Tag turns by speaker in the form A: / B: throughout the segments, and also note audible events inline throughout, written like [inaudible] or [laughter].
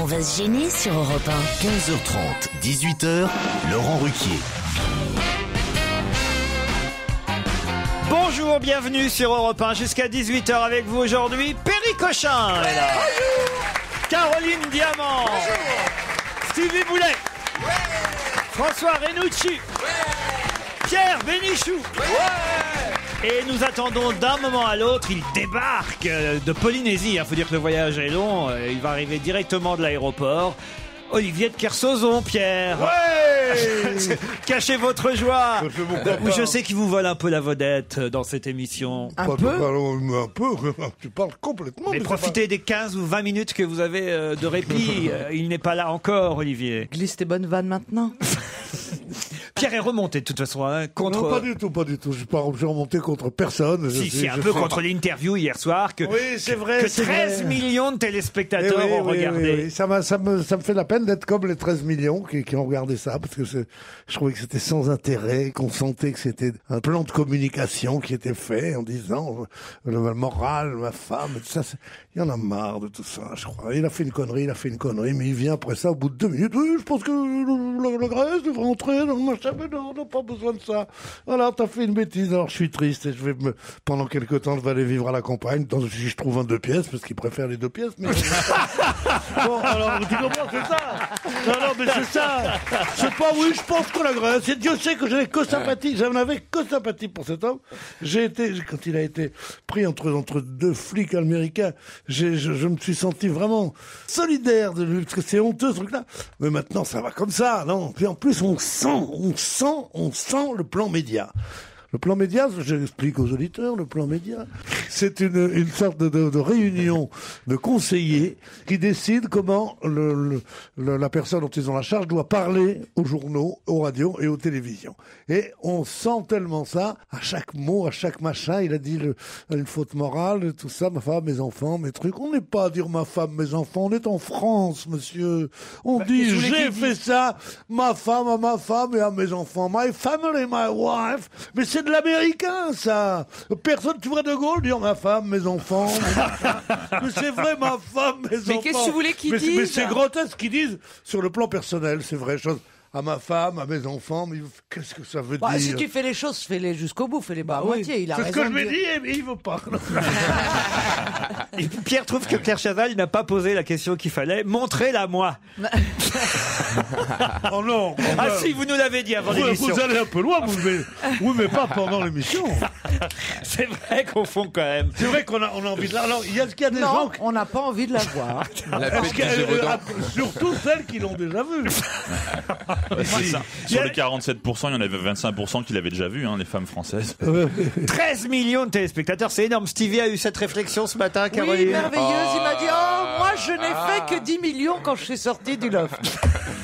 A: On va se gêner sur Europe
B: 15h30, 18h, Laurent Ruquier.
C: Bonjour, bienvenue sur Europe 1 jusqu'à 18h avec vous aujourd'hui. Perry Cochin est là. Caroline Diamant. Stevie Boulet. François Renucci. Pierre Bénichou. Et nous attendons d'un moment à l'autre, il débarque euh, de Polynésie. Il faut dire que le voyage est long. euh, Il va arriver directement de l'aéroport. Olivier de Kersozon, Pierre. [laughs] Cachez votre joie. Ou je sais qu'il vous vole un peu la vedette euh, dans cette émission.
D: Un peu, Un peu, [laughs] tu parles complètement.
C: Mais
D: c'est
C: profitez des 15 ou 20 minutes que vous avez euh,
D: [laughs]
C: de répit. Euh, Il n'est pas là encore, Olivier.
E: Glisse tes bonnes vannes maintenant.
C: Pierre est remonté de toute façon hein,
D: pas-
C: contre.
D: Non, pas du tout, pas du tout. Je suis pas je suis remonté contre personne. Je
C: Si,
D: suis-
C: si, un
D: je
C: peu
D: suis-
C: contre l'interview hier soir que,
D: Oui, c'est vrai.
C: que
D: c'est
C: 13
D: vrai.
C: millions de
D: Eh
C: téléspectateurs
D: oui,
C: ont
D: oui,
C: regardé. [laughs]
D: oui, oui. Ça, m'a- ça, me, ça me fait la peine d'être comme les 13 millions qui, qui ont regardé ça, parce que c'est- je trouvais que c'était sans intérêt, qu'on sentait que c'était un plan de communication qui était fait en disant euh, le moral, ma femme, tout ça. c'est- Il y en a marre de tout ça, je crois. Il a fait une connerie, il a fait une connerie, mais il vient après ça au bout de deux minutes. Oui, je pense que le, le- le Grèce devrait entrer dans le machin, mais non, on n'a pas besoin de ça. Voilà, t'as fait une bêtise, alors je suis triste et je vais me, pendant quelques temps, je vais aller vivre à la campagne, dans, si je trouve un deux pièces, parce qu'il préfère les deux pièces, mais. Bon, alors, tu comprends, c'est ça Non, non, mais c'est ça C'est pas, oui, je pense qu'on la Grèce, et Dieu sait que j'avais que sympathie, j'en avais que sympathie pour cet homme. J'ai été, quand il a été pris entre, entre deux flics américains, j'ai- je, je me suis senti vraiment solidaire de lui, parce que c'est honteux ce truc-là. Mais maintenant, ça va comme ça, non Puis en plus, on sent, on sent, on sent le plan média. Le plan média, j'explique aux auditeurs, le plan média, c'est une, une sorte de, de- de réunion de conseillers qui décident comment le- le- le- la personne dont ils ont la charge doit parler aux journaux, aux radios et aux télévisions. Et on sent tellement ça, à chaque mot, à chaque machin, il a dit le- une faute morale, tout ça, ma femme, mes enfants, mes trucs. On n'est pas à dire ma femme, mes enfants, on est en France, monsieur. On dit j'ai fait ça, ma femme, à ma femme et à mes enfants. My family, my wife. Mais c'est de l'américain, ça. Personne, tu vois De Gaulle dire ma femme, mes enfants. mais c'est vrai, ma femme, mes enfants.
F: Mais qu'est-ce que tu voulais qu'ils
D: Mais c'est- Mais
F: disent
D: c'est grotesque ce qu'ils disent sur le plan personnel, c'est vrai. Chose à ma femme, à mes enfants, mais qu'est-ce que ça veut
E: [laughs] Bah, si
D: dire
E: tu fais les choses, fais-les jusqu'au bout, fais-les pas à
D: oui.
E: moitié. Il a
D: C'est ce
E: raison
D: que je
E: de
D: me
E: dire-
D: dis, mais il veut pas. [laughs]
C: Et Pierre trouve que Claire Chazal n'a pas posé la question qu'il fallait. Montrez-la moi.
D: [laughs] Oh non
C: Ah si, vous nous l'avez dit avant
D: vous,
C: l'émission.
D: vous allez un peu loin, vous, mais, oui, mais pas pendant l'émission.
C: [laughs] C'est vrai qu'on fond quand même.
D: C'est vrai qu'on a, on a envie de la- Alors, il y a, il y a des gens
E: Non,
D: qui.
E: on n'a pas envie de la
D: [laughs]
E: voir.
G: La
D: Est-ce
G: fête
D: qu'il y
G: du
D: a-
G: Gévaudan.
D: euh, surtout celles qui l'ont déjà vu.
H: Bah,
C: c'est ça.
H: Sur les 47%, il y en avait 25% qui l'avaient déjà vu, hein, les femmes françaises.
G: Euh,
C: 13 millions de téléspectateurs, c'est énorme. Stevie a eu cette réflexion ce matin,
E: Oui,
C: Caroline. Ah.
E: merveilleuse. Il m'a dit Oh, moi, je n'ai fait que 10 millions quand je suis sorti du loft.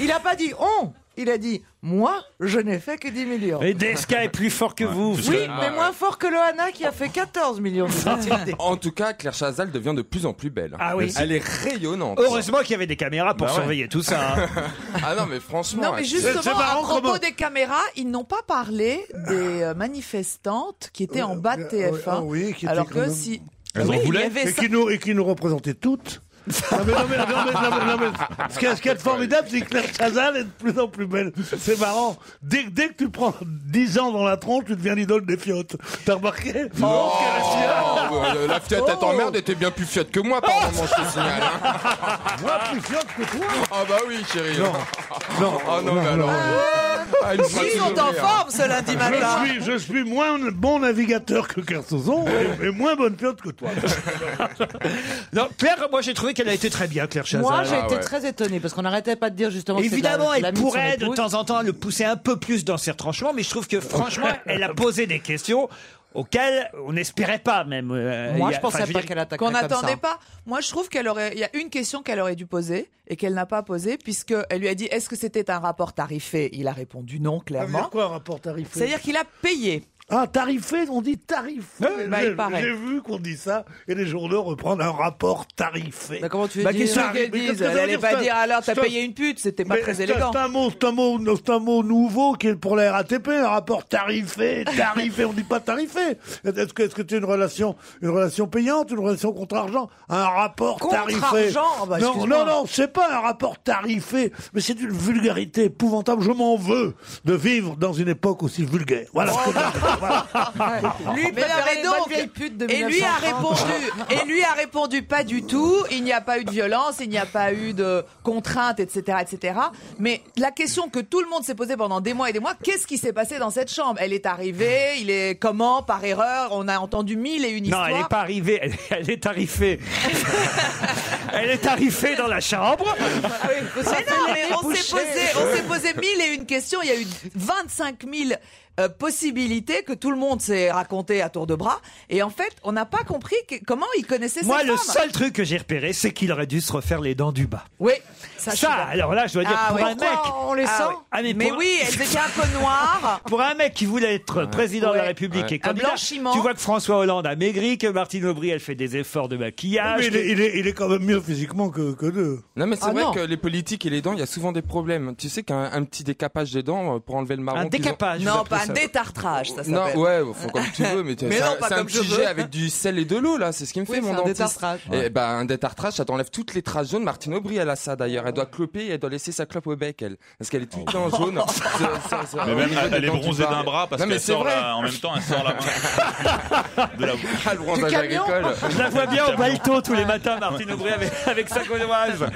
E: Il n'a pas dit On il a dit Moi, je n'ai fait que 10 millions.
C: Et Desca est plus fort que vous.
H: Parce
E: Oui,
H: que-
E: mais moins fort que Loana qui a fait 14 millions de
C: [laughs]
E: sociétés.
G: En tout cas, Claire Chazal devient de plus en plus belle.
C: Ah oui.
G: Même si Elle est rayonnante.
C: Heureusement qu'il y avait des caméras pour
G: Bah ouais.
C: surveiller tout ça. hein.
G: [laughs] Ah non, mais franchement.
F: Non, mais
G: elle-
F: justement,
D: c'est
F: à
D: marrant
F: propos
D: comment-
F: des caméras, ils n'ont pas parlé des euh, manifestantes qui étaient en bas de
D: Euh,
F: TF1.
D: euh, oui, qui étaient
F: alors
D: quand
F: que
D: même- Ah
F: si.
H: Elles
F: Oui, il
H: en
F: y
H: voulaient
F: avait
D: Et
F: ça-
D: qui nous, et qui nous représentaient toutes. [laughs] Non mais, non mais, non mais, non mais, non mais, ce qui est- ce qui est formidable, c'est que Claire Chazal est de plus en plus belle. C'est marrant. Dès, que- dès que tu prends 10 ans dans la tronche, tu deviens l'idole des fiottes. T'as remarqué
G: Oh, euh, la Fiat, elle t'emmerde, elle était bien plus Fiat que moi
C: Oh,
G: par moment, je te signale. hein.
C: [laughs]
D: Moi, plus fiotte que toi
G: Ah bah oui, chérie. [laughs]
D: Non, non,
G: Oh non, mais alors. Ah, une fois
E: Ils
G: que
E: sont
G: je
E: en
G: l'ai,
E: forme ce lundi matin.
D: Je suis, je suis moins bon navigateur que Kersozon et, et moins bonne fiotte que toi.
C: Non, Claire, moi j'ai trouvé qu'elle a été très bien, Claire Chazal.
E: Moi, j'ai
G: Ah
E: été
G: ouais.
E: très étonné parce qu'on n'arrêtait pas de dire justement. que c'est de la-
C: Évidemment,
E: de la
C: elle
E: mine sur
C: pourrait
E: les
C: de
E: pouces.
C: temps en temps le pousser un peu plus dans ses retranchements, mais je
E: [laughs]
C: trouve que franchement, elle a posé des questions auxquelles on n'espérait pas même. Euh,
E: Moi,
C: il y a-
E: je pensais
C: enfin, veux
E: pas
C: dire-
E: qu'elle attaquerait
F: Qu'on
E: comme ça.
F: n'attendait pas. Moi, je trouve qu'elle aurait. Il y a une question qu'elle aurait dû poser et qu'elle n'a pas posée, puisqu'elle lui a dit Est-ce que c'était un rapport tarifé Il a répondu non,
D: Ça veut dire
F: clairement.
D: quoi, un rapport tarifé
F: C'est-à-dire qu'il a payé.
D: Ah, tarifé, on dit tarifé.
F: bah,
D: J'ai-
F: il paraît.
D: J'ai vu qu'on dit ça et les journaux reprennent un rapport tarifé.
F: Bah, comment tu veux
D: Bah,
F: dire
D: qu'est-ce que-
F: qu'elle
D: mais qu'est-ce que
F: dise
D: ça
F: Elle
D: veut
F: allait
D: dire,
F: pas
D: ça
F: dire alors t'as
D: Ça-
F: payé une pute, c'était pas
D: Mais
F: très
D: c'est-
F: élégant.
D: C'est un, mot- c'est un mot- c'est un mot nouveau qui est pour la RATP, un rapport tarifé, tarifé, on dit pas tarifé. Est-ce que est-ce que tu as une relation, une relation payante, une relation contre argent Un rapport
E: Contre
D: tarifé.
E: argent Ah bah,
D: non,
E: excuse-moi.
D: non, non, c'est pas un rapport tarifé, mais c'est une vulgarité épouvantable. Je m'en veux de vivre dans une époque aussi vulgaire. Voilà. ce que je veux dire. Voilà.
F: Lui
E: Mais non, mais bonne vieille pute de
F: et lui
E: 1930.
F: a répondu et lui a répondu pas du tout. Il n'y a pas eu de violence, il n'y a pas eu de contraintes, etc., etc. Mais la question que tout le monde s'est posée pendant des mois et des mois, qu'est-ce qui s'est passé dans cette chambre Elle est arrivée, il est comment par erreur On a entendu mille et une
C: Non,
F: histoires.
C: elle n'est pas arrivée, elle, elle
F: [laughs]
C: est tarifée. elle est tarifée dans la chambre.
F: Mais non, mais on s'est
E: déboucher.
F: posé, on s'est posé mille et une questions. Il y a eu 25 000 euh, possibilités que tout le monde s'est raconté à tour de bras. Et en fait, on n'a pas compris que- comment il connaissait
C: Moi,
F: cette
C: le
F: femme.
C: seul truc que j'ai repéré, c'est qu'il aurait dû se refaire les dents du bas.
F: Oui, ça,
C: Ça,
F: je suis d'accord.
C: alors là, je dois dire,
F: Ah
C: pour
F: ouais.
C: un
F: Pourquoi
C: mec...
E: on les
F: Ah
E: sent
F: ouais.
C: Ah, mais
F: mais,
C: pour-
F: oui, elles étaient un peu noires.
C: [laughs] Pour un mec qui voulait être président de la
F: Ouais.
C: République et
G: Ouais.
F: Un
C: candidat,
F: blanchiment.
C: tu vois que François Hollande a maigri, que Martine Aubry, elle fait des efforts de maquillage.
D: Mais il
C: que-
D: est, il est- il est quand même mieux physiquement que, que deux.
G: Non, mais c'est
F: Ah
G: vrai
F: non.
G: que les politiques et les dents, il y a souvent des problèmes. Tu sais qu'un un petit décapage des dents euh, pour enlever le marron.
C: Un
G: qu'ils ont-
C: décapage. vous
F: Non,
C: appelez
F: pas un
C: ça.
F: détartrage, ça
G: Non,
F: s'appelle.
G: ouais, enfin, comme tu veux, mais, tu-
F: Mais
G: c'est
F: non,
G: un-
F: pas
G: c'est un
F: comme je
G: petit
F: veux.
G: jet avec du sel et de l'eau, là, c'est ce qui me fait
F: Oui,
G: mon
F: c'est un
G: dentiste.
F: détartrage.
G: Et ben, un détartrage, ça t'enlève toutes les traces jaunes. Martine Aubry, elle a ça d'ailleurs. Elle doit cloper et elle doit laisser sa clope au bec, elle. Parce qu'elle est tout le
F: Oh. [laughs]
G: temps
H: [laughs]
G: jaune. C'est- c'est- c'est-
H: Mais
G: au
H: même,
G: niveau
H: elle,
G: des
H: elle est
G: dents du
H: bronzée
G: bas.
H: d'un bras parce
G: Non, mais
H: qu'elle
G: c'est
H: sort
G: vrai.
H: la- en même temps, elle sort la main
G: [laughs]
H: de la bouche.
G: Ah, le bronzage
E: camion.
G: agricole.
C: Je la vois bien au balto tous les matins, Martine Aubry, avec, avec sa gauloise.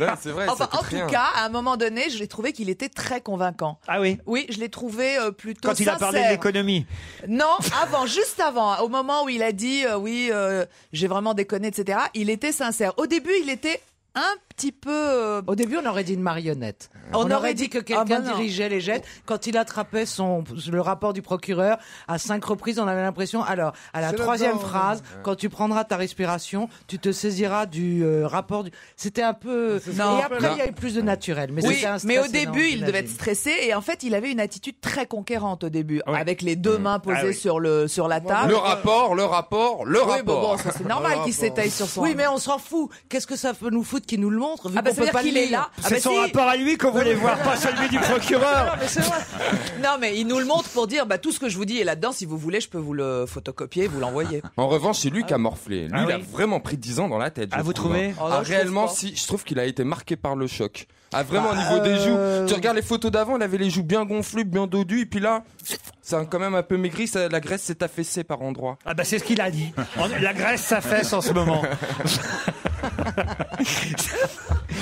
G: Non, c'est vrai.
F: [laughs] Enfin,
G: ça hein. coûte
F: en tout
G: rien.
F: cas, à un moment donné, je l'ai trouvé qu'il était très convaincant.
C: Ah oui
F: Oui, je l'ai trouvé euh, plutôt
C: quand il a parlé de
F: sincère.
C: l'économie.
F: Non, avant, juste avant, hein, au moment où il a dit euh, oui, euh, j'ai vraiment déconné, etc. Il était sincère. Au début, il était un petit peu. euh,
E: Au début, on aurait dit une marionnette.
F: On
E: On,
F: aurait
E: aurait,
F: dit-
E: dit, que
F: Ah
E: quelqu'un
F: bah non.
E: dirigeait les jets. Quand il attrapait son, le rapport du procureur, à cinq reprises, on avait l'impression. Alors, à la
D: C'est
E: troisième
D: là-dedans.
E: phrase, quand tu prendras ta respiration, tu te saisiras du euh, rapport du. C'était un peu.
F: Non.
E: Et après, il y avait plus de naturel. Mais,
F: Oui,
E: c'était un
F: mais
E: stress
F: au début,
E: énorme,
F: il devait être
E: j'imagine.
F: stressé et en fait, il avait une attitude très conquérante au début,
C: Ouais.
F: avec les
E: Mm.
F: deux mains posées
C: Ah oui.
F: sur le sur la table.
G: Le rapport, le rapport, le
F: Oui, mais bon,
G: rapport.
F: ça, c'est normal qu'il s'étaille sur son.
E: Oui, mais on s'en fout. Qu'est-ce que ça peut nous foutre qu'il nous le montre vu
F: Ah bah,
E: qu'on
F: ça veut
E: peut
F: dire
E: pas le
F: qu'il est
E: lire
F: là. Ah
C: c'est
F: bah
C: son
F: si.
C: rapport à lui qu'on voulait voir, pas celui du procureur.
E: Mais c'est vrai.
F: Non, mais il nous le montre pour dire bah, tout ce que je vous dis est là-dedans. Si vous voulez, je peux vous le photocopier et vous l'envoyer.
G: En revanche, c'est lui qui a morflé. Lui,
C: Ah
G: il a
C: oui.
G: vraiment pris 10 ans dans la tête. je
C: Ah, vous
G: trouve,
C: trouvez
G: hein.
F: Oh non,
G: Ah,
F: je trouve
G: réellement,
F: pas.
G: si, je trouve qu'il a été marqué par le choc. Ah,
E: Bah,
G: vraiment, au niveau des
E: euh,
G: joues. Tu regardes les photos d'avant, il avait les joues bien gonflées, bien dodues, et puis là, ça a quand même un peu maigri, ça- la graisse s'est affaissée par endroits.
C: Ah bah c'est ce qu'il a
G: [laughs]
C: dit. En- La Grèce s'affaisse en ce moment.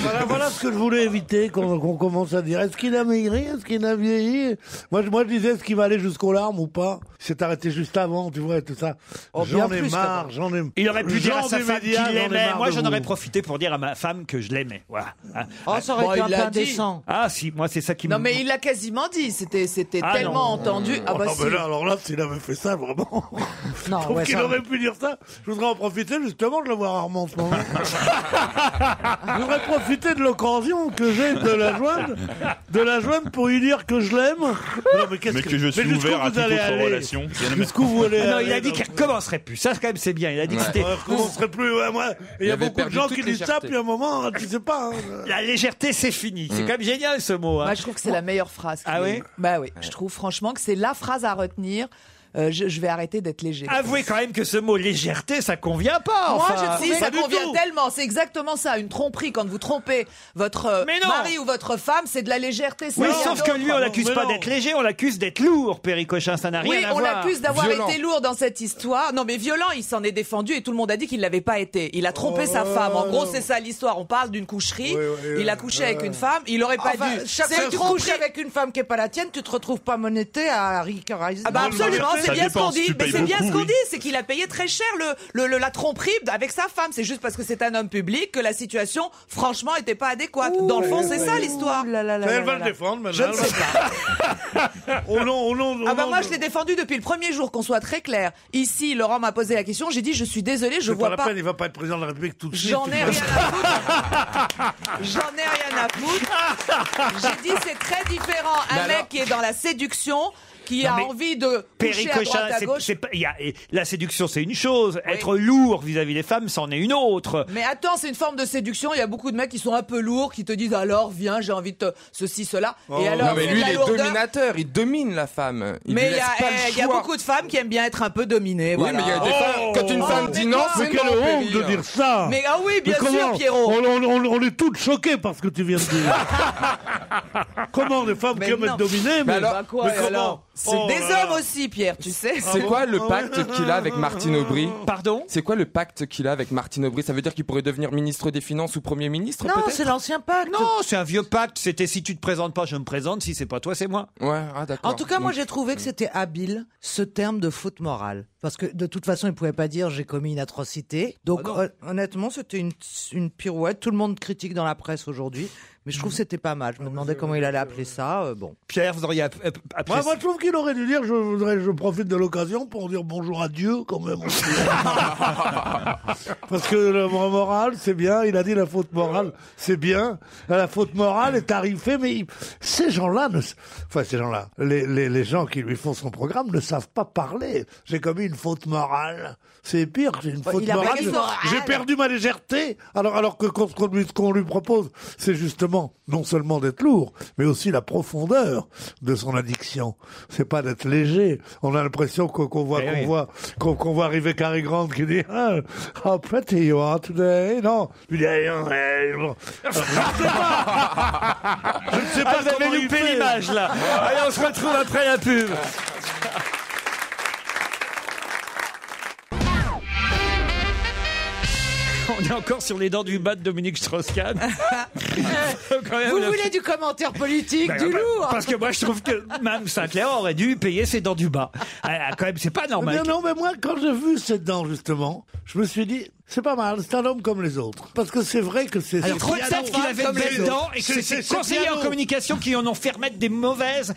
D: Voilà, voilà ce que je voulais éviter qu'on qu'on commence à dire. Est-ce qu'il a maigri Est-ce qu'il a vieilli moi je, moi, je disais, est-ce qu'il va aller jusqu'aux larmes ou pas Il s'est arrêté juste avant, tu vois, et tout ça.
E: Oh, bien
D: j'en ai
E: plus
D: marre, j'en ai
C: Il aurait pu dire à
D: Jean
C: sa
D: des
C: femme qu'il
D: médias, j'en ai
C: l'aimait.
D: marre
C: Moi,
D: de
C: j'en
D: vous.
C: aurais profité pour dire à ma femme que je l'aimais. Voilà. Ah,
E: Oh, ça aurait
F: Bon,
E: été un
F: il
E: peu
F: l'a dit.
E: indécent.
C: ah, si, moi, c'est ça qui
F: Non,
C: me-
F: mais il l'a quasiment dit. C'était c'était
C: Ah,
F: tellement
C: non.
F: entendu. Ah
D: Oh,
F: bah
D: non,
F: si.
D: mais là, alors là, s'il avait fait ça, vraiment,
E: Non,
D: donc
E: ouais,
D: il
E: ça-
D: aurait pu dire ça. Je voudrais en profiter, justement, de le voir rarement en ce
C: [laughs]
D: moment. J'aurais profité de l'occasion que j'ai de la joindre, de la joindre pour lui dire que je l'aime. Non, mais qu'est-ce
H: Mais que je suis
D: jusqu'où
H: ouvert à
D: vous
H: toute
D: allez
H: autre
D: aller
H: relation.
D: Jusqu'où vous voulez
C: Non,
D: aller
C: il a dit
D: dans-
C: qu'il recommencerait plus. Ça, quand même, c'est bien. Il a dit que
G: Ouais.
C: c'était
D: Ouais, je commencerai plus. Ouais, ouais. Et Il y a
G: avait
D: beaucoup de
G: perdu
D: gens
G: toute
D: qui disent ça,
G: légèreté.
D: puis à un moment, tu
F: [laughs]
D: sais pas. hein.
C: la légèreté, c'est fini. C'est quand même génial ce mot.
F: Moi,
C: hein.
F: Mm. Bah, je trouve que c'est la meilleure phrase. qu'il
C: Ah
F: ait
C: oui
F: eue. Bah oui. Je trouve franchement que c'est la phrase à retenir. Euh, je, je vais arrêter d'être léger.
C: [laughs] Avouez quand même que ce mot légèreté, ça convient Ah, pas.
F: Moi,
C: enfin.
F: je si,
C: Pas
F: ça
C: du
F: convient
C: tout.
F: tellement. C'est exactement ça. Une tromperie, quand vous trompez votre euh,
C: Mais non.
F: mari ou votre femme, c'est de la légèreté. c'est
C: Oui,
F: rien
C: sauf
F: d'autre.
C: que lui, on l'accuse
D: Ah Mais
C: pas
D: non.
C: d'être léger, on l'accuse d'être lourd, Péricochin, ça n'a rien
F: Oui,
C: à
F: on
C: voir.
F: l'accuse d'avoir
G: Violent.
F: été lourd dans cette histoire. Non, mais violent, il s'en est défendu et tout le monde a dit qu'il l'avait pas été. Il a trompé sa
E: Oh.
F: femme. En gros, c'est ça l'histoire. On parle d'une coucherie.
D: Oui, oui, oui.
F: il a couché avec une femme. Il aurait pas
E: Enfin,
F: dû.
E: chaque
F: C'est
E: fois que
F: une
E: tu
F: tromperie.
E: couches avec une femme qui est pas la tienne, tu te retrouves pas monété à Rick Rice.
F: Ah bah absolument, c'est
H: Ça
F: bien ce qu'on
H: dépend, si
F: dit.
H: tu
F: Mais
H: payes
F: c'est bien ce
H: beaucoup,
F: qu'on
H: oui.
F: dit, c'est qu'il a payé très cher le, le- le- la tromperie avec sa femme. C'est juste parce que c'est un homme public que la situation, franchement, était pas adéquate. Dans le fond, c'est ça l'histoire.
D: Elle va le défendre maintenant. Je ne sais pas. oh non, oh non, oh
F: Ah bah
D: non,
F: moi
D: je-
F: je l'ai défendu depuis le premier jour, qu'on soit très clair. Ici, Laurent m'a posé la question, j'ai dit je suis désolé, je
D: C'est
F: vois
D: la
F: pas.
D: peine, il va pas être président de la République tout de suite.
F: J'en ai rien à foutre. J'en ai rien à foutre. J'ai dit c'est très différent. Un
G: Mais alors-
F: mec qui est dans la séduction qui
C: Non,
F: a
C: mais
F: envie de
C: Perry
F: toucher à
C: Cochin,
F: droite à
C: c'est-
F: gauche.
C: c'est pas- il y a- et la séduction c'est une chose, être lourd vis-à-vis des femmes c'en est une autre.
F: Mais attends, c'est une forme de séduction. Il y a beaucoup de mecs qui sont un peu lourds, qui te disent alors viens, j'ai envie de te- ceci, cela. Et alors,
G: Oh, Non, mais
F: c'est de
G: lui,
F: la
G: il est
F: lourdeur.
G: dominateur, il domine la femme. Il
F: Mais
G: lui
F: il y,
G: laisse
F: a,
G: pas le
F: eh, il y a
G: choix.
F: beaucoup de femmes qui aiment bien être un peu dominées.
G: Oui,
F: voilà.
G: mais il y a des femmes. Quand une
F: Oh,
G: femme
F: mais
G: dit non,
F: quoi
G: c'est
D: Mais quelle
G: non,
D: honte
G: Perry.
D: de dire ça
F: Mais ah oui, bien
D: Mais
F: sûr,
D: comment
F: Pierrot.
D: On, on- on- on est toutes choquées par ce que tu viens de
F: [laughs]
D: dire. comment les femmes
F: Mais
D: qui aiment
F: non.
D: être dominées, mais,
G: Mais alors-
F: Bah quoi,
D: mais
F: et alors
D: comment
F: C'est
D: Oh
F: des
D: là là.
F: hommes aussi, Pierre, tu sais. Ah
G: C'est quoi
F: Oh.
G: le pacte qu'il a avec Martine Aubry
C: Pardon
G: C'est quoi le pacte qu'il a avec Martine Aubry Ça veut dire qu'il pourrait devenir ministre des Finances ou Premier ministre
E: Non,
G: peut-être
E: c'est l'ancien pacte.
C: Non, c'est un vieux pacte, c'était si tu te présentes pas, je me présente, si c'est pas toi, c'est moi.
G: Ouais, ah, d'accord.
E: En tout cas, moi,
G: Donc,
E: j'ai trouvé que c'était habile ce terme de faute morale, parce que de toute façon, il pouvait pas dire j'ai commis une atrocité. Donc,
C: Ah non.
E: hon- honnêtement, c'était une, une pirouette. Tout le monde critique dans la presse aujourd'hui, mais je trouve que c'était pas mal. Je me demandais comment il allait appeler ça. euh, bon.
C: Pierre, vous auriez app- app-
D: Ouais,
C: apprécié.
D: moi, je trouve qu'il aurait dû dire je, voudrais, je profite de l'occasion pour dire bonjour à Dieu quand même. aussi. Parce que le moral, c'est bien. Il a dit la faute morale, c'est bien. La faute morale est tarifée, mais il- ces gens-là, ne... s- enfin ces gens-là, les, les, les gens qui lui font son programme ne savent pas parler. J'ai commis une faute morale. C'est pire, j'ai une faute
E: il a
D: morale.
E: perdu morale.
D: J'ai perdu ma légèreté. Alors, alors que quand- ce qu'on lui, ce qu'on lui propose, c'est justement non seulement d'être lourd, mais aussi la profondeur de son addiction. C'est pas d'être léger. On a l'impression qu'on qu'on voit,
C: Eh
D: qu'on
C: oui.
D: voit, qu'on qu'on voit arriver Cary Grant qui dit ah, How pretty you are today. Non, lui dit Eh, eh, bon. je ne sais pas.
C: Ah,
D: Je ne sais
C: vous
D: pas comment
C: avez
D: il
C: loupé
D: fait.
C: l'image là. Allez, on se retrouve après la pub. On est encore sur les dents du bas de Dominique Strauss-Kahn. Quand même,
E: Vous
C: là.
E: voulez du commentaire politique,
C: Bah,
E: du
C: bah,
E: lourd
C: Parce que moi, je trouve que Mme Sinclair aurait dû payer ses dents du bas. Elle a- quand même, c'est pas
D: Mais
C: normal.
D: Eh non, mais moi, quand j'ai vu cette dent, justement, je me suis dit, c'est pas mal, c'est un homme comme les autres. Parce que c'est vrai que c'est...
C: Alors,
D: c'est
C: trop de
D: piano.
C: savent qu'il avait de belles dents et que c'est ses conseillers en
D: piano.
C: communication qui en ont fait remettre des mauvaises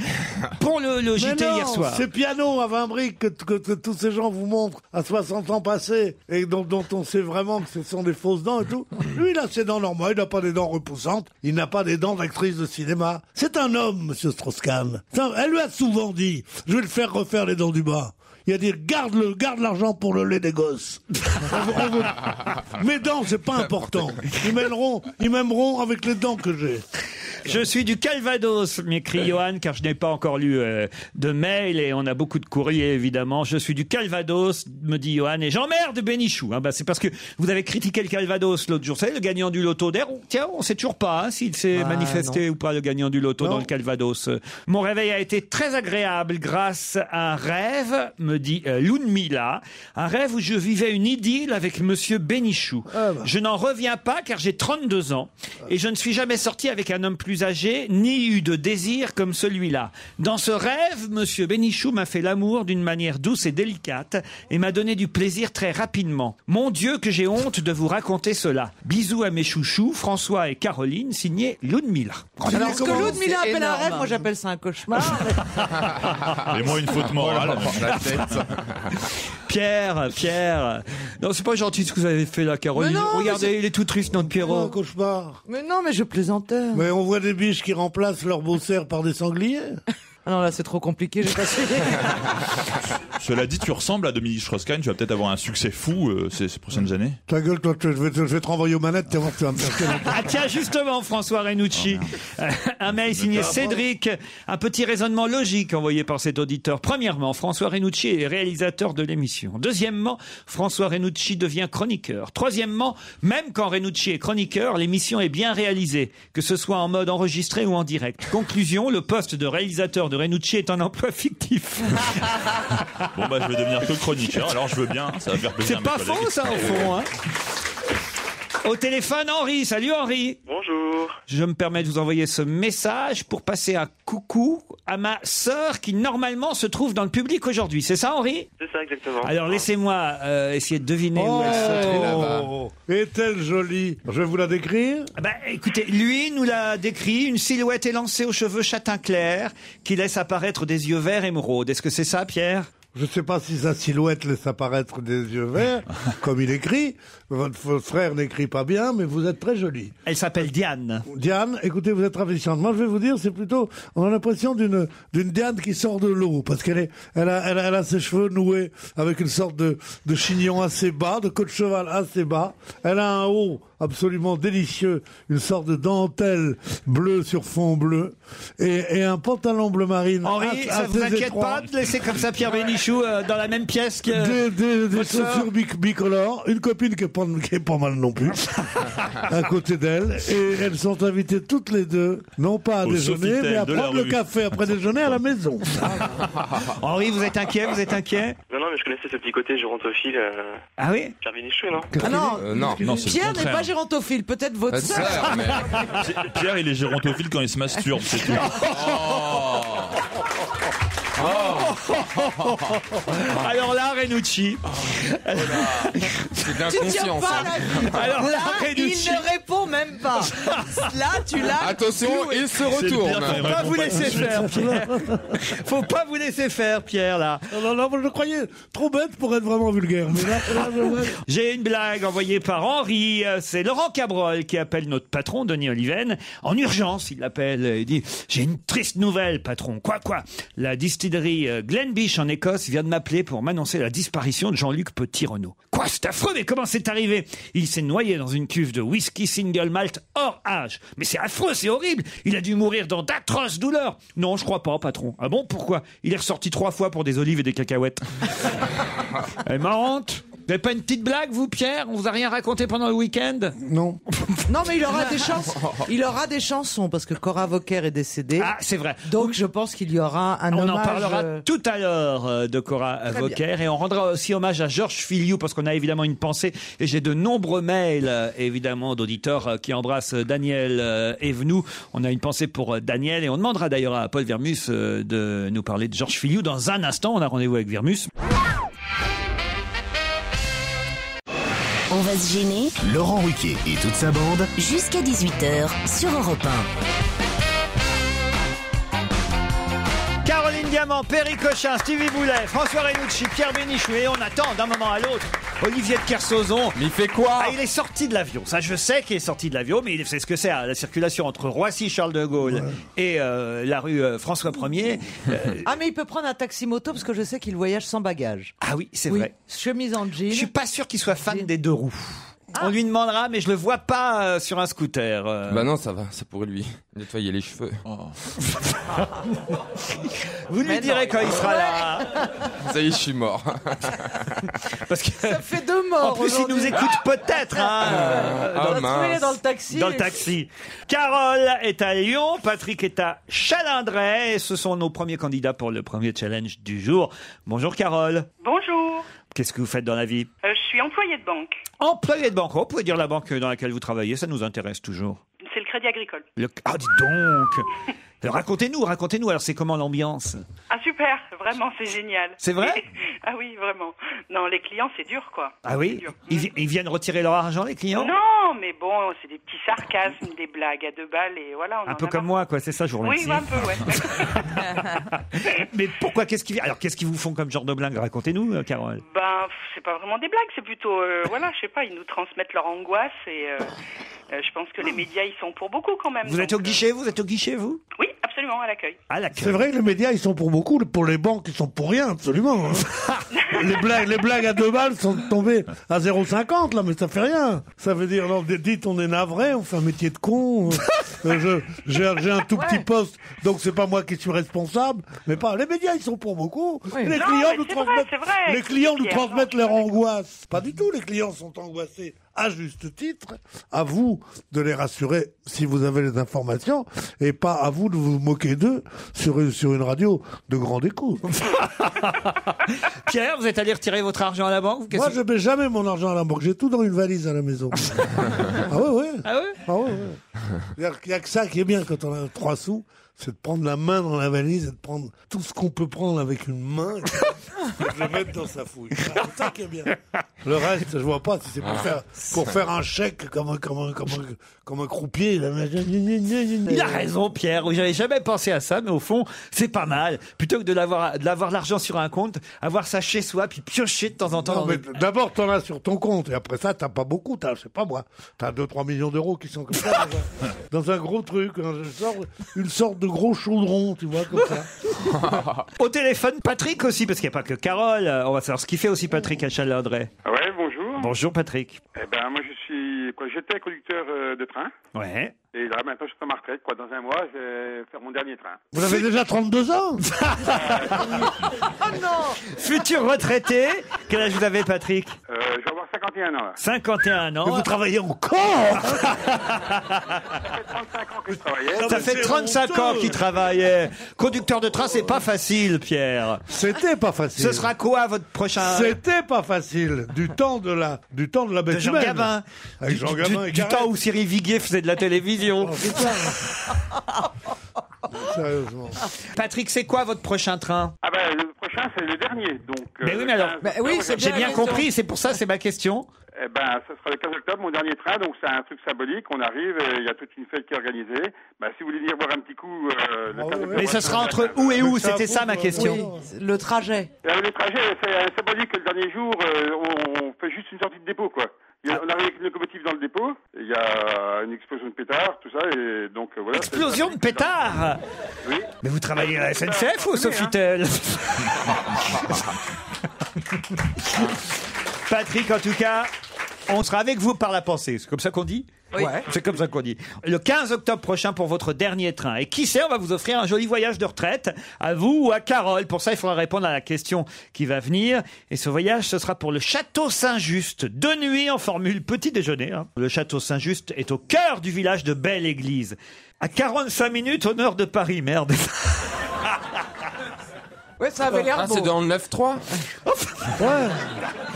C: pour le, le
D: Mais
C: JT
D: non,
C: hier soir.
D: C'est piano à 20 briques que, que- que tous ces gens vous montrent à 60 ans passés et dont, dont on sait vraiment que ce sont des fausses dents et
C: [laughs]
D: tout. Lui, il a ses dents normales, il n'a pas des dents repoussantes, il n'a pas des dents d'actrice de cinéma. C'est un homme, monsieur Strauss-Kahn. C'est un- Elle lui a souvent dit, je vais le faire refaire les dents du bas. Il a dit, garde le, garde l'argent pour le lait des gosses. [laughs] On veut- on
C: [laughs]
D: veut- Mes dents, c'est pas important. Ils m'aimeront, ils m'aimeront avec les dents que j'ai.
C: Je suis du Calvados, m'écrit Johan, car je n'ai pas encore lu euh, de mail et on a beaucoup de courriers évidemment. Je suis du Calvados, me dit Johan, et j'emmerde Bénichou. Hein, bah, c'est parce que vous avez critiqué le Calvados l'autre jour. Vous savez, le gagnant du loto d'air, on- tiens, on sait toujours pas hein, s'il s'est
D: Bah,
C: manifesté ou pas le gagnant du loto
D: Non.
C: dans le Calvados. Euh, Mon réveil a été très agréable grâce à un rêve, me dit euh, Lounmila, un rêve où je vivais une idylle avec Monsieur Bénichou.
D: Ah bah.
C: Je n'en reviens pas car j'ai 32 ans et je ne suis jamais sorti avec un homme plus âgé ni eu de désir comme celui-là. Dans ce rêve, monsieur Bénichou m'a fait l'amour d'une manière douce et délicate et m'a donné du plaisir très rapidement. Mon Dieu que j'ai honte de vous raconter cela. Bisous à mes chouchous, François et Caroline, signé Ludmilla.
E: Alors ce que
F: comment
E: l'autre Mila
F: C'est
E: appelle un
F: énorme.
E: rêve, moi j'appelle ça un cauchemar.
C: ah,
H: Et moi, une faute morale.
C: Pierre, Pierre. Non, c'est pas gentil ce que vous avez fait là, Caroline.
E: Mais non, mais
C: Regardez, il est tout triste, notre
D: Oh,
C: Pierrot.
D: cauchemar.
E: mais non, mais je plaisantais.
D: Mais on voit des biches qui remplacent leurs beaux cerfs par des sangliers.
E: Ah non, là c'est trop compliqué, j'ai pas suivi.
H: Cela dit, tu ressembles à Dominique Strauss-Kahn. Tu vas peut-être avoir un succès fou euh, ces, ces prochaines années.
D: [laughs] Ta gueule, toi, je vais te, je vais te renvoyer aux manettes, tu vas voir, tu vas me faire quel-
C: Ah tiens, justement, François Renucci. un mail signé Cédric. Un petit raisonnement logique envoyé par cet auditeur. Premièrement, François Renucci est réalisateur de l'émission. Deuxièmement, François Renucci devient chroniqueur. Troisièmement, même quand Renucci est chroniqueur, l'émission est bien réalisée, que ce soit en mode enregistré ou en direct. Conclusion, le poste de réalisateur de Renucci est un emploi fictif.
H: Bon, bah, je vais devenir que
C: [laughs]
H: chroniqueur. Alors, je veux bien. Ça va faire plaisir.
C: C'est
H: à
C: pas
H: mes collègues.
C: faux, ça, au fond. hein. Au téléphone, Henri. Salut, Henri.
A: Bonjour.
C: Je me permets de vous envoyer ce message pour passer un coucou à ma sœur qui, normalement, se trouve dans le public aujourd'hui. C'est ça, Henri
A: C'est ça exactement.
C: Alors, laissez-moi euh, essayer de deviner où elle se trouve.
D: Oh, est-elle jolie Je vais vous la décrire
C: Ah Bah, écoutez, lui nous l'a décrit, une silhouette élancée aux cheveux châtain clair qui laisse apparaître des yeux verts émeraude. Est-ce que c'est ça, Pierre [laughs]
D: Je ne sais pas si sa silhouette laisse apparaître des yeux verts, comme il écrit, votre frère n'écrit pas bien, mais vous êtes très jolie.
C: Elle s'appelle Diane.
D: Diane, écoutez, vous êtes ravissante. Moi, je vais vous dire, c'est plutôt, on a l'impression d'une d'une Diane qui sort de l'eau, parce qu'elle est, elle a, elle, a, elle a ses cheveux noués avec une sorte de, de chignon assez bas, de côte cheval assez bas. Elle a un haut absolument délicieux, une sorte de dentelle bleue sur fond bleu, et, et un pantalon bleu marine.
C: Henri,
D: assez-
C: ça vous
D: assez
C: inquiète
D: étroit.
C: pas de laisser comme ça Pierre Bénichou euh, dans la même pièce que...
D: Des, des- des
C: votre sœur
D: chaussures bic- bicolores, une copine qui est, pas, qui est pas mal non plus, à côté d'elle, et elles sont invitées toutes les deux, non pas à
H: Au
D: déjeuner,
H: Sofitel
D: mais à
H: de la
D: prendre le
H: rue.
D: café après déjeuner à la maison.
C: [laughs] Henri, vous êtes inquiet, vous êtes inquiet
A: Non, non, mais je connaissais ce petit côté gérontophile, euh,
C: Ah oui
A: Pierre Bénichou, non
D: Qu'est-ce
E: Ah
D: qu'il
E: non,
G: Euh, non,
H: Non, c'est le
E: Pierre n'est
H: contraire.
E: pas gérontophile, peut-être votre
G: Votre
E: sœur. [laughs]
G: sœur, mais-
H: Pierre, il est gérontophile quand il se masturbe, c'est tout.
G: Oh.
C: [laughs] Alors là, Renucci.
G: Oh c'est
C: [laughs]
G: de
E: Tu tiens
G: l'inconscience.
E: pas
G: hein.
E: la
G: [laughs]
E: vie.
C: Alors là,
E: Là, il
C: Renucci.
E: ne répond même pas. Là, tu
C: [laughs]
E: l'as.
G: Attention, il se
H: C'est le pire quand
C: Faut
G: retourne.
H: il
C: pas vous
H: répond pas tout de
C: laisser
H: suite.
C: faire, Pierre. Faut pas vous laisser faire, Pierre, là.
D: dit Non, non, non, je le croyais trop bête pour être vraiment vulgaire. Mais là, là, je-
C: J'ai une blague envoyée par Henri. Euh, C'est Laurent Cabrol qui appelle notre patron, Denis Oliven. En urgence, il l'appelle. euh, Il dit J'ai une triste nouvelle, patron. Quoi, quoi La distillerie euh, Glenbeach en Écosse vient de m'appeler pour m'annoncer la disparition de Jean-Luc Petit-Renaud. Quoi, c'est affreux, mais comment c'est arrivé Il s'est noyé dans une cuve de whisky single malt hors âge. Mais c'est affreux, c'est horrible. Il a dû mourir dans d'atroces douleurs. Non, je crois pas, patron. Ah bon, pourquoi Il est ressorti trois fois pour des olives et des cacahuètes. Elle est marrante. Vous n'avez pas une petite blague, vous, Pierre On vous a rien raconté pendant le week-end
D: non.
E: Non, mais il aura des chansons. Il aura des chansons parce que Cora Vauquer est décédée.
C: Ah, c'est vrai.
E: Donc, je pense qu'il y aura un
C: On
E: hommage.
C: en parlera
E: euh,
C: tout à l'heure euh, de Cora Vauquer et on rendra aussi hommage à Georges Filiou parce qu'on a évidemment une pensée et j'ai de nombreux mails euh, évidemment d'auditeurs euh, qui embrassent euh, Daniel euh, Evenou. On a une pensée pour euh, Daniel et on demandera d'ailleurs à Paul Vermus euh, de nous parler de Georges Filiou dans un instant. On a rendez-vous avec Vermus.
I: On va se gêner
B: Laurent Ruquier et toute sa bande
I: jusqu'à 18h sur Europe
C: Caroline Diamant, Perry Cochin, Stevie Boulet, François Renucci, Pierre Bénichou et on attend d'un moment à l'autre Olivier de Kersauzon.
G: Mais il fait quoi
C: Ah, il est sorti de l'avion. Ça, je sais qu'il est sorti de l'avion, mais il sait ce que c'est. hein, La circulation entre Roissy, Charles de Gaulle et euh, la rue euh, François 1er.
G: [laughs]
C: Euh,
E: Ah, mais il peut prendre un taxi moto parce que je sais qu'il voyage sans bagage.
C: ah oui, c'est
E: Oui,
C: vrai.
E: chemise en jean. Ah.
C: Je suis pas sûr qu'il soit fan des deux roues. On lui demandera, mais je le vois pas euh, sur un scooter. euh.
G: Bah non, ça va, c'est pour lui. Nettoyer les cheveux.
C: Oh.
E: [laughs]
C: Vous lui
E: Mais
C: direz
E: non,
C: quand il sera là.
G: Ça y est, je suis mort.
C: [laughs] Parce que,
E: Ça fait deux morts.
C: en plus, il nous
E: aujourd'hui.
C: écoute peut-être. hein, euh,
G: Ah,
E: On va trouver
G: mince.
E: dans le taxi.
C: Dans le taxi. Carole est à Lyon, Patrick est à Chalindray. et Ce sont nos premiers candidats pour le premier challenge du jour. Bonjour Carole.
J: Bonjour,
C: Qu'est-ce que vous faites dans la vie
J: Euh, je suis employée de banque.
C: Employé de banque. On pouvez dire la banque dans laquelle vous travaillez, ça nous intéresse toujours.
J: C'est le Crédit Agricole.
C: Le- Ah, dites donc Alors, Racontez-nous, racontez-nous. Alors, c'est comment l'ambiance
J: Ah super, vraiment, c'est génial.
C: C'est vrai
J: [laughs] Ah oui, vraiment. Non, les clients, c'est dur, quoi.
C: Ah oui ils, vi- ils viennent retirer leur argent, les clients
J: Non, mais bon, c'est des petits sarcasmes, des blagues à deux balles et voilà. On
C: Un
J: en
C: peu
J: a
C: comme
J: marre.
C: moi, quoi. C'est ça, je vous
J: Oui,
C: remercie.
J: un peu, ouais. Eh
C: [laughs] Mais pourquoi Qu'est-ce qu'ils Alors, qu'est-ce qu'ils vous font comme genre de blague Racontez-nous, euh, Carole.
J: ben, pff, c'est pas vraiment des blagues, c'est plutôt, euh, [laughs] voilà, je sais pas, ils nous transmettent leur angoisse et euh, euh, je pense que les médias, ils sont pour beaucoup quand même.
C: Vous êtes au
J: donc,
C: guichet, vous êtes au guichet, vous
J: euh, Oui, absolument, à l'accueil.
C: À l'accueil.
D: C'est vrai que les médias, ils sont pour beaucoup. Pour les banques, ils sont pour rien, absolument. [laughs] hein. les, blagues, les blagues à deux balles sont tombées à 0,50, là, mais ça fait rien. Ça veut dire, non, dites, on est navré, on fait un métier de con. Euh, je- J'ai un- j'ai un tout petit poste, donc c'est pas moi qui suis responsable. Mais pas, les médias, ils sont pour beaucoup. Les,
J: Non,
D: clients
J: mais
D: nous
J: c'est vrai,
D: transmettent,
J: c'est vrai.
D: les clients nous
J: Pierre,
D: transmettent
J: non, je
D: leur angoisse. Pas du tout, les clients sont angoissés à juste titre. À vous de les rassurer si vous avez les informations et pas à vous de vous moquer d'eux sur, une- sur une radio de grande [laughs] écho.
C: Pierre, vous êtes allé retirer votre argent à la banque Qu'est-ce
D: Moi,
C: que-
D: je mets jamais mon argent à la banque. J'ai tout dans une valise à la
C: [laughs]
D: maison. ah ouais, ouais.
C: Ah ouais
D: Ah ouais, ouais. Il n'y a, que ça qui est bien quand on a trois sous, c'est de prendre la main dans la valise et de prendre tout ce qu'on peut prendre avec une
C: [laughs]
D: main et de le mettre dans sa fouille. Voilà, c'est ça qui est bien. Le reste, je vois pas si c'est
C: Ah.
D: pour faire, pour faire un chèque comme un, comme un, comme un, comme un croupier. là.
C: Il a raison, Pierre. Oui, J'avais jamais pensé à ça, mais au fond, c'est pas mal. Plutôt que de l'avoir, de l'avoir l'argent sur un compte, avoir ça chez soi, puis piocher de temps en temps.
D: Non,
C: dans
D: mais
C: des-
D: [laughs] d'abord, t'en as sur ton compte, et après ça, t'as pas beaucoup, t'as, je sais pas moi, t'as 2-3 millions d'euros qui sont comme ça,
C: [laughs]
D: dans un, dans un gros truc, hein, une sorte, une sorte de gros chaudron, tu vois, comme ça.
C: Au téléphone, Patrick aussi, parce qu'il n'y a pas que Carole. Euh, On va savoir ce qu'il fait aussi, Patrick à Chalandré.
K: Ouais, bonjour.
C: Bonjour, Patrick.
K: Eh ben, moi, je suis, quoi, j'étais conducteur euh, de train.
C: Ouais.
K: Et là, maintenant, je suis à ma retraite, quoi. Dans un mois, je vais faire mon dernier
C: [laughs]
K: train.
D: Vous avez déjà 32 ans
K: oh non
C: Futur retraité. Quel âge vous avez, Patrick
K: Euh, Je vais avoir 51 ans, là.
C: 51 ans.
K: Mais vous
D: travaillez
C: [laughs]
D: encore
C: Ça fait 35 ans qu'il travaille. Conducteur de train, c'est pas facile, Pierre.
D: C'était pas facile.
C: Ce sera quoi votre prochain
D: C'était pas facile. Du temps de la, du temps de la bête
C: de Jean
D: humaine.
C: Gabin. Oh,
D: Avec
C: Du-
D: Jean
C: du-
D: Gabin
C: du,
D: et
C: du temps où Cyril Viguier faisait de la télévision. [laughs]
D: Sérieusement.
C: Patrick, c'est quoi votre prochain train
K: Ah ben, le prochain, c'est le dernier, donc...
C: Mais
K: euh,
C: Ben oui,
K: le
C: mais
K: 15
C: alors, j'ai
K: octobre,
C: bien, compris, c'est pour ça, c'est ma question.
K: Eh ben, ça sera le 15 octobre, mon dernier train, donc c'est un truc symbolique. On arrive, euh, il y a toute une fête qui est organisée. Ben, si vous voulez venir boire un petit coup... euh,
C: Ah
K: le 15 octobre,
C: Mais ce
K: ça
C: sera
K: va
C: entre
K: être-
C: où et où C'était ça ma question.
E: Le trajet.
K: Euh, le trajet, c'est euh, symbolique. Le dernier jour, euh, on, on fait juste une sortie de dépôt, quoi. Il y
C: Ah.
K: a- On arrive avec une locomotive dans le dépôt, il y a une explosion de pétard, tout ça, et donc euh, voilà. c'est-
C: Explosion de pétard
K: Oui.
C: Mais vous travaillez à la SNCF ou au Sofitel Patrick, en tout cas, on sera avec vous par la pensée. C'est comme ça qu'on dit
E: Oui. Ouais.
C: C'est comme ça qu'on dit. Le 15 octobre prochain pour votre dernier train. Et qui sait, on va vous offrir un joli voyage de retraite à vous ou à Carole. Pour ça, il faudra répondre à la question qui va venir. Et ce voyage, ce sera pour le Château Saint-Just. Deux nuits en formule petit déjeuner. hein. Le Château Saint-Just est au cœur du village de Belle-Église. À 45 minutes au nord de Paris, merde.
E: Ouais, ça avait l'air
G: Ah,
E: beau.
G: c'est dans le
E: [laughs]
G: 9-3
D: Ouais.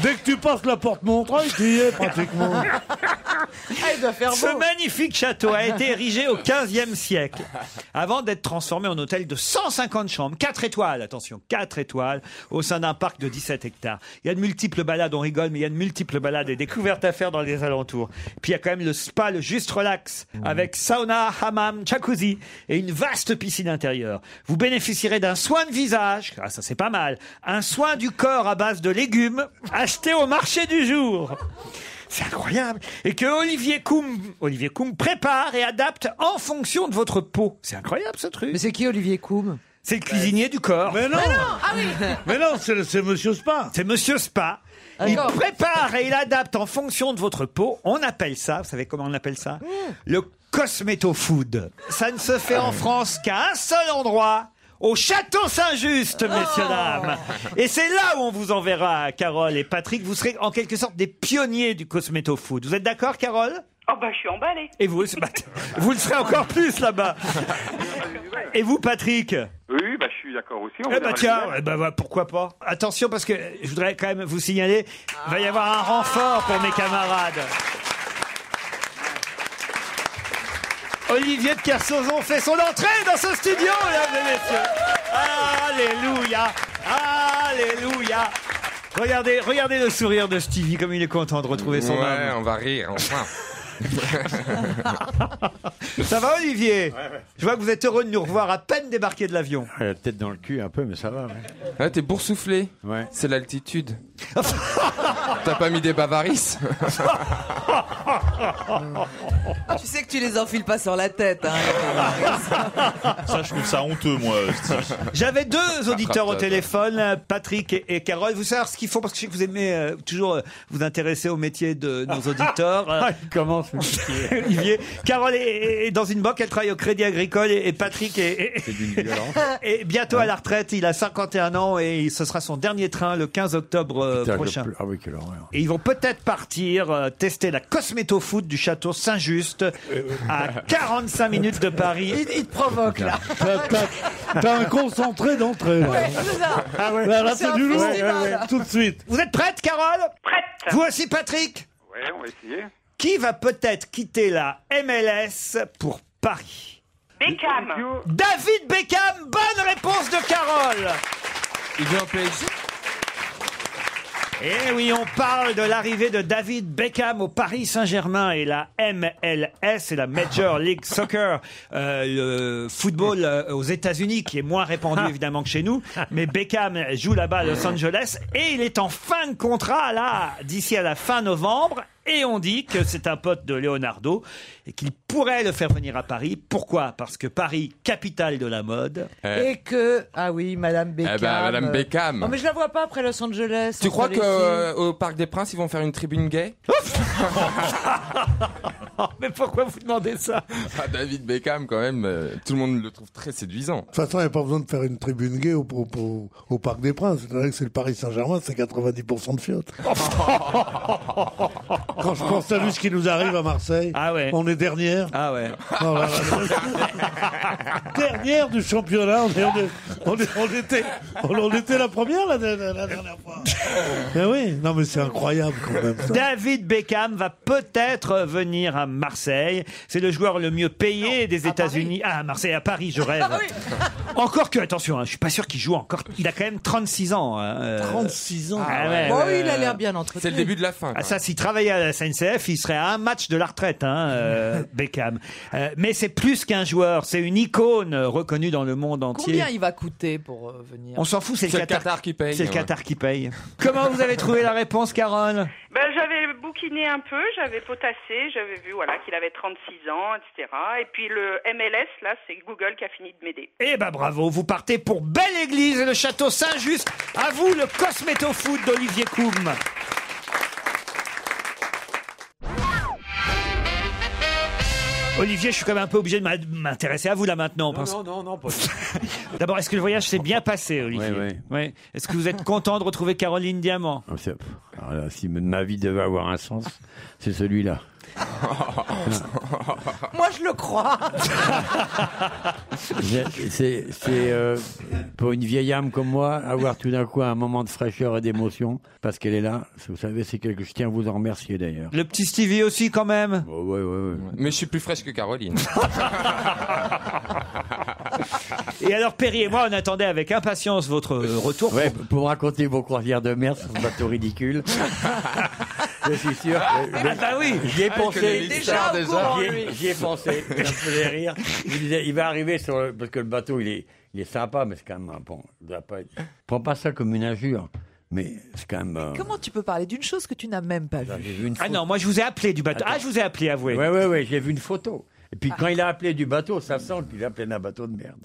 D: Dès que tu passes la porte Montreuil, tu y es
C: [laughs]
D: pratiquement.
E: Ah, il doit faire
C: Ce
E: beau.
C: magnifique château a été érigé au 15e siècle, avant d'être transformé en hôtel de 150 chambres, 4 étoiles, attention, 4 étoiles, au sein d'un parc de 17 hectares. Il y a de multiples balades, on rigole, mais il y a de multiples balades et découvertes à faire dans les alentours. Puis il y a quand même le spa, le juste relax, avec sauna, hammam, jacuzzi et une vaste piscine intérieure. Vous bénéficierez d'un soin de visage, ah ça c'est pas mal, un soin du corps à base de légumes, acheté au marché du jour. C'est incroyable. Et que Olivier Koum, Olivier Koum prépare et adapte en fonction de votre peau. C'est incroyable ce truc. Mais
E: c'est qui Olivier Koum
C: C'est le cuisinier du corps.
D: Mais non
E: Ah oui
D: [laughs] Mais non, c'est c'est Monsieur Spa.
C: C'est Monsieur Spa. Il
E: D'accord.
C: prépare et il adapte en fonction de votre peau. On appelle ça, vous savez comment on appelle ça Le cosméto-food. Ça ne se fait en France qu'à un seul endroit. Au Château Saint-Just, messieurs, dames. Et c'est là où on vous enverra, Carole et Patrick. Vous serez en quelque sorte des pionniers du cosméto-food. Vous êtes d'accord, Carole
J: Oh bah, je suis emballée.
C: Et vous, ce matin, vous le serez encore
J: [laughs]
C: plus là-bas. Et vous, Patrick
K: Oui, oui, bah, je suis d'accord aussi. on
C: eh
K: verra
C: bah
K: les
C: tiens,
K: nouvelles.
C: eh bah, bah, pourquoi pas. Attention parce que je voudrais quand même vous signaler, il va y avoir un renfort pour mes camarades. Olivier de Kersauzon fait son entrée dans ce studio, mesdames et messieurs. Alléluia, alléluia. Regardez, regardez le sourire de Stevie, comme il est content de retrouver son
G: Ouais,
C: homme.
G: on va rire, enfin.
C: Ça va Olivier Je vois que vous êtes heureux de nous revoir à peine débarqué de l'avion.
L: Ah, La tête dans le cul un peu, mais ça va.
G: Là, t'es boursouflé. C'est
C: [laughs]
G: l'altitude. T'as pas mis des [laughs] bavarices
F: Ah, Tu sais que tu les enfiles pas sur la tête. Hein.
H: Ça, je trouve ça honteux, moi. Steve.
C: J'avais deux auditeurs au téléphone, euh, Patrick et, et Carole. Vous savez ce qu'ils font parce que je sais que vous aimez euh, toujours euh, vous intéresser au métier
L: [laughs]
C: de nos auditeurs. Euh,
L: Ah, Comment ce
C: [laughs] Olivier, Carole est, est- est dans une banque, elle travaille au Crédit Agricole et, et Patrick est, est- [laughs] est bientôt à la retraite. Il a 51 ans et ce sera son dernier train le 15 octobre euh, prochain.
L: Ah oui, quelle horreur.
C: Et ils vont peut-être partir euh, tester la cosméto-foot du château Saint-Just à 45 minutes de Paris.
E: Euh, Il, il te provoque, là.
D: T'as- T'as t'as un concentré d'entrée. là.
E: Ouais, c'est ça.
D: Ah ouais. Là, là, c'est
E: C'est un
D: du lourd.
E: festival.
D: Ouais, ouais, ouais. Tout de suite.
C: Vous êtes prête, Carole Prête. Vous aussi, Patrick
K: Ouais, on va essayer.
C: Qui va peut-être quitter la MLS pour Paris
J: Beckham.
C: David Beckham, bonne réponse de Carole. Il vient au PSG Eh oui, on parle de l'arrivée de David Beckham au Paris Saint-Germain et la MLS et la Major League Soccer, euh, le football euh, aux États-Unis qui est moins répandu évidemment que chez nous. Mais Beckham joue là-bas à Los Angeles et il est en fin de contrat là d'ici à la fin novembre. Et on dit que c'est un pote de Leonardo et qu'il pourrait le faire venir à Paris. Pourquoi Parce que Paris, capitale de la mode.
D: Eh.
E: Et que. Ah oui, Madame
C: Eh
E: Beckham. euh,
G: ben, Madame Beckham.
E: Non, mais je la vois pas après Los Angeles.
G: Tu
E: entre
G: crois
E: les
G: que
E: filles.
G: euh, au Parc des Princes ils vont faire une tribune gay
C: [laughs] Mais pourquoi vous demandez ça
G: Ah, David Beckham quand même, euh, tout le monde le trouve
C: [laughs]
G: très séduisant.
D: toute façon, il n'y a pas besoin de faire une tribune gay au, au- au- au Parc des Princes. C'est vrai que c'est le Paris Saint-Germain, c'est 90% de
C: [laughs]
D: fiottes. Quand je pense à lui, ce qui nous arrive à Marseille, on est dernière. Oh
C: Ah ouais. [laughs]
D: dernière du championnat. On, est- on est- on est- on était, on, on était la première la, la- la dernière fois. Eh oui, non mais c'est incroyable quand même. ça.
C: David Beckham va peut-être venir à Marseille. C'est le joueur le mieux payé des États-Unis. Ah, à Marseille, à Paris,
E: [laughs]
C: je rêve.
E: Ah
C: Encore que, attention, hein, je suis pas sûr qu'il joue encore. Il a quand même 36 ans. hein, euh.
D: 36 ans.
C: Ah ouais,
E: Bon,
C: ouais,
E: il a
C: ouais.
E: l'air bien entretenu.
C: Ah, ça, s'il travaillait à la SNCF, il serait à un match de la retraite, hein, [laughs] euh, Beckham. Euh, mais c'est plus qu'un joueur, c'est une icône euh, reconnue dans le monde entier.
F: Combien il va coûter pour euh, venir
C: On s'en fout, c'est le,
G: qui paye.
C: C'est le
G: ouais.
C: Qatar qui paye. Comment vous avez trouvé la réponse, Carole
J: Ben, j'avais bouquiné un peu, j'avais potassé, j'avais vu voilà qu'il avait 36 ans, etc. Et puis le MLS, là, c'est Google qui a fini de m'aider.
C: Eh ben bravo, vous partez pour Belle Église et le château Saint-Just. À vous le Cosméto Food d'Olivier Coum. Olivier, je suis quand même un peu obligé de m'a- m'intéresser à vous là maintenant. parce-
M: Non, non, non, pas
C: D'abord, est-ce que le voyage s'est bien passé, Olivier
L: oui.
C: Ouais. Est-ce que vous êtes content de retrouver Caroline Diamant
L: Ah, c'est- alors là, si ma vie devait avoir un sens, c'est celui-là.
E: Moi, je le
C: [laughs]
E: crois.
L: Je- c'est c'est, euh, pour une vieille âme comme moi, avoir tout d'un coup un moment de fraîcheur et d'émotion, parce qu'elle est là, vous savez, c'est quelque Je tiens à vous en remercier d'ailleurs.
C: Le petit Stevie aussi, quand même
G: Mais je suis plus fraîche que
E: [laughs]
G: Caroline.
C: Et alors, Perry et moi, on attendait avec impatience votre euh, retour.
L: Ouais, pour raconter vos croisières de mer sur ce bateau ridicule. Je suis sûr. que-
C: Ah bah oui.
L: J'y ai
C: Ah,
L: pensé.
C: il connaît l'histoire Déjà au déjà. courant,
L: J'y ai-
C: lui.
L: J'y ai pensé. Ça me faisait rire. Il, disait, il va arriver sur le, parce que le bateau il est, il est sympa, mais c'est quand même un bon. il doit pas être- Prends pas ça comme une injure, mais c'est quand même. euh,
F: Comment tu peux parler d'une chose que tu n'as même pas
L: j'ai
F: vue
L: vu une
C: Ah
L: photo.
C: non, moi je vous ai appelé du bateau.
L: Attends.
C: Ah, je vous ai appelé, avouez. Ah.
L: Ouais, ouais, ouais, j'ai vu une photo. Et puis quand il a appelé du bateau, ça sent qu'il appelait un bateau de merde.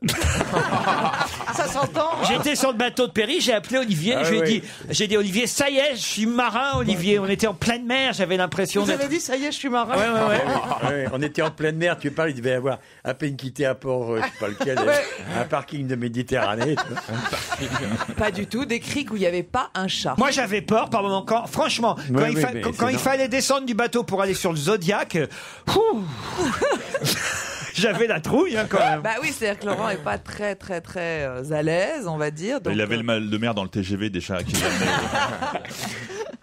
E: Ça s'entend.
C: J'étais sur le bateau de Perry, j'ai appelé Olivier,
L: Ah
C: je lui ai
L: oui.
C: dit, j'ai dit Olivier, ça y est, je suis marin, Olivier. On était en pleine mer, j'avais l'impression
E: Vous
C: d'être.
E: avez dit, ça y est, je suis marin.
F: Ah
L: Ouais, ouais, on était en pleine mer, tu parles, il devait y avoir à peine quitté à port, euh, je sais pas lequel,
F: Ouais.
L: euh, un parking de Méditerranée. tu vois.
C: euh.
F: Pas du tout, des criques où il n'y avait pas un chat.
C: Moi j'avais peur par moment. Quand, franchement, quand,
L: Ouais,
C: il,
L: oui,
C: fa-
L: mais
C: quand-
L: c'est
C: quand il
L: normal.
C: fallait descendre du bateau pour aller sur le Zodiac, euh, ouh, [laughs] j'avais la trouille hein, quand même.
F: Bah oui, c'est-à-dire que Laurent est pas très très très euh, à l'aise, on va dire. Donc,
H: Bah,
F: euh,
H: il avait le mal de mer dans le TGV déjà. Qui
F: [laughs]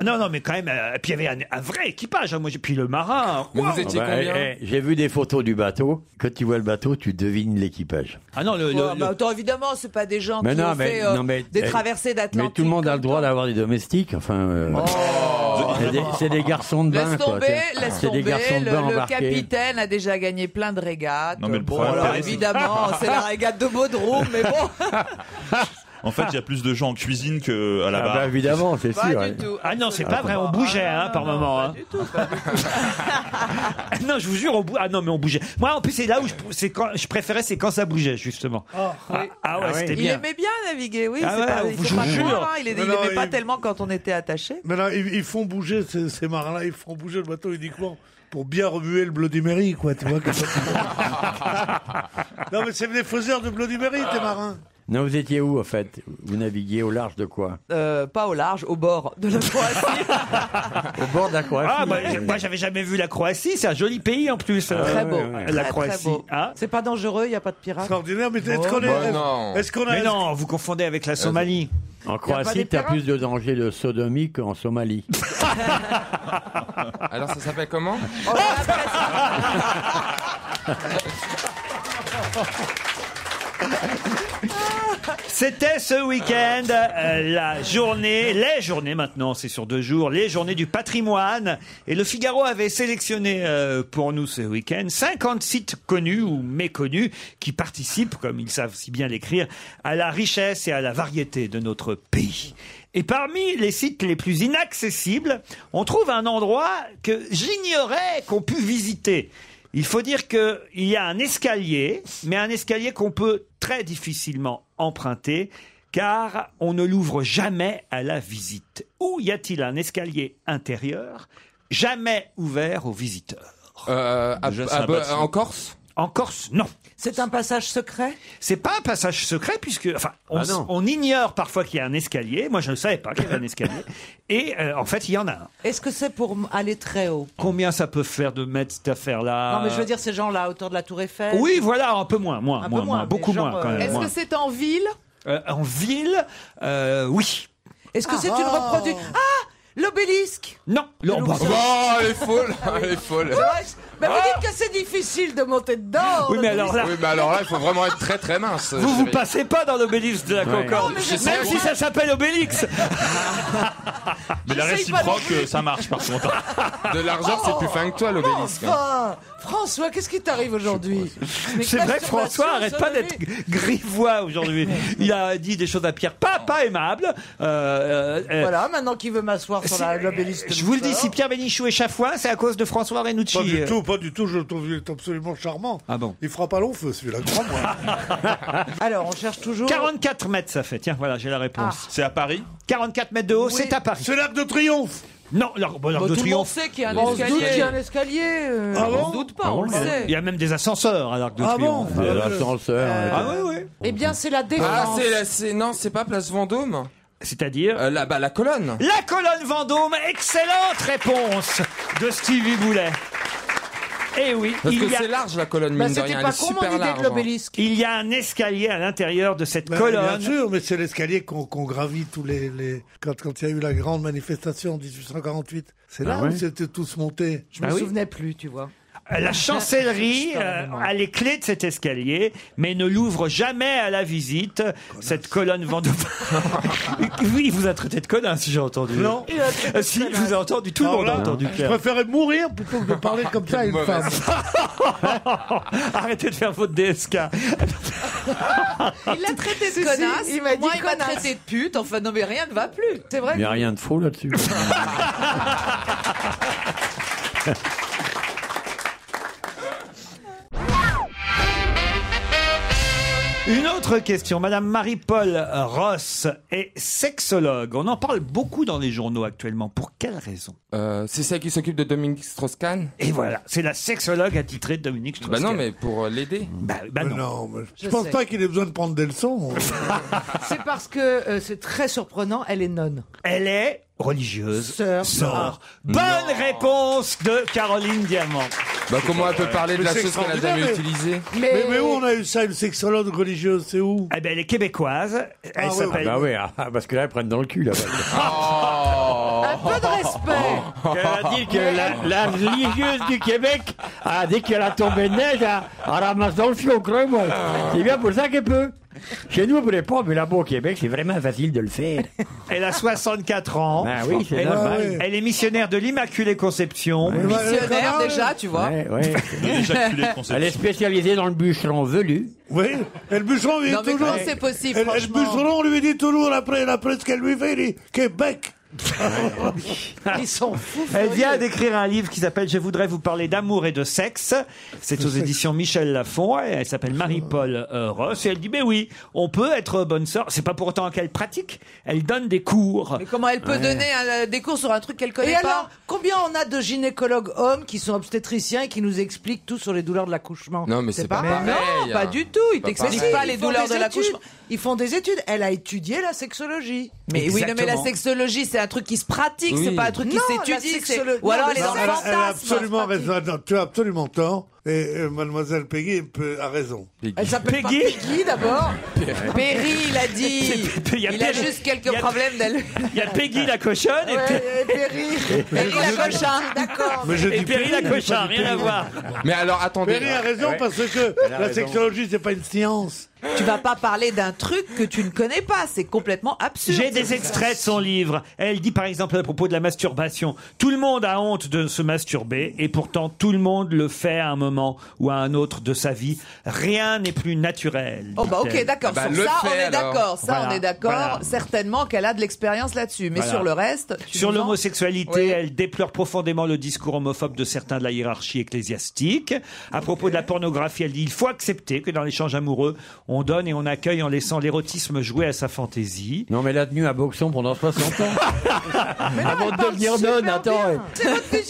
C: Non, non, mais quand même, euh, puis il y avait un, un vrai équipage. hein, moi, j'ai- puis le marin. waouh.
L: Ah bah, eh, eh, J'ai vu des photos du bateau. Quand tu vois le bateau, tu devines l'équipage.
C: Ah non, le.
F: Ouais, bah, attends, évidemment, c'est pas des gens
L: Mais
F: qui
L: non,
F: ont
L: mais-
F: fait euh,
L: non, mais-
F: des
L: eh,
F: traversées
L: Mais
F: d'Atlantique.
L: tout le monde a le droit d'avoir des domestiques. Enfin, euh,
C: Oh.
L: c'est des- c'est des, garçons de bain.
F: Laisse
L: quoi.
F: tomber,
L: C'est-
F: laisse
L: C'est
F: tomber.
L: des garçons de
F: le-
L: bain
F: le,
L: embarqués.
F: capitaine a déjà gagné plein de régates.
H: Non, mais le
F: bon,
H: problème,
F: alors,
H: c'est-
F: évidemment, c'est la régate de Baudroux, mais bon.
H: En fait, il y a plus de gens en cuisine qu'à la
L: Ah
H: barre.
L: bah, évidemment, c'est hein.
F: Pas sûr, du ouais. tout. Ah
C: Ah non, c'est pas vrai, on bougeait
H: Ah,
C: hein, par moment. hein. [laughs] non, je vous jure, on bou- ah non, mais on bougeait. Moi, en plus, c'est là où je, c'est quand, je préférais, c'est quand ça bougeait, justement. Ah, ah ouais, c'était
F: il
C: bien.
F: aimait bien naviguer, oui.
C: Ah
F: c'est
C: ouais,
F: pas, il
C: vous-
F: faut
C: je
F: pas
C: vous
F: croire,
C: jure.
F: hein, il
C: Non,
F: n'aimait
C: non,
F: pas
C: il-
F: tellement quand on était attaché.
D: Mais là, ils, ils font bouger ces, ces marins-là, ils font bouger le bateau uniquement pour bien remuer le Bloody Mary, quoi. Tu vois comme ça. non, mais c'est des faiseurs de Bloody Mary, tes marins.
L: Non, vous étiez où en fait Vous naviguiez au large de quoi
F: Euh, pas au large, au bord de la Croatie.
L: Au bord d'un quoi
C: Ah, bah, j'ai- moi, j'avais jamais vu la Croatie, c'est un joli pays en plus.
L: Très beau.
C: La
L: Très, très
C: Croatie.
L: beau.
E: C'est pas dangereux, il n'y a pas de pirates.
D: Extraordinaire, Ah. mais est-ce
E: Bon.
D: qu'on est-
L: Bah,
D: est-ce-
L: non.
D: est-ce qu'on a.
C: Mais non, vous confondez avec la Somalie.
D: pas
L: En
D: des
L: Croatie, t'as
D: pirates
L: plus de danger de sodomie qu'en
C: [laughs]
L: Somalie.
E: Oh,
G: Oh, Alors ça s'appelle comment
C: Ah, C'était ce week-end euh, la journée, les journées maintenant, c'est sur deux jours, les journées du patrimoine. Et le Figaro avait sélectionné euh, pour nous ce week-end 50 sites connus ou méconnus qui participent, comme ils savent si bien l'écrire, à la richesse et à la variété de notre pays. Et parmi les sites les plus inaccessibles, on trouve un endroit que j'ignorais qu'on pût visiter. Il faut dire qu'il y a un escalier, mais un escalier qu'on peut très difficilement emprunter, car on ne l'ouvre jamais à la visite. Où y a-t-il un escalier intérieur jamais ouvert aux visiteurs
G: Euh, à- Déjà, c'est à- un bâtiment. en
C: Corse En Corse, non.
E: C'est un passage secret
C: C'est pas un passage secret, puisque. Enfin, on,
E: Ah
C: s-
E: non.
C: on ignore parfois qu'il y a un escalier. Moi, je ne savais pas qu'il y avait un escalier.
G: [laughs]
C: Et euh, en fait, il y en a un.
E: Est-ce que c'est pour m- aller très haut
C: Combien ça peut faire de mètres cette affaire-là
E: Non, mais je veux dire, ces gens-là, autour de la Tour Eiffel.
C: Euh, Oui, voilà, un peu moins, moins,
E: Un peu
C: moins,
E: moins,
C: moins,
E: mais
C: beaucoup
E: genre,
C: moins quand
E: euh,
C: même.
E: est-ce que
C: moins.
F: Que c'est en ville
C: Euh, en ville, euh, oui.
E: Est-ce que c'est une
F: Ah.
E: reproduction Ah L'obélisque
C: Non. Non, bah,
D: Ah,
G: Oh, elle est folle, elle est folle.
E: C'est vrai Mais vous dites que c'est difficile de monter dedans l'obélisque.
G: Oui, mais alors là, il faut vraiment être très très mince.
C: Vous vous passez pas dans l'obélisque de la
G: Ouais.
C: Concorde,
G: Non, mais je sais
C: même
G: pas.
C: si ça s'appelle obélix.
H: Mais la
E: J'essaye pas non
H: réciproque,
E: plus.
H: euh, ça marche par contre. hein.
G: [laughs] De l'argent, c'est plus fin que toi, hein.
E: Mais Enfin, François, qu'est-ce qui t'arrive aujourd'hui
C: C'est vrai que François arrête pas d'être grivois aujourd'hui. Il a dit des choses à Pierre pas, pas aimables. Euh, euh, euh,
E: Voilà, maintenant qu'il veut m'asseoir sur la- l'obélisque. de
C: Je vous le dis,
E: Luxor.
C: si Pierre Bénichou échafouin, c'est à cause de François Renucci.
D: Pas du tout, pas du tout, je le trouve il est absolument charmant.
C: Ah bon
D: Il fera pas long feu celui-là, crois-moi.
E: [laughs] Alors, on cherche toujours. Ah.
C: 44 mètres, ça fait. Tiens, voilà, j'ai la réponse.
H: C'est à Paris
C: 44 mètres de haut, c'est à Paris. C'est l'Arc de Triomphe Non, l'Arc bon, l'Arc
E: Bah,
C: de
E: tout le monde
C: Triomphe.
E: sait qu'il y a un
C: Bon, on se
E: escalier.
C: doute qu'il y a
E: un escalier. euh,
C: Ah
E: on
C: bon
E: se doute pas, on le sait.
C: Il y a même des ascenseurs à l'Arc de
E: Ah bon
C: Triomphe.
L: Des ascenseurs,
C: Euh, Ah oui, oui.
E: Eh bien, c'est la défense.
G: Ah, c'est la- c'est non, c'est pas Place Vendôme.
C: C'est-à-dire
G: la, bah, la colonne.
C: La colonne Vendôme, excellente réponse de Stevie Boulet. Eh oui,
G: Parce
C: il
G: que
C: y a-
G: c'est large la colonne,
E: Bah,
G: mine de rien. Elle est super large. hein.
C: Il y a un escalier à l'intérieur de cette
D: Ben,
C: colonne.
D: Bien sûr, mais c'est l'escalier qu'on qu'on gravit tous les, les- quand quand il y a eu la grande manifestation en 1848. C'est là
C: Ah ouais
D: où c'était tous montés.
E: Je me souvenais plus, tu vois.
C: Euh,
D: [laughs]
C: La chancellerie euh, a les clés de cet escalier, mais ne l'ouvre jamais à la visite. Cette colonne
D: [laughs]
C: Vendôme. oui, il vous a traité de connard, si j'ai entendu.
D: Non.
C: Il a traité de Si, il vous a entendu, tout le
D: Alors
C: monde a
D: là,
C: entendu.
D: euh, Je
C: Pierre.
D: préférais mourir plutôt que de parler comme ça à une femme.
C: [laughs] Arrêtez de faire votre
F: [laughs]
C: DSK.
F: Il l'a traité
E: Si, si,
F: de connasse.
E: il m'a dit
F: moi, il m'a
E: connasse.
F: traité de pute. Enfin, non, mais rien ne va plus. C'est vrai.
L: Il n'y a rien de faux là-dessus.
C: Une autre question. Madame Marie-Paul Ross est sexologue. On en parle beaucoup dans les journaux actuellement. Pour quelle raison
G: Euh, C'est celle qui s'occupe de Dominique Strauss-Kahn
C: Et voilà, c'est la sexologue attitrée de Dominique
G: Bah
C: Strauss-Kahn.
G: non, mais pour euh, l'aider.
C: Bah, bah non.
D: mais
E: Je
D: Je pense
E: sais.
D: pas qu'il ait besoin de prendre des leçons.
E: C'est parce que euh, c'est très surprenant, elle est nonne.
C: Elle est religieuse.
E: Sœur.
D: Ah.
C: Sœur. Bonne réponse de Caroline Diamant.
G: Bah comment elle peut parler de
D: Mais
G: la
D: c'est
G: chose qu'elle a jamais
D: extraordinaire, mais-
G: utilisée
D: Mais... mais où on a eu ça, une sexologue religieuse C'est où
C: Eh ben, elle est québécoise. Elle
D: oui,
C: s'appelle.
L: bah oui, ah, ah, parce que là, ils prennent dans le cul. Là,
C: [laughs]
G: Oh.
E: Un peu de
C: Oh.
E: respect.
L: Elle a dit que la, la religieuse du Québec a dit qu'elle a tombé de neige, elle, elle ramasse dans le fion, crois-moi. C'est bien pour ça qu'elle peut. Chez nous, on ne pourrait pas, mais là-bas au Québec, c'est vraiment facile de le
C: [laughs]
L: faire.
C: Elle a 64 ans.
L: Ah oui, c'est
C: elle,
L: normal.
C: elle- elle est missionnaire de l'Immaculée Conception.
F: Missionnaire, déjà, tu vois.
L: Ouais,
F: [laughs]
L: ouais.
C: [laughs]
H: Éjaculé de
L: Elle est
H: conception.
L: spécialisée dans le bûcheron velu.
D: Oui, et le bûcheron lui
F: Non,
D: dit
F: mais
D: toujours.
F: comment c'est possible,
D: et- et le
F: franchement
D: bûcheron lui dit toujours après, après ce qu'elle lui fait, il dit Québec.
E: Ils sont fous.
C: Elle
E: furieux.
C: vient d'écrire un livre qui s'appelle Je voudrais vous parler d'amour et de sexe. C'est aux éditions Michel Lafon. et Elle s'appelle Marie-Paul euh, Ross. Et elle dit, mais oui, on peut être bonne sœur. C'est pas pourtant qu'elle pratique. Elle donne des cours.
F: Mais comment elle peut donner un- euh, des cours sur un truc qu'elle connaît
E: Et
F: pas
E: alors, combien on a de gynécologues hommes qui sont obstétriciens et qui nous expliquent tout sur les douleurs de l'accouchement
G: Non, mais c'est pas
E: pareil.
G: pareil. hein.
F: Non, pas du tout. Ils
G: Pas
F: t'expliquent
G: pareil.
F: pas
E: Ils
F: les
E: font
F: douleurs
E: des
F: de l'accouchement.
E: études. Ils font des études. Elle a étudié la sexologie.
F: Mais oui, non, mais la
C: Exactement.
F: sexologie, c'est un truc qui se pratique,
G: Oui.
F: c'est pas un truc
E: Non,
F: qui
E: la
F: s'étudie. c'est-
E: sexolo-
F: Ou alors
E: non,
F: elle est
E: mais
F: dans le
D: elle, a- elle a
F: fantasme.
D: absolument raison. Non, tu as absolument tort. Et euh, mademoiselle Peggy peut- a raison.
E: [laughs] Elle s'appelle pas Peggy d'abord. Perry, il a
C: [laughs]
E: dit.
C: Il y a
E: Il a
C: Perry.
E: juste quelques problèmes d'elle.
C: Il y a Peggy la cochonne et puis-
E: Ouais, et Perry. Perry la cochonne, d'accord.
C: Mais je dis Perry la
D: Perry,
C: cochonne,
D: je dis
C: rien à
D: Perry.
C: voir.
G: Mais alors attendez.
D: Perry a raison
G: Ouais.
D: parce que
G: Elle a
D: la
G: raison.
D: sexologie, c'est pas une science.
F: Tu vas pas parler d'un truc que tu ne connais pas, c'est complètement absurde.
C: J'ai des extraits de son livre. Elle dit par exemple à propos de la masturbation Tout le monde a honte de se masturber et pourtant tout le monde le fait à un moment ou à un autre de sa vie. Rien n'est plus naturel.
F: Oh bah ok
C: dit-elle.
F: d'accord sur ça on est d'accord ça
C: Voilà,
F: on est d'accord
C: voilà.
F: certainement qu'elle a de l'expérience là-dessus mais
C: Voilà.
F: sur le reste tu
C: Sur
F: nous en-
C: l'homosexualité, elle déplore profondément le discours homophobe de certains de la hiérarchie ecclésiastique. À propos de la pornographie, elle dit il faut accepter que dans l'échange amoureux, on donne et on accueille en laissant l'érotisme jouer à sa fantaisie.
L: Non, mais elle a tenu à Boxon pendant 60 ans.
G: Avant de
L: devenir donne, attends.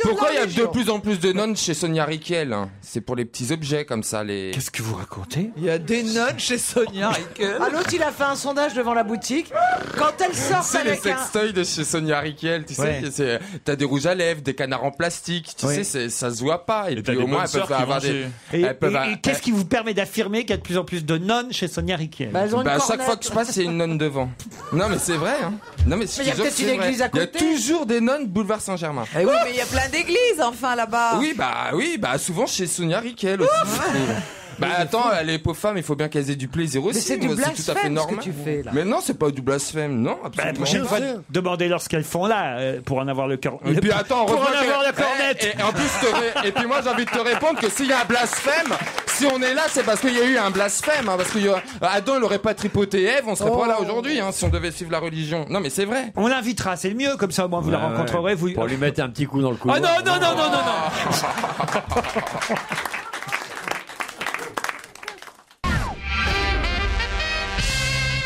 G: Pourquoi il y a de plus en plus de nonnes chez Sonia Riquel hein C'est pour les petits objets comme ça. Les... Qu'est-ce
C: que vous racontez
F: Il y a des nonnes chez Sonia Riquel.
E: Ah, l'autre, il a fait un sondage devant la boutique. Quand elle sort
G: C'est les
E: avec un.
G: sextoys de chez Sonia Riquel, tu
E: Ouais.
G: sais, c'est- t'as des rouges à lèvres, des canards en plastique, tu
C: Ouais.
G: sais, c'est- ça se voit pas. Et,
H: [laughs] t'as
G: puis
H: des
G: au moins,
H: bonnes
G: elles peuvent
H: sœurs qui
G: avoir
H: vont
G: des.
C: Et,
G: elles peuvent
C: et-
G: avoir-
C: et qu'est-ce qui vous permet d'affirmer qu'il y a de plus en plus de nonnes chez Sonia Riquel
G: Bah, à chaque fois que je passe, il y a une
C: [laughs]
G: nonne devant. Non, mais c'est vrai. Hein. Non,
F: Mais
G: mais je te
F: il y a
G: jure
F: peut-être
G: que
F: une
G: c'est vrai.
F: église à
G: Il y a
F: côté.
G: toujours des nonnes boulevard Saint-Germain.
F: Eh oui mais il y a plein d'églises enfin
E: Ah.
F: là-bas
G: Oui, bah oui, bah souvent chez Sonia Riquel aussi.
E: [laughs]
G: je trouve. Bah attends, les pauvres femmes, il faut bien qu'elles aient du plaisir aussi.
E: c'est du
G: moi, tout à
E: blasphème, ce
G: fait
E: que
G: normal.
E: tu fais, là.
G: Mais non, c'est pas du blasphème, non.
C: Bah, la
G: Absolument.
C: prochaine fois, demandez-leur ce qu'elles font là euh, pour en avoir le cœur.
G: Et puis attends,
C: pour en
G: revois que-
C: avoir la cornette.
G: Eh, Et, en plus, te ré- et puis moi j'ai envie de te répondre que s'il y a un blasphème, si on est là, c'est parce qu'il y a eu un blasphème, hein, parce que Adam il aurait pas tripoté Ève, on serait pas
E: Oh.
F: Oh.
G: là aujourd'hui hein, si on devait suivre la religion. Non mais c'est vrai.
C: On l'invitera, c'est le mieux, comme ça au moins vous la
G: Ouais, ouais.
C: rencontrerez. Vous...
L: Pour lui mettre un petit coup dans le cou.
C: Ah non, non, non, non, non, non.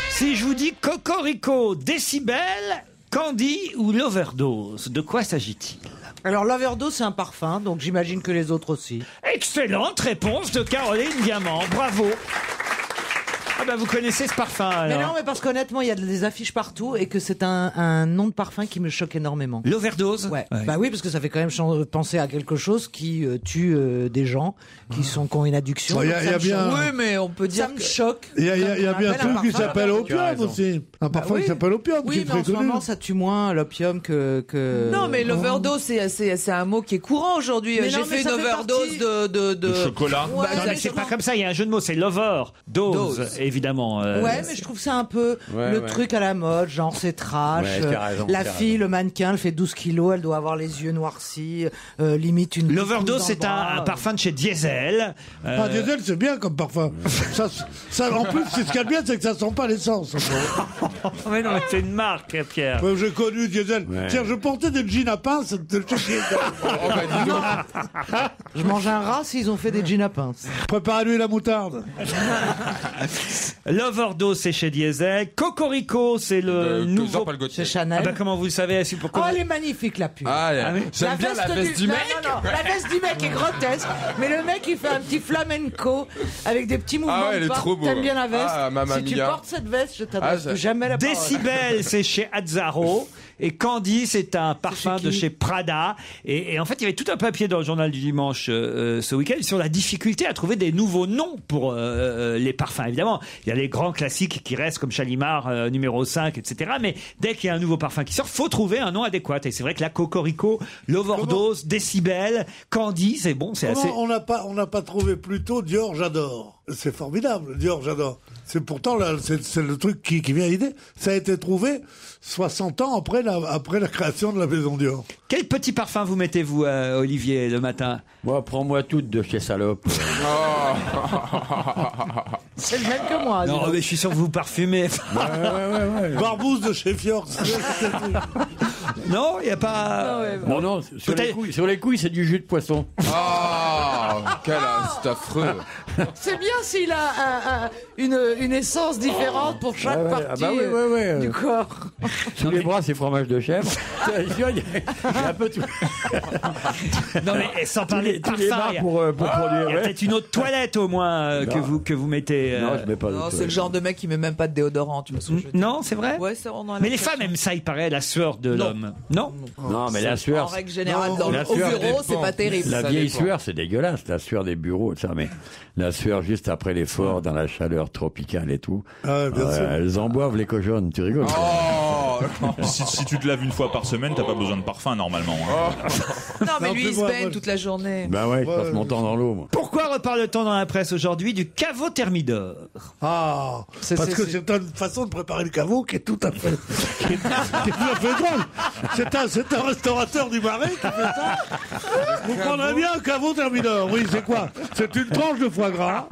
C: Si je vous dis Cocorico, Décibel, Candy ou l'overdose, de quoi s'agit-il
E: Alors, l'overdose, c'est un parfum, donc j'imagine que les autres aussi.
C: Excellente réponse de Caroline Diamant, bravo. Ah bah vous connaissez ce parfum
E: Mais
C: alors
E: non, mais parce qu'honnêtement, il y a des affiches partout et que c'est un, un nom de parfum qui me choque énormément.
C: L'overdose
E: Ouais.
C: Ouais.
E: Bah oui, parce que ça fait quand même chan- penser à quelque chose qui euh, tue euh, des gens qui sont qui ont une addiction.
D: Bon, Ah. il Bah, y a-
E: Donc
D: il y
E: ça
D: a
E: me
D: bien-
E: choque. Oui, mais on peut dire ça me choque.
D: Il y a, il y a- il y a bien un
E: Comme on
D: truc qui
E: appelle un
D: s'appelle
E: parfum, tu as
D: opium
E: raison.
D: aussi.
F: Bah
D: Un parfum
E: Bah oui.
D: qui s'appelle opium. qui
E: Oui,
D: est
E: mais
D: très
E: en ce
D: connu. Euh,
E: moment, ça tue moins l'opium que, que.
F: non mais l'overdose c'est- c'est c'est un mot qui est courant aujourd'hui
E: Mais
F: j'ai
E: non, mais
F: fait une
E: ça fait
F: overdose
E: partie-
F: de de, de- Ouais,
C: non, mais c'est
F: exactement.
C: pas comme ça, il y a un jeu de mots, c'est lover, dose, évidemment. euh,
E: Ouais, mais je trouve ça un peu
C: Ouais,
E: le
C: ouais.
E: truc à la mode, genre c'est trash.
C: Ouais, t'as raison,
E: la
C: t'as
E: fille, le mannequin, elle fait 12 kilos, elle doit avoir les yeux noircis, euh, limite une.
C: L'overdose, c'est un, un parfum de chez Diesel. Euh,
D: Ah, diesel, c'est bien comme parfum. ça, ça- en plus, c'est ce qu'il y a de bien, c'est que ça sent pas l'essence.
C: mais non, mais c'est une marque, hein, Pierre.
D: Euh, J'ai connu diesel. Tiens, je portais des jeans à pince. de chez Diesel.
E: Je mange un rat s'ils ont fait des jeans à pince.
D: Préparez-lui la moutarde.
C: [laughs] L'overdose, c'est chez Diesel. Cocorico, c'est le nouveau.
G: Jean-Paul Gaultier.
E: Chez Chanel.
C: Ah bah, comment vous le savez c'est
E: Oh,
C: pourquoi
E: elle est magnifique la pub.
G: Ah, elle- j'aime bien la veste du
E: non,
G: mec.
E: non, non, La veste du mec est grotesque, mais le mec il fait un petit flamenco avec des petits mouvements.
G: Ah ouais, elle
E: de
G: est
E: porte.
G: trop beau,
E: T'aimes
G: ouais.
E: bien la veste
G: Ah, Mamma
E: Si tu
G: Mia.
E: portes cette veste, je
G: Ah,
E: t'adresse
G: ça-
E: jamais la parole.
L: [laughs]
C: Décibel, c'est chez Azzaro. Et Candy, c'est un parfum de chez Prada. Et, et en fait, il y avait tout un papier dans le journal du dimanche euh, euh, ce week-end sur la difficulté à trouver des nouveaux noms pour euh, euh, les parfums. Évidemment, il y a les grands classiques qui restent comme Chalimard euh, numéro 5, etc. Mais dès qu'il y a un nouveau parfum qui sort, faut trouver un nom adéquat. Et c'est vrai que la Cocorico, l'Overdose, Décibel, Candy, c'est bon, c'est
D: Comment
C: assez.
D: on n'a pas, on n'a pas trouvé plus tôt Dior, j'adore. C'est formidable, Dior, j'adore. C'est pourtant là, c'est, c'est le truc qui, qui vient à l'idée. Ça a été trouvé 60 ans après la, après la création de la maison Dior.
C: Quel petit parfum vous mettez-vous, euh, Olivier, le matin
L: Moi, prends-moi toutes de chez Salope. euh.
E: C'est le même que
D: Ah,
E: moi. dis
C: Non,
E: donc.
C: mais je suis sûr que vous parfumez.
D: Barbouze de chez Fior.
C: [laughs] Non, il n'y a pas.
L: Non, non, sur les
C: Peut-être-
L: couilles, sur les couilles, c'est du jus de poisson.
G: Oh, quel c'est affreux.
E: C'est bien s'il a un- un- une, une essence différente pour chaque
L: Ouais, ouais,
E: partie
L: ah bah oui,
E: euh,
L: ouais, ouais, euh.
E: du corps.
L: Sous les bras, c'est fromage de chèvre. C'est- il y a- il y a un peu tout.
C: [laughs] Non mais sans parler de
L: tous les
C: parfum,
L: bars
C: il y a-
L: pour, euh, pour produire.
C: Ah, il y a
L: ouais.
C: peut-être une autre toilette au moins euh, que
L: Non.
C: vous que vous mettez. euh,
L: Non, je mets pas de
F: Non, c'est le
L: toilette.
F: genre de mec qui met même pas de déodorant tu vois ce que je veux dire.
C: Non, c'est vrai.
F: ouais ça on a
C: Mais les
F: l'impression.
C: femmes aiment ça, il paraît, la sueur de l'homme. Non.
L: Non, mais la
F: en
C: Oh,
L: sueur.
F: règle générale
L: Non,
F: dans le,
L: la
F: au
L: sueur
F: bureau c'est
G: dépend.
F: pas terrible
L: La
G: Ça
L: vieille
G: dépend.
L: sueur, c'est dégueulasse, la sueur sueur des bureaux, tout ça, mais la sueur juste après l'effort, dans la chaleur tropicale et tout. euh,
D: Ah, bien sûr.
L: Elles en boivent les cochonnes, tu rigoles. toi.
H: Oh. si, si tu te laves une fois par semaine, t'as pas besoin de parfum normalement.
G: Oh.
H: hein.
F: Non, mais
C: Non,
F: lui,
C: plus
F: il se
C: moi,
F: baigne
C: moi,
F: toute la journée.
L: Bah ouais, je passe mon temps dans l'eau, moi.
C: Pourquoi reparle-t-on dans la presse aujourd'hui du caveau thermidor
D: Ah,
C: C'est-
D: parce
C: c'est-
D: que
C: c'est-
D: c'est une façon de préparer le caveau qui est tout à fait, [laughs] qui est, qui est tout à fait drôle. C'est un, c'est un restaurateur du Marais qui fait ça. Vous prendrez bien un caveau termineur. Oui, c'est quoi C'est une tranche de foie gras,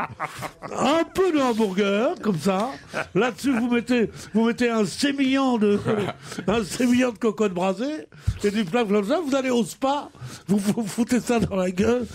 D: un peu de hamburger, comme ça. Là-dessus, vous mettez, vous mettez un sémillant de, un sémillant de cocotte brasée et du plat comme ça. Vous allez au spa, vous vous foutez ça dans la gueule.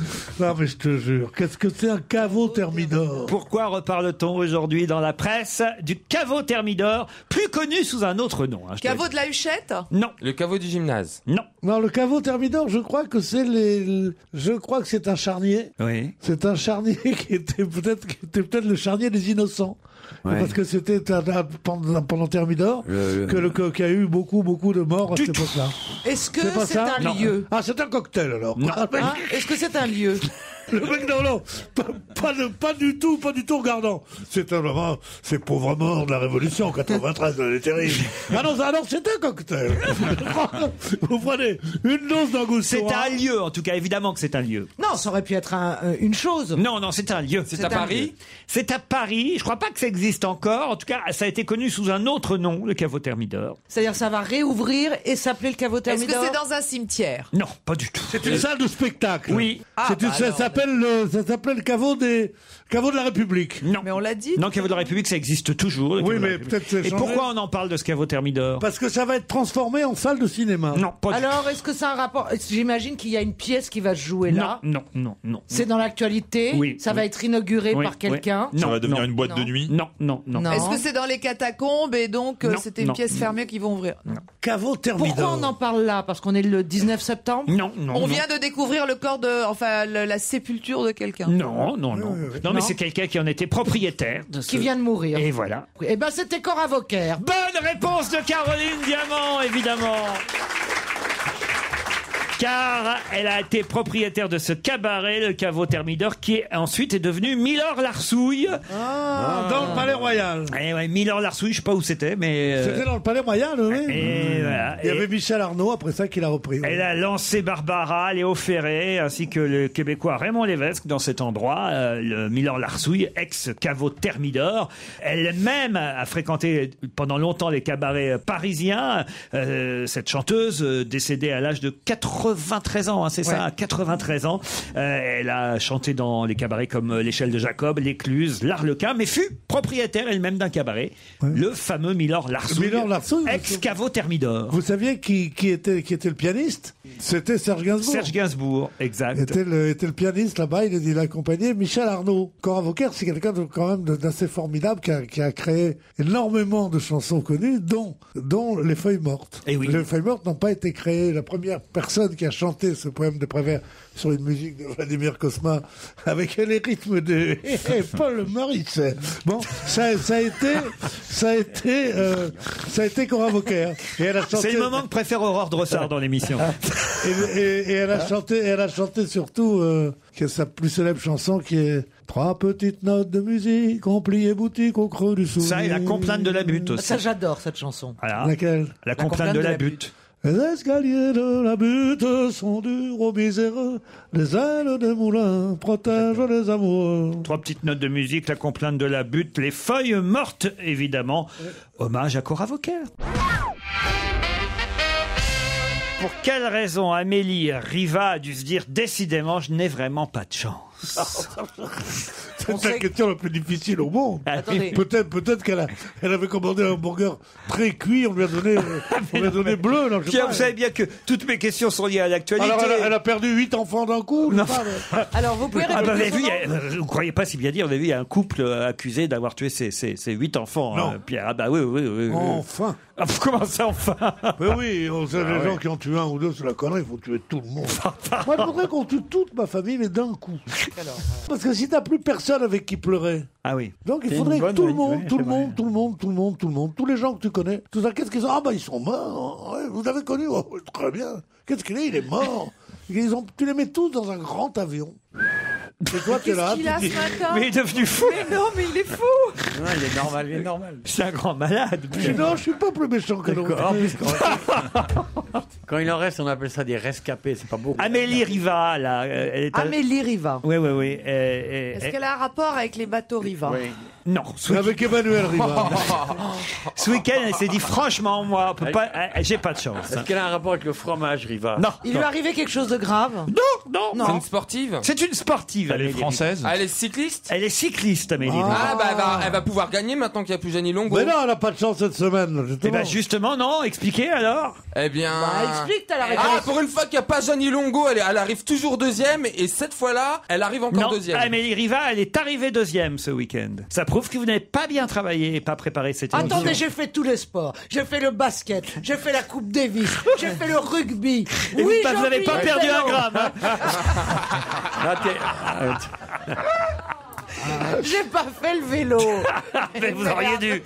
D: Non, mais je te jure, qu'est-ce que c'est un caveau thermidor
C: Pourquoi reparle-t-on aujourd'hui dans la presse du caveau thermidor, plus connu sous un autre nom hein, je te
F: Caveau
C: le
F: de la Huchette
C: dis. Non.
G: Le caveau du gymnase.
C: Non.
D: Non, le caveau thermidor, je crois que c'est les. Je crois que c'est un charnier.
C: Oui.
D: C'est un charnier [laughs] qui était peut-être qui était peut-être le charnier des innocents.
L: Ouais.
D: Parce que c'était un- un- pendant, pendant Thermidor
L: Le- le-
D: que le co- qu'il y a eu beaucoup beaucoup de morts à cette époque-là.
E: Est-ce que
D: C'est pas
E: c'est
D: ça
E: un
D: Non.
E: lieu
D: Ah, c'est un cocktail alors. Ah, mais-
E: Hein Est-ce que c'est un lieu
D: [laughs] le mec, non, non, pas, pas de- pas du tout, pas du tout regardant. C'est un moment, c'est pauvre mort de la Révolution, 93, elle est terrible.
E: [laughs]
D: Ah non, ça- alors c'est un cocktail. Vous prenez une dose d'angostura.
C: C'est un lieu, en tout cas, évidemment que c'est un lieu.
E: Non, ça aurait pu être un- euh, une chose.
C: Non, non, c'est un lieu.
G: C'est à Paris
C: C'est à Paris. Je crois pas que ça existe encore. En tout cas, ça a été connu sous un autre nom, le caveau thermidor.
E: C'est-à-dire ça va réouvrir et s'appeler le caveau
F: Est-ce que
E: thermidor.
F: c'est dans un cimetière
C: Non, pas du tout.
D: C'est une salle de spectacle.
C: Oui.
F: Ah,
D: C'est une-
F: bah
D: ça
F: alors.
D: s'appelle le, ça s'appelle le caveau des, caveau de la République.
C: Non.
F: Mais on l'a dit.
C: Non, caveau de la République, ça existe toujours. le
D: Oui,
C: caveau de la
D: mais
C: République.
D: peut-être c'est
C: Et
D: changé.
C: pourquoi on en parle de ce caveau thermidor
D: Parce que ça va être transformé en salle de cinéma.
C: Non, pas du
E: Alors, est-ce que c'est un rapport J'imagine qu'il y a une pièce qui va se jouer
C: tout.
E: là.
C: Non, non, non, non.
E: C'est dans l'actualité.
C: Oui,
E: ça va
C: oui.
E: être inauguré
C: Oui,
E: par
C: oui.
E: quelqu'un.
C: Non,
H: Ça va devenir
C: non.
H: une boîte de
F: Non.
H: nuit.
C: Non, non, non.
E: Non.
F: Est-ce que c'est dans les catacombes et donc euh,
C: Non,
F: c'était une
C: non,
F: pièce fermée qu'ils vont ouvrir
D: Caveau Thermidor.
E: Pourquoi on en parle là Parce qu'on est le 19 septembre.
C: Non, non,
F: On
C: non.
F: vient de découvrir le corps de, enfin, le- la sépulture de quelqu'un.
C: Non, non, non.
D: oui, oui.
C: Non, mais
E: Non.
C: c'est quelqu'un qui en était propriétaire. De ce...
E: Qui vient de mourir.
C: Et voilà.
E: Eh ben, c'était Cora Vauquer.
C: Bonne réponse de Caroline Diamant, évidemment. Car elle a été propriétaire de ce cabaret, le caveau Thermidor, qui est ensuite est devenu Milor Larsouille.
D: Ah, dans le Palais Royal.
C: Eh ouais, Milor Larsouille, je sais pas où c'était, mais. euh,
D: C'était dans le Palais Royal, oui.
C: et voilà.
D: Il y
C: Et-
D: avait Michel Arnaud après ça qui l'a repris. oui.
C: Elle a lancé Barbara, Léo Ferré, ainsi que le Québécois Raymond Lévesque dans cet endroit, euh, le Milor Larsouille, ex-caveau Thermidor. Elle-même a fréquenté pendant longtemps les cabarets euh, parisiens. Euh, cette chanteuse, euh, décédée à l'âge de 93 ans, hein, c'est ça, à 93 ans, euh, elle a chanté dans les cabarets comme euh, l'échelle de Jacob, l'écluse, l'Arlequin, mais fut propriétaire elle-même d'un cabaret, le fameux Milor Larsouille,
D: Milor Larsouille,
C: ex-caveau Thermidor.
D: Vous saviez qui, qui était, qui était le pianiste C'était Serge Gainsbourg.
C: Serge Gainsbourg, exact.
D: était le, était le pianiste là-bas, il est- il accompagnait Michel Arnaud. Cora Vauquer, c'est quelqu'un de- quand même de- d'assez formidable qui a, qui a créé énormément de chansons connues, dont, dont Les Feuilles Mortes.
C: Eh oui.
D: Les Feuilles Mortes n'ont pas été créées. La première personne qui a chanté ce poème de Prévert sur une musique de Vladimir Cosma avec les rythmes de [laughs] Paul Maurice. Bon, ça, ça a été, ça a été, euh, ça a été hein. Cora Vauquer. Et elle a chanté-
C: C'est le moment que préfère Aurore Drossard dans [laughs] l'émission.
D: et, et- et elle
C: Ah.
D: a chanté, elle a chanté surtout euh, que sa plus célèbre chanson qui est Trois petites notes de musique, on plie et boutique au creux du souvenir.
C: Ça et la complainte de la butte aussi.
E: Ça, j'adore cette chanson.
C: Voilà.
D: Laquelle
C: La complainte de la butte.
D: Les escaliers de la butte sont durs aux miséreux. Les ailes des moulins protègent les amoureux.
C: Trois petites notes de musique, la complainte de la butte, les feuilles mortes, évidemment. Hommage à Cora Vauquer. Pour quelle raison Amélie Riva a dû se dire décidément je n'ai vraiment pas de
D: Ah,
C: chance
D: C'est la question la plus difficile au
C: [laughs]
D: monde.
F: Attendez.
D: Peut-être, peut-être qu'elle a- elle avait commandé un burger très cuit, on lui a
C: [laughs]
D: donné,
C: Ah,
D: on lui a donné bleu. non, je sais
C: Pierre,
D: pas.
C: vous savez bien que toutes mes questions sont liées à l'actualité.
D: Alors, elle a, elle a perdu huit enfants d'un coup. je sais
C: Non.
D: pas, mais-
C: [laughs]
F: Alors vous pouvez
C: Ah bah, vous avez
F: répéter son
C: vu,
F: nom
C: il y a- vous croyez pas si bien dire, vous avez vu, il y a un couple euh, accusé d'avoir tué ses, ses- ses huit enfants,
D: Non. Oh,
C: hein, Pierre. Ah bah oui, oui, oui. oui.
D: Enfin
C: Ah, comment ça, enfin
D: [laughs]
C: Ah,
D: Mais oui, on sait, les gens qui ont tué un ou deux, c'est la connerie, il faut tuer tout le
C: [laughs]
D: monde. Moi, je voudrais qu'on tue toute ma famille, mais d'un coup. Parce que si t'as plus personne avec qui pleurer,
C: Ah oui.
D: donc il
L: C'est
D: faudrait
L: une
D: que
L: bonne
D: tout le
L: idée,
D: monde,
L: ouais,
D: tout le
L: c'est vrai.
D: monde, tout le monde, tout le monde, tout le monde, tous les gens que tu connais, tout ça, qu'est-ce qu'ils ont Ah bah ils sont morts, Ouais, vous avez connu, Oh, très bien. Qu'est-ce qu'il est Il est mort. Ils ont, tu les mets tous dans un grand avion. Et toi, t'es là.
F: qu'il a ce matin
C: Mais il est devenu fou.
F: Mais non, mais il est fou.
L: Non, il est normal, il est normal.
C: [laughs] C'est un grand malade.
D: Mais non, je suis pas plus méchant que l'autre.
L: D'accord, Quand il en reste, on appelle ça des rescapés, c'est pas beau.
C: Amélie Riva, là. euh, Elle est à-
E: Amélie Riva.
C: Oui, oui, oui. euh,
F: Est-ce
C: euh,
F: qu'elle a un rapport avec les bateaux Riva
C: Non.
D: Avec Emmanuel Riva.
C: [laughs] Ce week-end, elle s'est dit franchement, moi, on peut pas, euh, j'ai pas de chance.
L: Est-ce qu'elle a un rapport avec le fromage, Riva
C: Non.
E: Il lui est arrivé quelque chose de grave
C: Non,
E: Non.
G: C'est une sportive
C: C'est une sportive.
H: Elle est
C: Amélie Riva.
H: française
G: Ah, Elle est cycliste
C: Elle est cycliste, Amélie. Riva.
G: Ah, bah elle va, elle va pouvoir gagner maintenant qu'il n'y a plus Jenny Longo.
D: Mais non, elle n'a pas de chance cette semaine.
C: Eh
D: Justement.
C: ben justement, non, expliquez alors.
G: Eh bien.
E: Ah, Explique, t'as la réponse.
G: Ah, pour une fois qu'il n'y a pas Jenny Longo, elle, est- elle arrive toujours deuxième et cette fois-là, elle arrive encore
C: non,
G: deuxième.
C: Amélie Riva, elle est arrivée deuxième ce week-end. Ça prouve que vous n'avez pas bien travaillé et pas préparé cette émission.
E: Attendez, j'ai fait tous les sports. J'ai fait le basket, j'ai fait la Coupe
C: [laughs]
E: Davis, j'ai fait le rugby.
C: Et
E: oui,
C: vous
E: j'en
C: n'avez
E: ai
C: pas
E: fait
C: perdu
E: l'eau.
C: un gramme. [laughs] hein.
L: Là, Ah, t'es- arrête.
E: [laughs] J'ai pas fait le vélo.
C: [laughs] Mais vous auriez dû.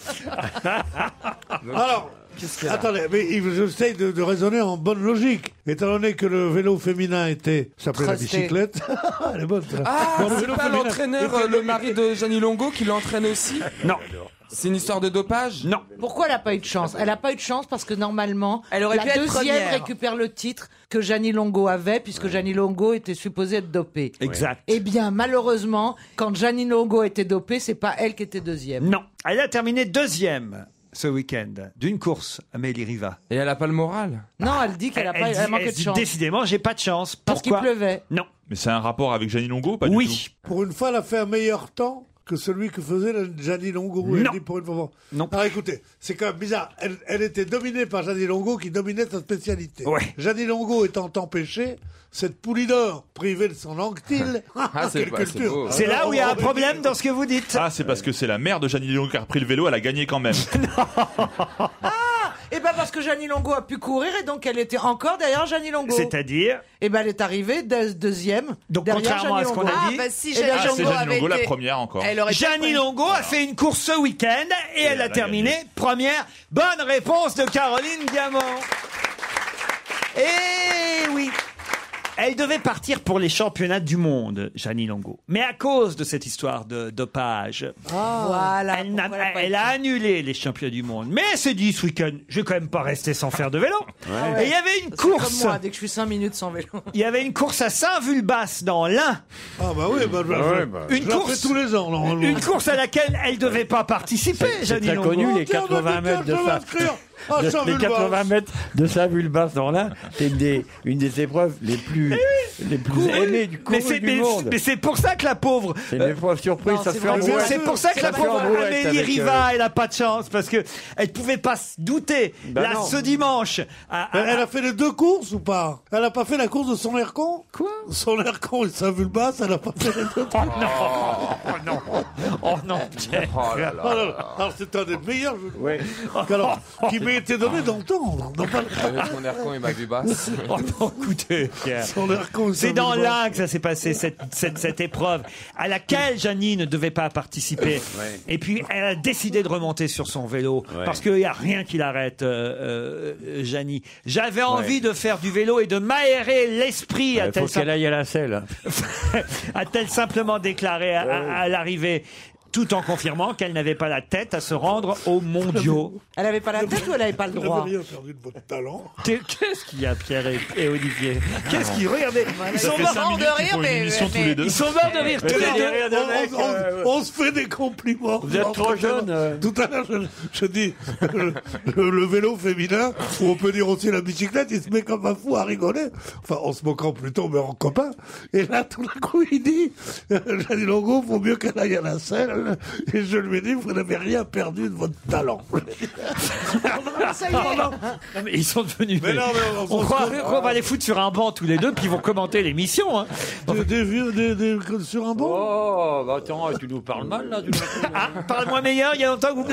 C: [laughs]
D: Alors, attendez, mais il- j'essaye de, de raisonner en bonne logique. Étant donné que le vélo féminin était, s'appelait la
E: Trusté.
D: bicyclette. Elle est bonne, celle-là.
G: Ah,
D: Bon, le
G: c'est
D: vélo
G: pas
D: féminin.
G: l'entraîneur, euh, le mari de Jenny Longo qui l'entraîne aussi
C: Non,
G: C'est une histoire de dopage
C: non.
E: Pourquoi elle a pas eu de chance Elle a pas eu de chance parce que normalement,
F: Elle aurait
E: la
F: pu être
E: deuxième
F: première.
E: récupère le titre que Janie Longo avait, puisque Janie Longo était supposée être dopée.
C: Exact.
E: Eh bien, malheureusement, quand Janie Longo était dopée, c'est pas elle qui était deuxième.
C: Non. Elle a terminé deuxième ce week-end d'une course, Amélie Riva.
G: Et elle a pas le moral.
E: Non, elle dit qu'elle a pas,
C: dit-
E: elle manquait
C: elle
E: de
C: dit,
E: chance.
C: Décidément, j'ai pas de chance.
E: Parce qu'il
C: Pourquoi
E: pleuvait.
C: Non.
H: Mais c'est un rapport avec Janine Longo, pas du tout
C: oui.
D: Pour une fois, elle a fait un meilleur temps que celui que faisait la Gianni Longo.
C: Non.
D: Elle dit pour une fois.
C: Non.
D: Alors écoutez, c'est quand même bizarre. Elle, elle était dominée par Gianni Longo qui dominait sa spécialité.
C: Ouais.
D: Gianni Longo étant empêchée, cette poulie d'or privée de son
C: [laughs]
D: anctile. [laughs]
G: Ah, c'est-
D: Quelle
G: bah, c'est
D: culture.
G: beau.
C: C'est hein. là où il y a un problème dans ce que vous dites.
H: Ah, c'est parce que c'est la mère de Janine Longo qui a repris le vélo, elle a
C: [laughs]
H: gagné quand même.
E: Eh ben parce que Janie Longo a pu courir et donc elle était encore derrière Janie Longo.
C: C'est-à-dire
E: Eh ben elle est arrivée de- deuxième.
C: Donc,
E: derrière
C: contrairement à
E: Jeannie
C: ce qu'on
E: Longo. Eh ben,
C: a
F: Ah,
C: dit-
F: bah si,
E: Et
F: Janine
E: la
H: Ah, c'est
F: Longo
H: Janine
F: avait
H: Longo la
F: été-
H: première encore.
F: Elle aurait peut-être
C: Jeannie
F: pas-
C: Longo a fait une course ce week-end et elle a
H: elle a
C: terminé
H: gagné.
C: première. Bonne réponse de Caroline Diamant. Eh oui elle devait partir pour les championnats du monde, Jeannie Longo. Mais à cause de cette histoire de dopage,
F: Ah. Voilà.
C: elle, n'a-
F: pourquoi elle a pas
C: elle
F: été-
C: a annulé les championnats du monde. Mais elle s'est dit ce week-end, je vais quand même pas rester sans faire de vélo.
F: Ah
C: Et il y avait une
E: C'est Comme
C: course.
E: moi, dès que je suis 5 minutes sans vélo.
C: Il y avait une course à Saint-Vulbas dans l'Ain.
D: Ah bah oui, bah, bah, je-
C: Une
D: je la
C: course-
D: fais tous les ans. normalement.
C: Une course à laquelle elle devait pas participer,
L: C'est
C: Janine
L: très
C: Longo.
L: connu, les
D: Tiens,
L: 80 mètres de
D: tiens, je vais
L: ça. [laughs]
D: m'inscrire. Ah,
L: de-
D: Saint
L: les
D: Vulbas.
L: 80 mètres de sa vulva dans là, c'est une des, une des épreuves les plus, les plus aimées du,
C: Eh Mais
L: couru
C: c'est
L: du
C: mais-
L: monde.
C: mais c'est pour ça que la pauvre. euh,
L: C'est une épreuve surprise,
E: non,
L: ça se
E: c'est
L: fait en
E: vrai,
D: c'est-
L: boîte.
C: C'est pour ça que
L: Ça
C: la
L: fait en
C: pauvre
L: brouette
C: Amélie
L: avec, euh,
C: Riva, elle a pas de chance parce que elle pouvait pas se douter.
H: Ben
L: Bah
C: Là,
L: non.
C: ce dimanche, à- à-
D: Elle, elle a fait les deux courses ou pas Elle a pas fait la course de son air con
C: Quoi
D: Son air con et sa vulbas, elle a pas fait les deux.
C: oh [laughs] non, oh non, oh non, Pierre.
D: Ah, là, là. Alors c'est un des meilleurs jeux
L: Ouais.
D: alors, qui m'a été donné d'entendre. Non,
G: Ah,
D: pas
G: Avec mon air con et ma
D: [laughs]
G: vue basse.
C: Oh [laughs] non, écoutez, Pierre.
D: son air con et sa
C: C'est dans
D: vulbas.
C: l'un que ça s'est passé, cette, cette- cette épreuve, à laquelle Janine ne devait pas
L: [laughs]
C: participer. Et puis, elle a décidé de remonter sur son vélo, parce qu'il n'y a rien qui l'arrête, euh, euh, Janine. J'avais envie de faire du vélo et de m'aérer l'esprit,
L: Il
C: a-t-elle
L: faut qu'elle aille à la selle.
C: sim- [laughs] a-t-elle simplement déclaré à, à- à l'arrivée, tout en confirmant qu'elle n'avait pas la tête à se rendre aux mondiaux.
E: Elle avait pas la tête ou elle avait pas le
D: Vous
E: droit
D: n'avez rien perdu de votre talent.
C: Qu'est- Qu'est-ce qu'il y a, Pierre et, et Olivier [laughs] Qu'est-ce qu'ils... Regardez, ils
H: Ça
C: sont
H: fait
C: morts-
H: cinq
F: morts de
H: minutes qu'ils
F: rire,
H: font une
F: mais-
H: émission
F: mais-
H: tous les deux.
C: ils sont morts de rire tous les deux.
D: On, on- on- on se fait des compliments.
L: Vous êtes
D: Non,
L: trop
D: tout à l'heure-
L: jeune, euh.
D: Tout à l'heure, je, je dis le, le- le vélo féminin, ou on peut dire aussi la bicyclette, il se met comme un fou à rigoler. Enfin, en se moquant plutôt, mais en copain. Et là, tout d'un coup, il dit euh, Jeanne Longo, faut mieux qu'elle aille à la selle. Et je lui ai dit Vous n'avez rien perdu de votre
H: [laughs]
D: talent.
C: Non, mais ils sont devenus.
D: Mais non, mais on- on-
C: on croit qu'on va les foutre sur un banc tous les deux, puis ils vont commenter l'émission. hein.
D: Des, des vieux, des, des- sur un banc
L: Oh, bah attends, tu nous parles mal là.
C: Ah, parle-moi meilleur, il y a longtemps que vous. me-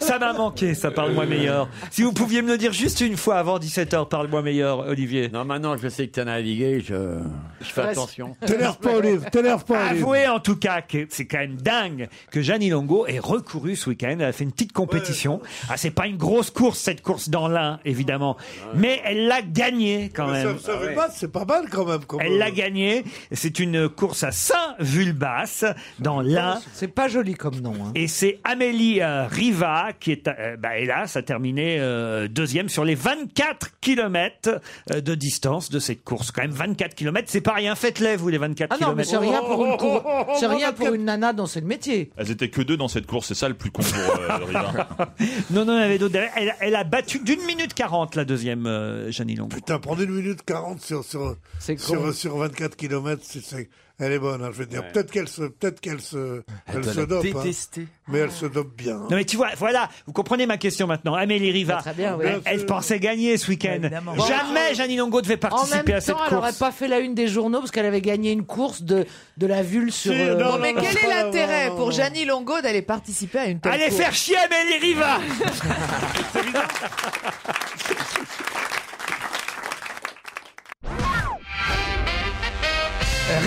C: Ça m'a manqué, ça, parle-moi meilleur. Si vous pouviez me le dire juste une fois avant 17h, parle-moi meilleur, Olivier.
L: Non, maintenant que je sais que t'as navigué, je, je fais attention.
D: [laughs] T'énerve pas, Olive, t'énerve pas, Olive.
C: Avouez en tout cas que c'est quand même dingue que Jeanne Longo ait recouru ce week-end. Elle a fait une petite compétition. Ah, c'est pas une grosse course, cette course dans l'un, évidemment. Mais elle l'a gagnée quand même.
D: Ça, ça veut pas, c'est pas mal quand même. euh,
C: Elle l'a gagné. C'est une course à Saint-Vulbas, dans l'Ain.
E: C'est pas joli comme nom. hein.
C: Et c'est Amélie euh, Riva qui est, euh, bah, hélas, a terminé euh, deuxième sur les 24 kilomètres euh, de distance de cette course. Quand même 24 kilomètres, c'est pas rien. Faites-les, vous, les 24
E: Ah non, mais
C: kilomètres. Oh,
E: c'est rien pour une cour-
C: [laughs]
E: c'est rien pour une nana dont c'est le métier.
H: Elles étaient que deux dans cette course, c'est ça le plus con pour
C: [laughs]
H: euh, Riva.
C: Non, non, il y en avait d'autres derrière. Elle, elle a battu d'une minute 40, la deuxième, euh, Jeannie Longo.
D: Putain, prendre une minute 40 sur, sur,
C: con.
D: sur, sur 24 km, c'est, c'est- elle est bonne, hein, je veux dire.
C: Ouais.
D: Peut-être qu'elle se, peut-être qu'elle se,
C: Elle
D: elle,
C: doit
D: se
C: la
D: dope. hein.
C: détester.
D: Mais elle se dope bien. hein.
C: Non mais tu vois, voilà, vous comprenez ma question maintenant. Amélie Riva,
E: Bah,
D: Très bien, oui.
C: elle, elle pensait gagner ce week-end.
E: Évidemment.
C: Jamais Jeannie Longo devait
E: En même
C: participer à cette
E: temps, elle n'aurait
C: course.
E: pas fait la une des journaux parce qu'elle avait gagné une course de, de la vulve sur. euh,
F: non, non, mais quel est l'intérêt pour Jeannie Longo d'aller participer à une telle
E: Allez faire
C: chier Amélie
E: [laughs]
C: Riva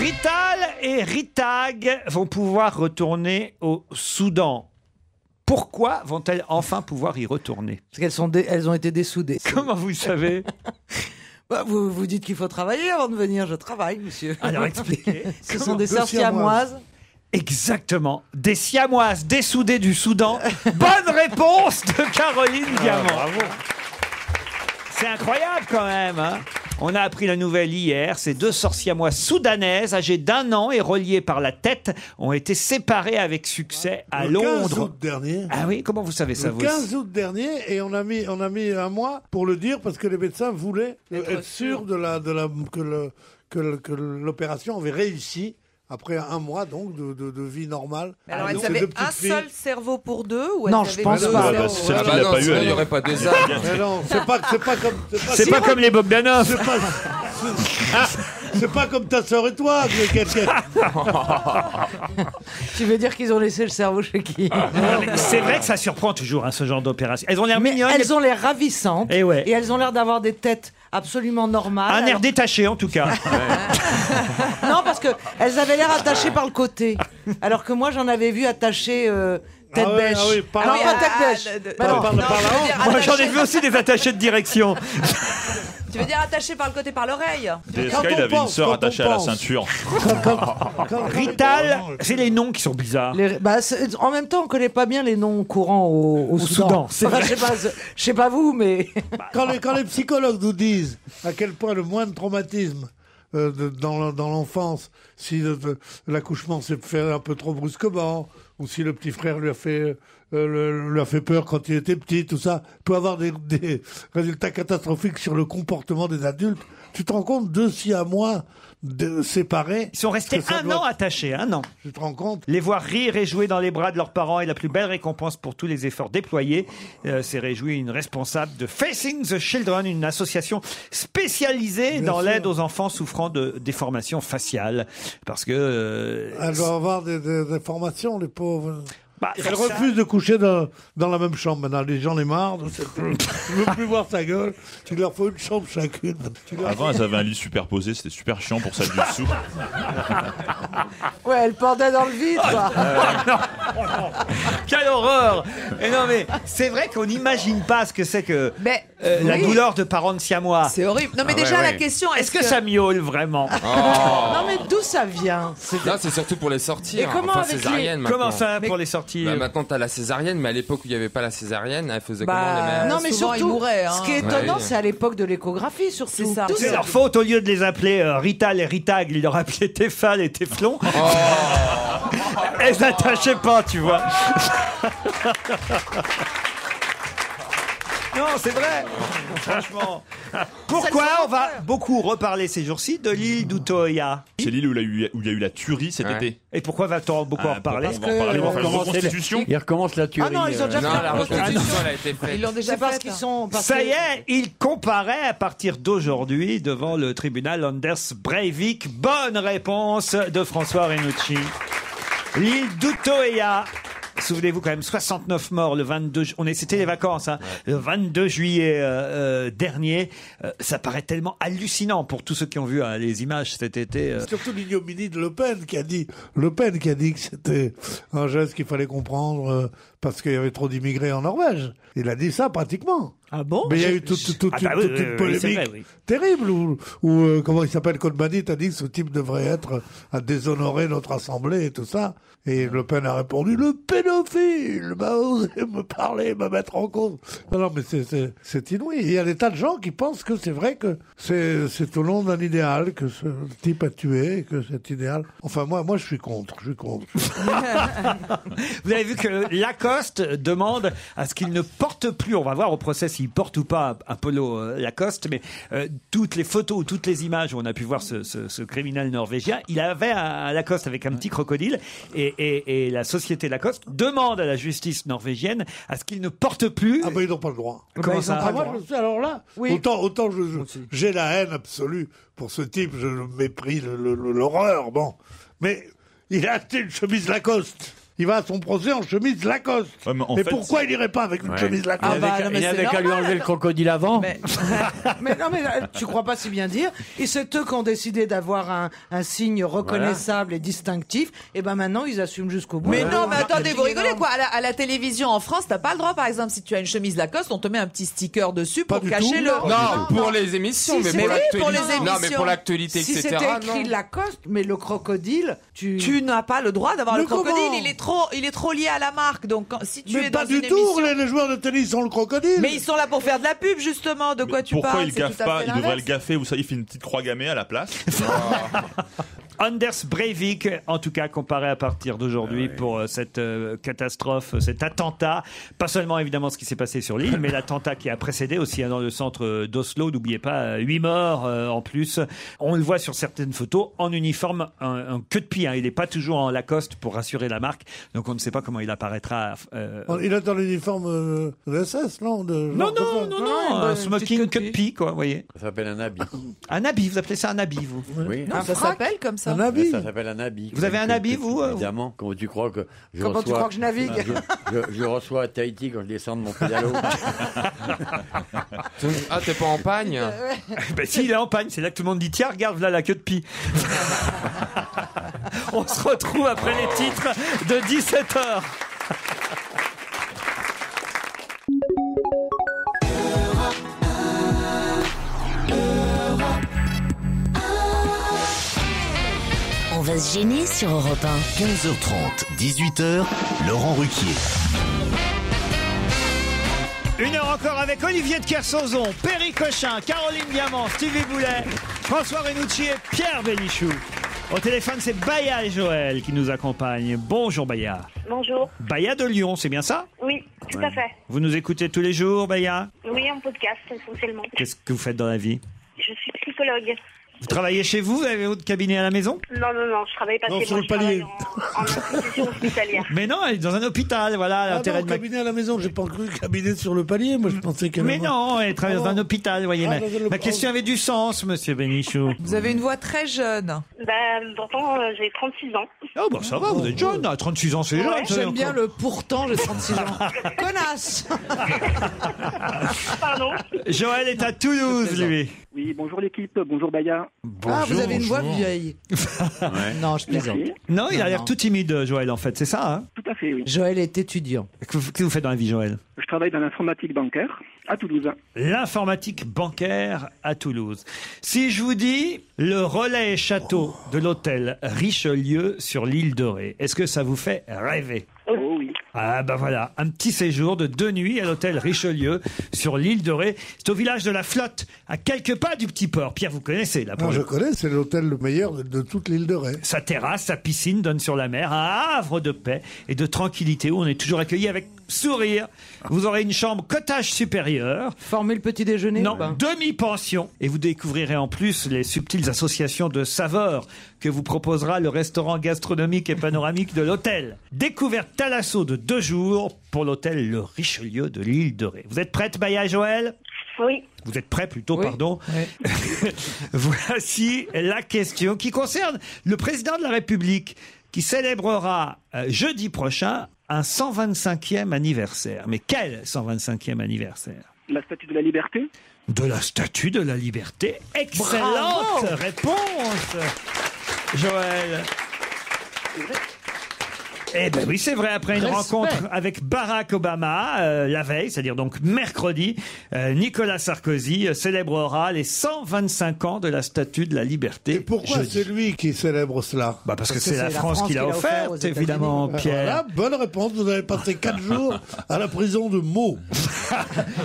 C: Rital et Ritag vont pouvoir retourner au Soudan. Pourquoi vont-elles enfin pouvoir y retourner
E: Parce qu'elles sont dé- elles ont été dessoudées.
C: [laughs] Comment vous le savez
E: [laughs] Bah, vous, vous dites qu'il faut travailler avant de venir. Je travaille, monsieur.
C: Ah, Alors expliquez.
E: [laughs] Ce sont des sœurs siamoises.
C: Exactement. Des siamoises dessoudées du Soudan. Bonne réponse de
E: Ah,
C: Caroline Diamant.
D: Ah,
C: C'est incroyable quand même. hein. On a appris la nouvelle hier. Ces deux sorciamoises soudanaises, âgées d'un an et reliées par la tête, ont été séparées avec succès à
D: Le 15
C: Londres.
D: août dernier.
C: Ah oui, comment vous savez ça
D: Le
C: vous
D: 15 août dernier, et on a mis, on a mis un mois pour le dire parce que les médecins voulaient euh, être, sûrs de la, de la, que le- que le- que l'opération avait réussi après un mois donc de, de- de vie normale.
F: Mais Alors,
D: Ah, Donc,
F: elles
D: ces
F: avaient
D: deux petites
F: un
D: filles-
F: seul cerveau pour deux ou elles
D: Non, je
F: avaient
D: pense
F: deux
D: pas.
F: cerveaux
D: Ah bah, si
G: Ah
D: Elle
G: bah
D: l'a
G: non,
D: pas eu,
G: sinon, il
D: elle.
G: n'y aurait pas deux
D: Mais
G: arbres.
D: non, c'est pas, c'est pas comme.
G: C'est pas comme
C: les Bogdanov.
D: C'est pas,
G: Ah.
D: c'est pas comme ta sœur et toi, que quelqu'un.
E: Tu veux dire qu'ils ont laissé le cerveau chez qui
C: Ah, Non, mais C'est vrai que ça surprend toujours hein, ce genre d'opération. Elles ont l'air
E: Mais
C: mignonnes.
E: elles ont l'air ravissantes.
C: Et ouais.
E: elles ont l'air d'avoir des têtes absolument normales.
C: Un air détaché en tout cas.
E: [laughs] Non, parce que elles avaient l'air attachées par le côté. Alors que moi, j'en avais vu attachées euh, tête
D: Ah ouais,
E: bêche.
D: ah oui, par
E: non,
D: là.
E: pas
F: Ah,
E: tête
F: de-
E: bêche.
F: de-
E: Bah non.
F: par- par là. veux dire
C: Moi j'en ai
F: attaché-
C: vu aussi des attachés de direction.
F: Tu
E: Ah.
F: veux dire attaché par le côté par l'oreille
H: DSK, il avait une sœur attachée à
C: [laughs]
H: la ceinture.
C: Rital, c'est les noms qui sont bizarres.
E: Les- bah, c'est- en même temps, on connaît pas bien les noms courants au, au
C: Soudan,
E: Soudan.
C: c'est
E: Enfin,
C: vrai.
E: je sais pas, je sais pas vous,
C: [laughs]
E: mais
C: Bah,
D: quand, les, quand les psychologues nous disent à quel point le moindre traumatisme euh, de- dans, la- dans l'enfance, si le- de- l'accouchement s'est fait un peu trop brusquement, ou si le petit frère lui a fait, euh, le- lui a fait peur quand il était petit, tout ça, peut avoir des, des résultats catastrophiques sur le comportement des adultes. Tu te rends compte, deux si à moi, de, séparés.
C: Ils sont restés
D: que ça
C: un
D: doit-
C: an attachés, un an.
D: Tu te rends compte
C: Les voir rire et jouer dans les bras de leurs parents est la plus belle récompense pour tous les efforts déployés. Euh, C'est réjoui une responsable de Facing the Children, une association spécialisée dans l'aide aux enfants souffrant de déformations faciales. Parce que... euh,
D: Elles doivent avoir des, des- des formations, les pauvres.
C: Bah,
D: Elles
C: faire ça-
D: refusent de coucher dans, dans la même chambre maintenant. Les gens les marrent. Je [laughs] veux plus voir sa gueule. Tu leur faut une chambre chacune. Tu leur-
H: Avant, elles avaient un lit superposé, c'était super chiant pour celle du [laughs] dessous.
E: ouais, elles pendaient dans le vide. quoi.
C: [laughs]
F: Ah,
C: Quelle horreur Et non mais c'est vrai qu'on n'imagine pas ce que c'est que
F: Mais
C: euh, la
F: oui.
C: douleur de parents de siamois.
F: C'est horrible.
C: Ah,
F: Non mais déjà la question,
C: Est-ce
F: est-ce Ah.
C: que, ça miaule vraiment
G: Oh.
E: non mais d'où ça vient
G: Là, c'est surtout pour les sortir.
E: Et comment
G: enfin,
E: avec les-
G: césarienne maintenant.
C: Comment ça pour les sorties
G: Bah, Maintenant, t'as la césarienne, mais à l'époque où il n'y avait pas la césarienne, elle faisait comment les
E: Bah,
G: mères
E: non mais
F: souvent, ils
E: surtout,
F: mouraient, hein.
E: ce qui est
G: Ouais,
E: étonnant,
G: oui.
E: c'est à l'époque de l'échographie, surtout.
F: C'est ça.
E: Tout
C: Ah, C'est
E: ça.
C: leur faute, au lieu de les appeler euh, Rital et Ritag, ils leur appelaient Tefal et Teflon.
H: Oh.
C: [laughs] Elles n'attachaient pas, tu vois. [laughs] non, c'est vrai. Franchement. Pourquoi on va beaucoup reparler ces jours-ci de l'île d'Utoya
H: C'est l'île où il y a eu- où il y a eu la tuerie cet
G: Ouais.
H: été.
C: Et pourquoi va-t-on beaucoup en
H: Ah,
C: reparler
H: pourquoi on va en parler, on va faire une reconstitution.
L: Ils recommencent la tuerie.
E: euh, Ah non, ils ont déjà
G: Non,
E: fait
G: la
E: la reconstitution.
G: reconstitution, elle a été faite.
F: Ils l'ont déjà
E: C'est parce
F: faite.
E: qu'ils sont. parce
C: Ça
E: que-
C: y est, il comparaît à partir d'aujourd'hui devant le tribunal Anders Breivik. Bonne réponse de François Renucci. L'île d'Utoya Souvenez-vous quand même, 69 morts le 22. ju- On est, c'était les vacances, hein. le 22 juillet euh, euh, dernier. Euh, ça paraît tellement hallucinant pour tous ceux qui ont vu hein, les images cet été. euh.
D: Surtout l'ignominie de Le Pen qui a dit Le Pen qui a dit que c'était un geste qu'il fallait comprendre euh, parce qu'il y avait trop d'immigrés en Norvège. Il a dit ça pratiquement.
C: Ah bon
D: Mais il y a
C: Je-
D: eu toute,
C: je-
D: toute-
C: Ah bah oui,
D: toute
C: oui,
D: une
C: oui, c'est
D: polémique
C: vrai, oui.
D: terrible où, où, euh, comment il s'appelle Cohn-Bendit a dit que ce type devrait être euh, à déshonorer notre assemblée et tout ça. Et Le Pen a répondu le pédophile m'a osé me parler, me mettre en cause. Non, non, mais c'est- c'est c'est inouï. Il y a des tas de gens qui pensent que c'est vrai que c'est c'est au nom d'un idéal que ce type a tué, et que cet idéal. Enfin moi moi je suis contre, je suis contre.
C: Vous avez vu que Lacoste demande à ce qu'il ne porte plus, on va voir au procès s'il porte ou pas Apollo euh, Lacoste, mais euh, toutes les photos, toutes les images où on a pu voir ce, ce- ce criminel norvégien, il avait un, un Lacoste avec un petit crocodile et, et- et la société Lacoste demande à la justice norvégienne à ce qu'il ne porte plus. Ah
D: ben ils n'ont pas le droit.
C: Comment
D: Mais ils ont
C: ça
D: pas moi, je sais, alors là, autant, autant je- je- j'ai la haine absolue pour ce type, je le mépris, le- le- le- l'horreur, bon. Mais il a acheté une chemise Lacoste. Il va à son procès en chemise Lacoste.
H: mais
D: mais pourquoi il n'irait pas avec une chemise Lacoste
L: Il
F: Ah bah,
L: avait qu'à- il avait qu'à lui enlever le crocodile avant.
E: [laughs] mais non, mais euh, tu crois pas si bien dire. Et c'est eux qui ont décidé d'avoir un, un signe reconnaissable et distinctif. Et ben maintenant, ils assument jusqu'au bout.
F: Mais non, mais attendez, vous rigolez quoi à la, à la télévision en France, t'as pas le droit, par exemple, si tu as une chemise Lacoste, on te met un petit sticker dessus pour cacher le.
G: Non, pour les émissions, mais,
E: Si,
G: pour
E: c'est- oui, pour les
G: l'actualité- Non, mais
E: émissions.
G: pour l'actualité,
E: Si
G: etc.
E: c'était écrit
G: non.
E: Lacoste, mais le crocodile, tu.
F: Tu n'as pas le droit d'avoir le
E: Mais comment
F: crocodile, il est trop, il est trop lié à la marque. Donc quand- si tu
D: Mais
F: es
D: pas
F: dans
D: du
F: une
D: tout,
F: émission-
D: les, les joueurs de tennis ont le crocodile.
F: mais ils sont là pour faire de la pub justement. De quoi tu
H: Pourquoi
F: parles
H: il
F: C'est
H: gaffe
F: tout à
H: pas
F: fait
H: Il devrait le
F: l'inverse.
H: gaffer ou ça, il fait une petite croix gammée à la place.
C: Anders Breivik, en tout cas comparé à partir d'aujourd'hui pour euh, cette euh, catastrophe, euh, cet attentat. Pas seulement évidemment ce qui s'est passé sur l'île, mais l'attentat qui a précédé aussi hein, dans le centre euh, d'Oslo. N'oubliez pas, euh, huit morts euh, en plus. On le voit sur certaines photos en uniforme, un, un queue de pied. hein. Il n'est pas toujours en Lacoste pour rassurer la marque, donc on ne sait pas comment il apparaîtra. euh,
D: Il est dans l'uniforme euh, de SS, non de-
C: Non,
D: genre comme
C: non,
D: ça.
C: non, non, un smoking bah, queue de pie, quoi, vous voyez.
M: Ça s'appelle un habit.
C: Un habit, vous appelez ça un habit, vous
M: Oui.
F: Non, ça s'appelle comme ça.
M: Ça s'appelle un habit.
C: Vous avez un
M: Que-
C: habit,
M: que-
C: vous, euh,
M: Évidemment. Comment tu crois que je
F: Comment tu
M: reçois-
F: crois que je navigue
M: je, je- je reçois à Tahiti quand je descends de mon pédalo.
G: [laughs] Ah, t'es pas en pagne
F: [laughs]
C: [laughs] Ben si, il est en pagne, c'est là que tout le monde dit tiens, regarde là la queue de pie. On se retrouve après les titres de 17h.
I: On va se gêner sur Europe 1.
B: 15h30, 18h, Laurent Ruquier.
C: Une heure encore avec Olivier de Kersauzon, Perry Cochin, Caroline Diamant, Stevie Boulet, François Renucci et Pierre Bénichou. Au téléphone, c'est Baya et Joël qui nous accompagnent. Bonjour Baya.
N: Bonjour.
C: Baya de Lyon, c'est bien ça
N: Oui, tout à fait.
C: Vous nous écoutez tous les jours, Baya
N: Oui, en podcast essentiellement.
C: Qu'est-ce que vous faites dans la vie
N: Je suis psychologue.
C: Vous travaillez chez vous Vous avez votre cabinet à la maison
N: Non, non, non, je travaille pas
C: Non,
N: chez
C: sur
N: moi,
C: le
N: je travaille
C: palier.
N: en, en institution hospitalière.
C: Mais non, elle est dans un hôpital, voilà,
D: Ah
C: l'intérêt
D: non,
C: de ma-
D: cabinet à la maison, j'ai pas cru cabinet sur le palier, moi je pensais qu'elle
C: Mais non, elle travaille dans
D: Ah
C: un
D: bon
C: hôpital, vous voyez.
D: Ah,
C: ma,
D: dans un
C: ma question avait du sens, monsieur Bénichou.
F: Vous avez une voix très jeune.
N: Bah, pourtant, euh, j'ai 36 ans.
C: Oh, bah ça va, vous êtes jeune, à 36 ans, c'est jeune. ça,
E: J'aime bien
C: encore.
E: le pourtant, j'ai 36
C: [laughs]
E: ans. Connasse
N: Pardon
C: Joël est à Toulouse, lui.
O: Oui, bonjour l'équipe, bonjour Baya.
E: Ah, vous avez une voix vieille. Non, je plaisante.
O: Merci.
C: Non, il a
E: Non,
C: l'air
E: non.
C: tout timide, Joël, en fait, c'est ça hein
O: Tout à fait, oui.
E: Joël est étudiant.
C: Qu'est-ce que vous faites dans la vie, Joël
O: Je travaille dans l'informatique bancaire à Toulouse.
C: L'informatique bancaire à Toulouse. Si je vous dis le relais château de l'hôtel Richelieu sur l'île de Ré, est-ce que ça vous fait rêver
O: Oh oui.
C: Ah ben voilà, un petit séjour de deux nuits à l'hôtel Richelieu sur l'île de Ré. C'est au village de la Flotte, à quelques pas du petit port. Pierre, vous connaissez là Ah, pour
D: Non,
C: le
D: Ah, je
C: coup.
D: connais, c'est l'hôtel le meilleur de, de toute l'île de Ré.
C: Sa terrasse, sa piscine donne sur la mer, un havre de paix et de tranquillité où on est toujours accueilli avec sourire. Vous aurez une chambre cottage supérieure.
E: Formule petit déjeuner
C: Non,
E: ou pas
C: demi-pension. Et vous découvrirez en plus les subtiles associations de saveurs que vous proposera le restaurant gastronomique et panoramique de l'hôtel. Découverte Talasso de deux jours pour l'hôtel Le Richelieu de l'île de Ré. Vous êtes prête, Baya Joël
N: Oui.
C: Vous êtes prêt plutôt, pardon. [laughs] Voici la question qui concerne le président de la République qui célébrera euh, jeudi prochain un 125e anniversaire. Mais quel 125e anniversaire
O: La Statue de la Liberté
C: De la Statue de la Liberté. Excellente
O: Bravo
C: réponse, Joël. Eh ben oui, c'est vrai. Après une
P: Respect.
C: rencontre avec Barack Obama euh, la veille, c'est-à-dire donc mercredi, euh, Nicolas Sarkozy euh, célébrera les 125 ans de la Statue de la Liberté. Et
D: Pourquoi c'est lui qui célèbre cela
C: bah parce que c'est la France qui l'a offert, évidemment,
D: Voilà,
C: Pierre.
D: bonne réponse. Vous avez passé
C: [laughs]
D: 4 jours à la prison de Meaux.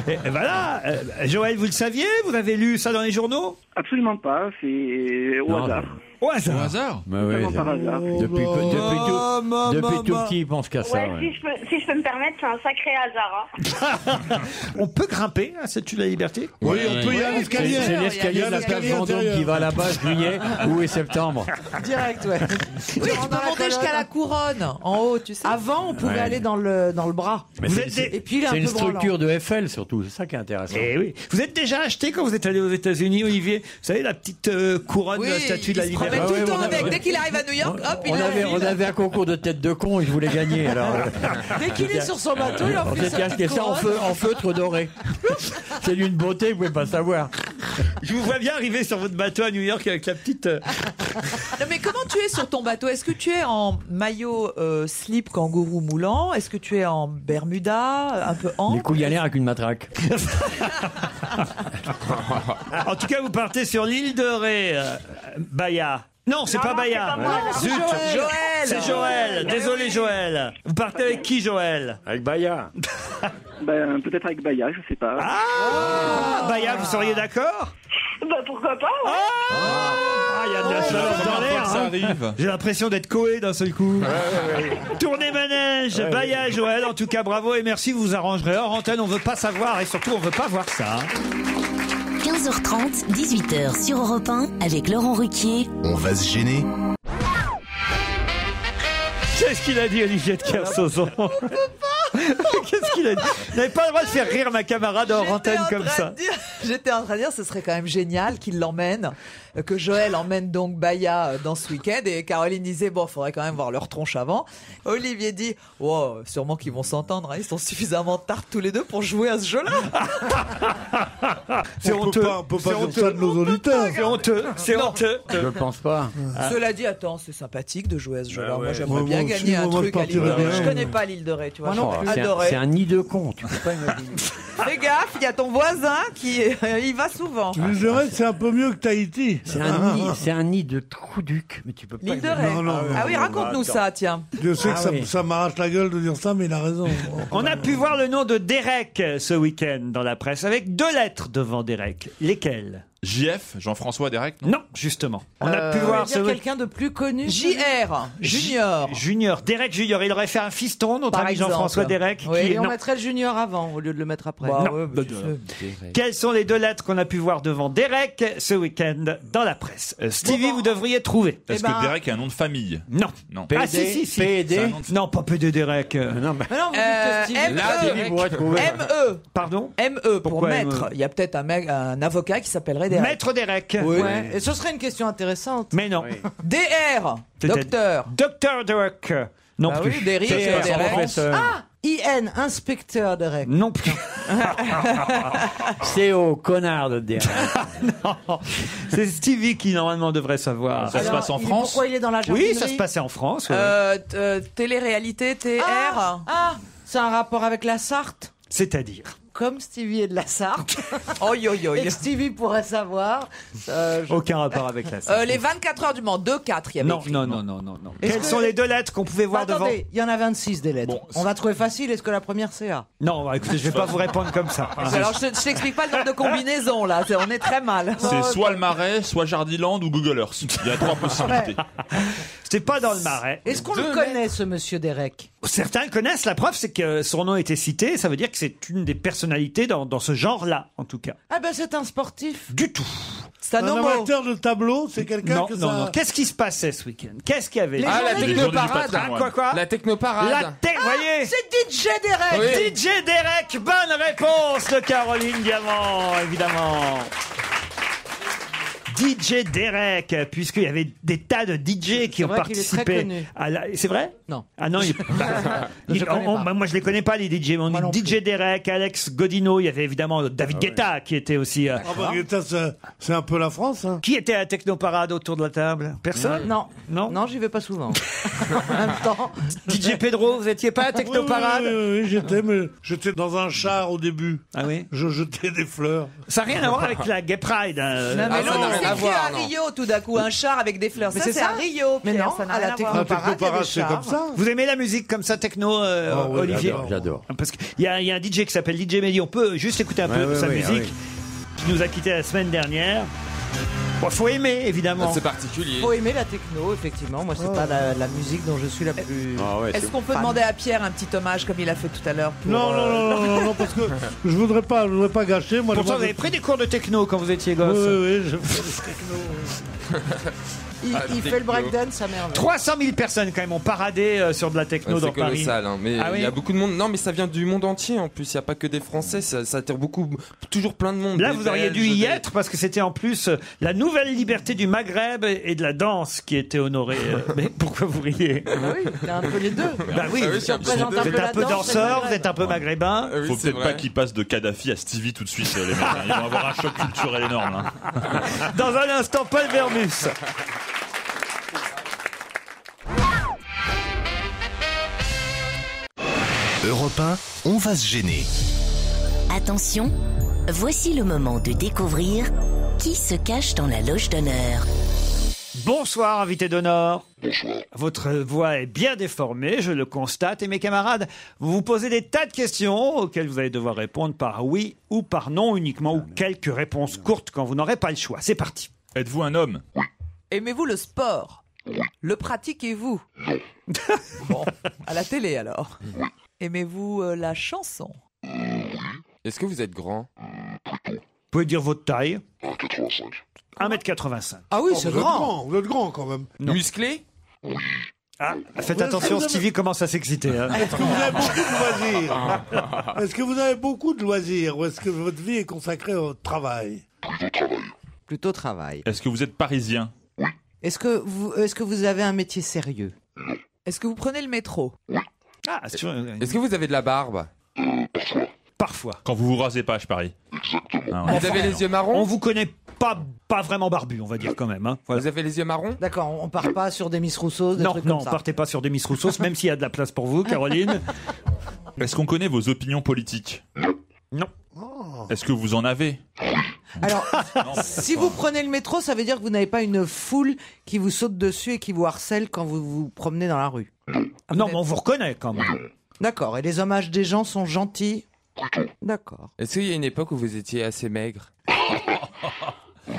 C: Et, et voilà, euh, Joël, vous le saviez Vous avez lu ça dans les journaux
O: Absolument pas, c'est au
C: Non,
O: hasard.
C: Au hasard Bah Au hasard
M: Mais oui,
O: Totalement par hasard.
M: depuis, depuis tout,
O: maman,
M: depuis tout
O: maman.
M: petit, il pense qu'à ça.
N: Ouais,
M: ouais.
N: si, je peux, si je peux me permettre, c'est un sacré hasard. hein.
C: [laughs] On peut grimper à cette Statue de la Liberté
M: Ouais, ouais. C'est- C'est l'escalier de la place Vendôme qui va à la base juillet ou septembre.
E: Direct, ouais.
F: Oui, tu peux monter jusqu'à la couronne, en haut, tu sais.
E: Avant, on pouvait
M: Ouais.
E: aller dans le, dans le bras.
M: [laughs] Mais
E: Vous
M: c'est-
E: êtes
M: c'est-
E: des- Et puis, il est un
M: c'est
E: peu
M: une structure
E: branlant.
M: de FL surtout, c'est ça qui est intéressant.
C: Eh oui. Vous êtes déjà acheté quand vous êtes allé aux États-Unis, Olivier Vous savez, la petite euh, couronne de la statue de la liberté Ah
F: tout le
M: ouais,
F: temps
M: on
F: avec.
M: avait-
F: Dès qu'il arrive à New York, hop, il
M: On
F: a
M: avait, on avait un concours de tête de con et je voulais gagner. Alors,
F: Dès qu'il est sur son bateau, il enfile
M: On s'est
F: sa petite
M: acheté ça en,
F: couronne.
M: feu- en feutre doré. C'est d'une beauté, vous pouvez pas savoir.
C: [laughs] Je vous vois bien arriver sur votre bateau à New York avec la petite. euh,
F: Non, mais comment tu es sur ton bateau Est-ce que tu es en maillot euh, slip kangourou moulant Est-ce que tu es en bermuda, un peu en
M: Les couilles à l'air avec une [laughs] matraque.
C: En tout cas, vous partez sur l'île de Ré, euh, Bahia. Non, c'est
F: Non,
C: pas
F: non,
C: Bahia.
F: c'est pas moi.
C: Zut.
F: Non, c'est Joël. Ah
C: C'est Joël. Désolé, Joël. Vous partez avec qui, Joël
M: Avec
C: [laughs]
M: Baya.
O: Ben, peut-être avec Baya, je sais pas.
C: Ah Bahia, vous seriez d'accord
N: Bah pourquoi pas ouais.
C: Ah, il y a de la
H: Oh,
C: salope dans l'air.
H: Ça
C: hein.
H: arrive.
C: J'ai l'impression d'être coé d'un seul coup.
H: ouais,
C: Tournez manège,
H: Ouais,
C: Bahia,
H: ouais.
C: Joël. En tout cas, bravo et merci. Vous vous arrangerez hors antenne. On veut pas savoir et surtout, on veut pas voir ça. hein.
I: 15h30, 18h sur Europe 1 avec Laurent Ruquier.
B: On va se gêner.
C: Qu'est-ce qu'il a dit, Olivier de Kersauzon Qu'est-ce qu'il a dit Vous n'avez pas le droit de faire rire ma camarade hors antenne comme ça.
F: [laughs] J'étais en train de dire, ce serait quand même génial qu'il l'emmène, euh, que Joël emmène donc Baya euh, dans ce week-end. Et Caroline disait, bon, faudrait quand même voir leur tronche avant. Olivier dit, wow, sûrement qu'ils vont s'entendre, hein, ils sont suffisamment tard tous les deux pour jouer à ce jeu-là.
C: C'est
D: on
C: honteux.
D: Peut pas, on peut
C: C'est
D: pas dire
C: honteux.
D: ça de nos auditeurs.
C: C'est honteux, c'est honteux. Ah.
M: Je ne pense pas.
D: Ah.
F: Cela dit, attends, c'est sympathique de jouer à ce jeu-là. Moi, j'aimerais
M: Moi,
F: bien
M: moi aussi,
F: gagner un
M: moi, je
F: truc à l'île de
M: partirais
F: Ré.
M: bien.
F: Je connais pas l'île de Ré, tu vois.
M: Oh, c'est un-
F: j'aurais adoré.
M: C'est un nid de con, tu peux pas imaginer.
F: Fais gaffe, il y a ton voisin qui [laughs] il va souvent.
D: Je vous dirais que c'est un peu mieux que Tahiti.
M: C'est un nid, c'est un nid de trouduc, mais tu peux pas.
F: L'île de Ré.
D: Non, non,
F: ah oui,
D: non,
F: raconte-nous
D: attends.
F: ça, tiens.
D: Je sais que
F: Ah
D: ça,
F: oui.
D: ça m'arrache la gueule de dire ça, mais il a
C: [laughs]
D: raison.
C: On a pu voir le nom de Derek euh, ce week-end dans la presse avec deux lettres devant Derek. Lesquelles
H: JF, Jean-François Derek,
C: non, justement. On a
F: Euh,
C: pu
F: vous
C: voir
F: voulez dire
C: ce
F: quelqu'un de plus connu. JR, Junior.
C: Junior, Derek Junior, il aurait fait un fiston, notre
F: Par
C: ami
F: exemple.
C: Jean-François Derek.
F: Oui,
C: qui-
F: et on
C: non.
F: mettrait le Junior avant au lieu de le mettre après.
C: Bah, Non. ouais, bah, tu sais. Quelles sont les deux lettres qu'on a pu voir devant Derek ce week-end dans la presse Euh, Stevie, vous devriez trouver.
F: Eh
H: Est-ce
F: ben-
H: que Derek a un nom de famille
C: Non.
H: Non.
C: Ah si, si, si.
H: C'est un nom de-
C: Non, pas PD Derek.
M: Non, mais...
F: Mais E. non, vous dites
C: Euh,
F: que Stevie-
C: M.E. Là, Stevie pourrait trouver.
F: M.E.
C: Pardon
F: M.E. E, pour
C: Pourquoi
D: E?
F: maître.
C: M.E.
F: Il y a peut-être un, mec, un avocat qui s'appellerait Derek.
C: Maître Derek.
F: Oui. Et ce serait une question intéressante.
C: Mais non.
F: DR.
C: C'était
F: Docteur.
C: Docteur Derek. Non
F: Bah
C: plus.
F: oui, Derek,
C: Ça, c'est
F: euh,
C: pas son
F: Derek.
C: professeur.
E: Ah IN, inspecteur de règles.
C: Non [laughs] plus.
M: C'est au connard de
C: [laughs]
M: Derek.
C: C'est Stevie qui normalement devrait savoir.
H: Ça se Alors, passe en il- France
E: pourquoi il est dans la
C: Oui,
E: jardinerie
C: ça se passait en France. ouais.
F: Euh, t- euh, télé-réalité, TR.
E: Ah, ah, c'est un rapport avec la Sarthe
C: C'est-à-dire.
E: Comme Stevie est de la Sarthe.
F: Oh, yo, yo, yo.
E: Et que Stevie pourrait savoir. euh, je-
C: Aucun rapport avec la
F: Euh, les 24 heures du Mans, 2-4, il y avait
C: Non,
F: écrit.
C: non, non, non, non, non.
E: Est-ce
C: Quelles
E: que-
C: sont les deux lettres qu'on pouvait voir
E: Bah,
C: devant
E: attendez, il y en a 26 des lettres. On va trouver facile. Est-ce que la première c'est A
C: Non, bah, écoutez, je vais pas vous répondre comme ça.
F: Alors, je, je t'explique pas le nombre de combinaisons, là. C'est- On est très mal.
H: [laughs]
E: Oh,
H: C'est soit le Marais, soit Jardiland ou Google Earth. Il y a trois possibilités.
C: C'était pas dans le marais.
E: Est-ce qu'on le connaît, ce monsieur Derek
C: Certains le connaissent. La preuve, c'est que son nom était cité. Ça veut dire que c'est une des personnalités dans, dans ce genre-là, en tout cas.
E: Ah ben, c'est un sportif.
C: Du tout.
F: C'est
D: Un amateur de tableau, c'est quelqu'un
C: Non,
D: que
C: non,
D: ça...
C: non. Qu'est-ce qui se passait ce week-end Qu'est-ce qu'il y avait
G: Ah, la
H: journées du- Les
G: technoparade
H: journées du patrimoine.
C: Quoi, quoi
G: La technoparade
C: La terre, voyez
E: Ah, C'est DJ Derek
G: Oui.
C: DJ Derek, bonne réponse de Caroline Diamant, évidemment. DJ Derek, puisqu'il y avait des tas de DJ qui ont
E: vrai qu'il est très
C: participé.
E: connu.
C: à la- C'est vrai
E: Non.
C: Ah
E: [laughs]
C: non, il- bah,
E: Je
C: il-
E: connais
C: on-
E: pas.
C: bah, moi je les connais pas les DJ. mais On dit DJ Derek, Alex Godino, il y avait évidemment
D: Ah
C: David Guetta qui était aussi. euh,
D: bah, c'est un peu la France. hein.
C: Qui était à Technoparade autour de la table Personne
E: Non.
C: Non
E: Non, j'y vais pas souvent. en même temps.
D: [laughs]
C: DJ Pedro, vous étiez pas à Technoparade
D: Oui, oui, oui, j'étais, mais j'étais dans un char au début.
C: Ah oui
D: Je jetais des fleurs. Ah,
C: Ça n'a rien à voir avec la Gay Pride. euh.
F: Non, mais non, c'est écrit à Rio tout d'un coup, un char avec des fleurs.
E: Mais
F: ça,
E: c'est
F: c'est
E: ça
F: à Rio.
E: Mais
F: Pierre,
E: non,
F: ça n'a
E: à la
F: rien voir.
E: Technoparade,
C: Technoparade,
E: il y a des chars.
C: Vous aimez la musique comme ça, techno, euh,
M: Ah oui,
C: Olivier
M: j'adore, j'adore.
C: Parce qu'il y, a il y a un DJ qui s'appelle DJ Melly. On peut juste écouter un peu
M: Ouais, ah ouais,
C: sa
M: ouais,
C: musique, qui nous a quitté la semaine dernière. Bon, faut aimer, évidemment.
G: Ah, C'est particulier.
E: Faut aimer la techno, effectivement. Moi, c'est pas la, la musique dont je suis la plus.
F: Est-ce qu'on peut demander à Pierre un petit hommage comme il a fait tout à l'heure pour,
D: Non,
F: euh,
D: non, non, non, non, non,
F: [laughs]
D: parce que je voudrais pas, je voudrais pas gâcher. Moi,
C: Pourtant,
D: je-
C: vous avez pris des cours de techno quand vous étiez
D: Oui,
C: gosse.
D: oui, oui.
E: Il,
C: Ah,
E: il fait
C: techno.
E: le breakdance, sa mère.
C: 300 000 personnes, quand même, ont paradé euh, sur de la techno
G: Ouais,
C: dans
G: C'est
C: Paris.
G: colossal, hein, mais
C: Ah oui
G: il y a beaucoup de monde. Non, mais ça vient du monde entier en plus. Il n'y a pas que des Français, ça, ça attire beaucoup, toujours plein de monde.
C: Là,
G: Des
C: vous auriez dû
G: Belges,
C: y
G: des-
C: être parce que c'était en plus euh, la nouvelle liberté du Maghreb et de la danse qui était honorée. euh,
E: [laughs]
C: Mais pourquoi vous riez
E: Bah oui, t'as un peu les deux.
C: Bah oui,
G: Ah oui,
C: vous
G: c'est
C: êtes- vous êtes
E: un peu la
C: un peu
E: danse,
C: danseur,
E: le
C: vous êtes un peu maghrébin.
H: Faut peut-être pas qu'ils passent de Kadhafi à Stevie tout de suite, euh, les mecs. hein. Ils vont avoir un choc culturel énorme. hein.
C: Dans un instant, Paul Vermus.
B: Europe 1, on va se gêner.
I: Attention, voici le moment de découvrir qui se cache dans la loge d'honneur.
C: Bonsoir, invité d'honneur. Votre voix est bien déformée, je le constate, et mes camarades, vous vous posez des tas de questions auxquelles vous allez devoir répondre par oui ou par non uniquement, ou quelques réponses courtes quand vous n'aurez pas le choix. C'est parti.
H: Êtes-vous un homme
F: Aimez-vous le sport Le pratiquez-vous Bon, à la télé alors. Aimez-vous euh, la chanson
G: Est-ce que vous êtes grand
C: Vous pouvez dire votre taille 1m85.
E: Ah oui,
D: Oh, vous
E: c'est
D: êtes
E: grand.
D: Vous êtes grand quand même.
G: Musclé
C: Ah, faites
D: Vous-
C: attention,
D: vous avez-
C: Stevie commence à s'exciter. hein.
D: Est-ce que vous avez beaucoup de loisirs Est-ce que vous avez beaucoup de loisirs ou est-ce que votre vie est consacrée au travail
E: Plutôt travail.
H: Est-ce que vous êtes parisien
E: Est-ce que, vous, est-ce que vous avez un métier sérieux
F: Est-ce que vous prenez le métro
C: Ah, c'est sûr, euh,
G: Est-ce que vous avez de la barbe
C: Parfois.
H: Quand vous vous rasez pas, je parie. Exactement.
G: Vous avez les yeux
C: On
G: marrons
C: vous connaît pas, pas vraiment barbu, on va dire quand même. hein. Voilà.
G: Vous avez les yeux marrons
E: D'accord, on part pas sur des Miss Rousseau, des
C: Non,
E: trucs
C: non,
E: comme ça.
C: partez pas sur des Miss Rousseau, même s'il y a de la place pour vous, Caroline.
H: [laughs] Est-ce qu'on connaît vos opinions politiques
C: Non.
D: Oh.
H: Est-ce que vous en avez
D: [laughs]
E: Alors, si vous prenez le métro, ça veut dire que vous n'avez pas une foule qui vous saute dessus et qui vous harcèle quand vous vous promenez dans la rue.
C: Ah Non, mais on vous reconnaît quand même.
E: D'accord, et les hommages des gens sont gentils
D: [laughs]
E: D'accord.
G: Est-ce qu'il y a une époque où vous étiez assez maigre [laughs]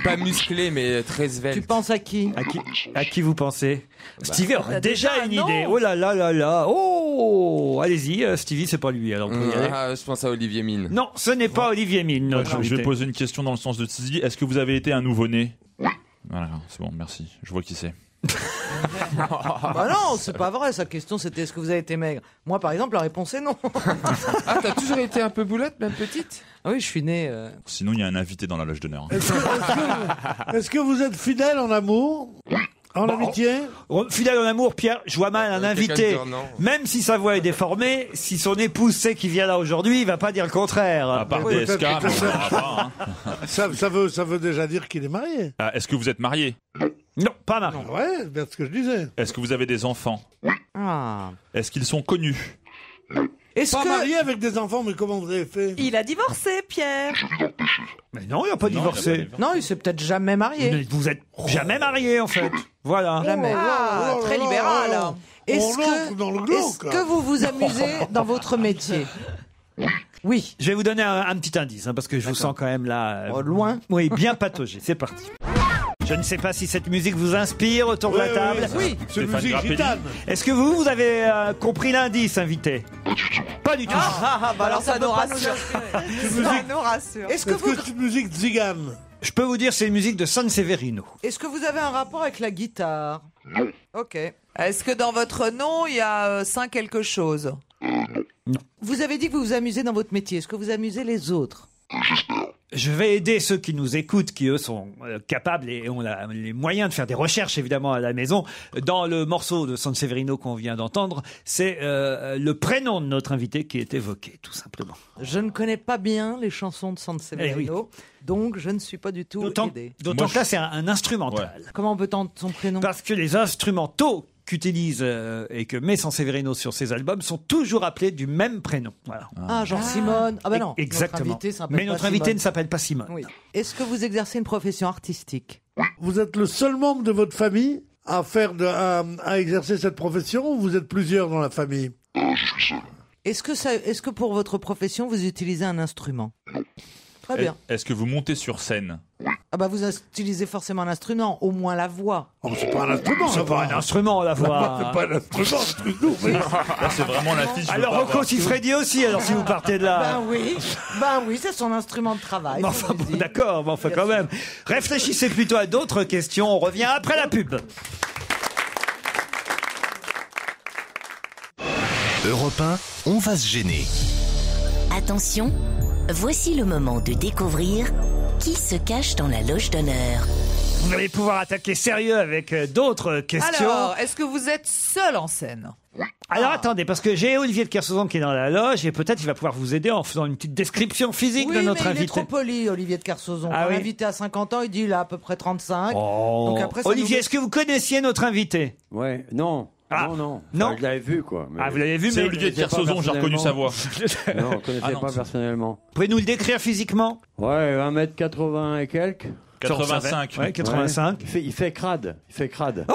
G: Pas musclé, mais très
E: Tu
G: svelte.
E: penses à qui
C: À qui, à qui vous pensez
G: Bah,
C: Stevie
F: T'as
C: aurait Bah, déjà
F: déjà
C: une
F: un nom
C: idée. Oh là là là là. Oh Allez-y, euh, Stevie, c'est pas lui, alors on peut y aller.
G: Ah, je pense à Olivier Mine.
C: Non, ce n'est pas Olivier Mine,
H: Moi,
C: notre
H: je, je vais
C: invité.
H: poser une question dans le sens de Tizi. Est-ce que vous avez été un nouveau-né Voilà, c'est bon, merci. Je vois qui c'est.
E: Bah non, c'est pas vrai. Sa question c'était est-ce que vous avez été maigre Moi par exemple, la réponse est non.
G: [laughs] Ah, t'as toujours été un peu boulotte, même petite
E: Ah oui, je suis né. euh,
H: Sinon, il y a un invité dans la loge d'honneur.
D: Est-ce que vous êtes fidèle en amour En amitié
C: Oh, Fidèle en amour, Pierre, je vois mal un
G: Euh, quelqu'un
C: invité.
G: dire non.
C: Même si sa voix est déformée, si son épouse sait qu'il vient là aujourd'hui, il va pas dire le
H: [laughs] À
C: contraire.
H: part
D: Oui, peut-être
H: DSK,
D: que
H: mais on verra pas. hein.
D: ça, ça veut, ça veut déjà dire qu'il est marié.
H: Ah, Est-ce que vous êtes marié
C: Non, pas Marie.
D: Ouais, c'est bien ce que je disais.
H: Est-ce que vous avez des enfants
E: Ah.
H: Est-ce qu'ils sont connus
E: Est-ce
D: Pas
E: que
D: marié avec des enfants, mais comment vous avez fait
F: Il a divorcé, Pierre.
C: Mais non, il n'a pas
H: Non, il a
C: divorcé.
H: pas
E: non, il s'est peut-être jamais marié.
C: Mais Vous êtes jamais marié en fait. Voilà.
E: Jamais.
F: Ah, très libéral. hein.
E: Est-ce
D: On entre dans le
E: que,
D: glauque,
E: est-ce
D: là.
E: que vous vous amusez dans votre métier Oui.
C: Je vais vous donner un, un petit indice, hein, parce que je vous sens quand même là. euh,
E: Oh, loin.
C: [laughs] Oui, bien pataugé. C'est parti. Je ne sais pas si cette musique vous inspire autour de la
D: Ouais,
C: table.
D: ouais, ouais. C'est
H: Stéphane
D: musique
H: Grappelli.
D: gitane.
C: Est-ce que vous, vous avez euh, compris l'indice, invité Pas du tout.
F: Ah, bah alors ça
E: peut
F: nous
E: pas
F: rassure. Ça
E: [laughs]
D: musique.
F: nous rassure.
E: Est-ce que
D: Est-ce
E: vous
D: que c'est une musique zigane
C: Je peux vous dire, c'est une musique de San Severino.
E: est-ce que vous avez un rapport avec la guitare OK.
F: Est-ce que dans votre nom, il y a euh, saint quelque chose
E: Vous avez dit que vous vous amusez dans votre métier. Est-ce que vous amusez les autres
C: je vais aider ceux qui nous écoutent, qui eux sont euh, capables et ont la- les moyens de faire des recherches évidemment à la maison. Dans le morceau de San Severino qu'on vient d'entendre, c'est euh, le prénom de notre invité qui est évoqué, tout simplement.
E: Je ne connais pas bien les chansons de Sanseverino, donc je ne suis pas du tout
C: D'autant
E: aidée.
C: d'autant que là, c'est un, un instrumental.
E: Comment peut-on son prénom
C: Parce que les instrumentaux qu'utilise euh, et que met Sanseverino sur ses albums sont toujours appelés du même prénom. Voilà.
E: Ah, genre Simone. Ah bah non.
C: E- Exactement.
E: Notre invité s'appelle
C: Mais
E: pas
C: notre invité
E: Simone.
C: ne s'appelle pas Simone.
E: Oui. Est-ce que vous exercez une profession artistique
D: Vous êtes le seul membre de votre famille à faire de, à, à exercer cette profession ou vous êtes plusieurs dans la famille
E: Est-ce que, ça, est-ce que pour votre profession, vous utilisez un instrument Très bien.
H: Est- Est-ce que vous montez sur scène
E: Ah bah vous utilisez forcément un instrument, au moins la voix.
D: c'est pas un instrument,
C: C'est
D: la
C: pas
D: voix.
C: un instrument, la
D: La
C: voix.
D: voix, c'est pas un instrument, c'est un truc lourd, oui.
H: Là, c'est vraiment la fiche. je veux
C: Alors,
H: pas
C: Rocco
H: avoir-
C: Siffredi aussi, alors si vous partez de là.
E: Ben oui, ben oui, c'est son instrument de travail.
C: Mais enfin, bon, d'accord, mais enfin, quand même. Réfléchissez plutôt à d'autres questions. On revient après la pub.
B: Europe 1, on va se gêner.
I: Attention, voici le moment de découvrir qui se cache dans la loge d'honneur.
C: Vous allez pouvoir attaquer sérieux avec euh, d'autres questions.
F: Alors, est-ce que vous êtes seul en scène
E: ah.
C: Alors attendez, parce que j'ai Olivier de Kersauzon qui est dans la loge et peut-être il va pouvoir vous aider en faisant une petite description physique
E: Oui,
C: de notre
E: mais il est
C: invité.
E: trop poli, Olivier de Carsozon.
C: Ah
E: Quand
C: oui.
E: L'invité à 50 ans, il dit il a à peu près 35.
C: Oh.
E: Donc après, ça
C: Olivier,
E: nous-
C: est-ce que vous connaissiez notre invité
M: Ouais, non. non, non.
C: Ah. non.
M: Enfin, je l'avais vu, quoi. mais-
C: Ah, vous l'avez vu,
M: C'est
C: mais-
M: Olivier de Kersauzon, j'ai reconnu sa voix.
C: [laughs]
M: Non, je ne connaissais
C: Ah, non.
M: pas personnellement.
C: Vous pouvez nous le décrire physiquement
M: Ouais, 1m80 et quelques.
H: 85.
C: Ouais, 85.
M: Il, fait, il fait crade. Il fait
E: [laughs]
M: crade.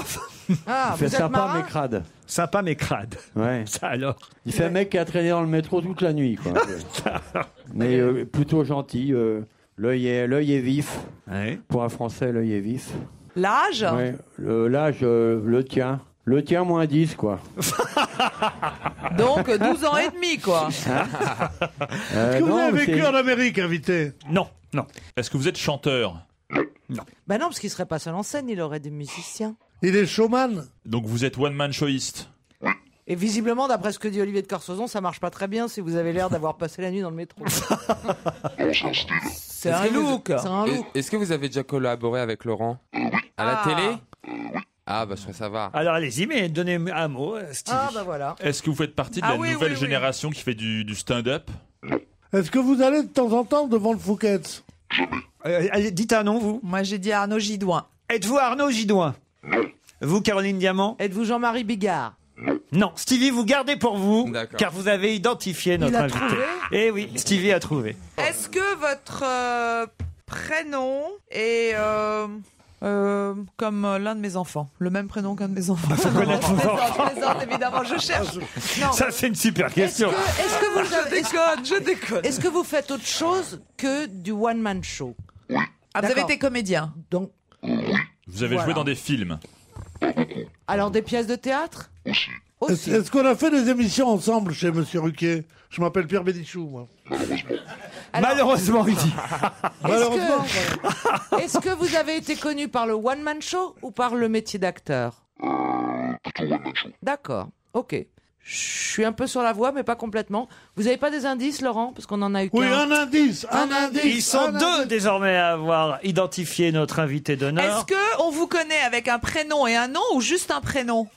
E: Ah,
M: il fait
E: vous êtes
M: sympa,
E: marin
M: mais crade.
C: Sympa, mais crade.
M: Ouais.
C: Ça alors.
M: Il fait un mec qui a traîné dans le métro toute la nuit,
C: [laughs]
M: quoi. mais euh, plutôt gentil. euh, l'œil est, l'œil est vif. Pour un Français, l'œil est vif.
F: L'âge
M: Ouais, le- l'âge, euh, le tien. Le tien moins 10, quoi.
F: Donc 12
C: [laughs]
F: ans et demi, quoi.
D: [laughs]
M: Euh,
E: Euh,
D: Est-ce que vous
M: non,
D: avez
M: mais
D: vécu
M: c'est-
D: en Amérique, invité
C: Non, non.
H: Est-ce que vous êtes chanteur
E: Bah non, parce qu'il serait pas seul en scène, il aurait des musiciens.
D: Il est showman
H: Donc vous êtes one man showiste.
E: Et visiblement, d'après ce que dit Olivier de Carsozon, ça marche pas très bien si vous avez l'air d'avoir passé la nuit dans le métro.
F: C'est un look.
E: C'est un look.
G: Est-ce que vous avez déjà collaboré avec Laurent À la
E: Ah.
G: télé Ah, bah, je crois que ça va.
C: Alors allez-y, mais donnez un mot, euh, Stevie.
E: Ah bah voilà.
H: Est-ce que vous faites partie de
E: Ah
H: la
E: oui,
H: nouvelle
E: oui, oui.
H: génération qui fait du, du stand-up
D: Est-ce que vous allez de temps en temps devant le Fouquet
C: Euh, allez, dites un nom, vous.
F: Moi, j'ai dit Arnaud Gidoin.
C: Êtes-vous Arnaud Gidoin Vous, Caroline Diamant
E: Êtes-vous Jean-Marie Bigard
C: Non. Stevie, vous gardez pour vous,
G: D'accord.
C: car vous avez identifié notre
E: a
C: invité.
E: trouvé
C: Eh oui, Stevie a trouvé.
F: Est-ce que votre euh, prénom est euh, euh, comme euh, l'un de mes enfants Le même prénom qu'un de mes enfants
C: Bah,
F: [laughs]
C: Faut connaître vos enfants.
F: Je plaisante, évidemment, je cherche. Non.
C: Ça, c'est une super question.
E: Est-ce que vous
F: Je
E: avez-
F: déconne, je déconne.
E: Est-ce que vous faites autre chose que du one-man show
F: Ah, vous avez
E: D'accord.
F: été comédien
E: Donc,
H: Vous avez joué dans des films.
E: alors des pièces de théâtre
D: Est-ce
F: [laughs]
E: Aussi.
D: est-ce qu'on a fait des émissions ensemble chez Monsieur Ruquier Je m'appelle Pierre Bénichou,
E: [laughs]
D: moi.
C: Malheureusement, il dit.
D: Malheureusement.
E: Est-ce que, est-ce que vous avez été connu par le one-man show ou par le métier d'acteur D'accord, ok. Je suis un peu sur la voie, mais pas complètement. Vous n'avez pas des indices, Laurent Parce qu'on en a eu
D: Oui,
E: qu'un.
D: un indice, un,
E: Un
D: indice.
E: indice.
C: Ils sont
D: un
C: deux
D: indice.
C: désormais à avoir identifié notre invité d'honneur.
F: Est-ce que on vous connaît avec un prénom et un nom ou juste un prénom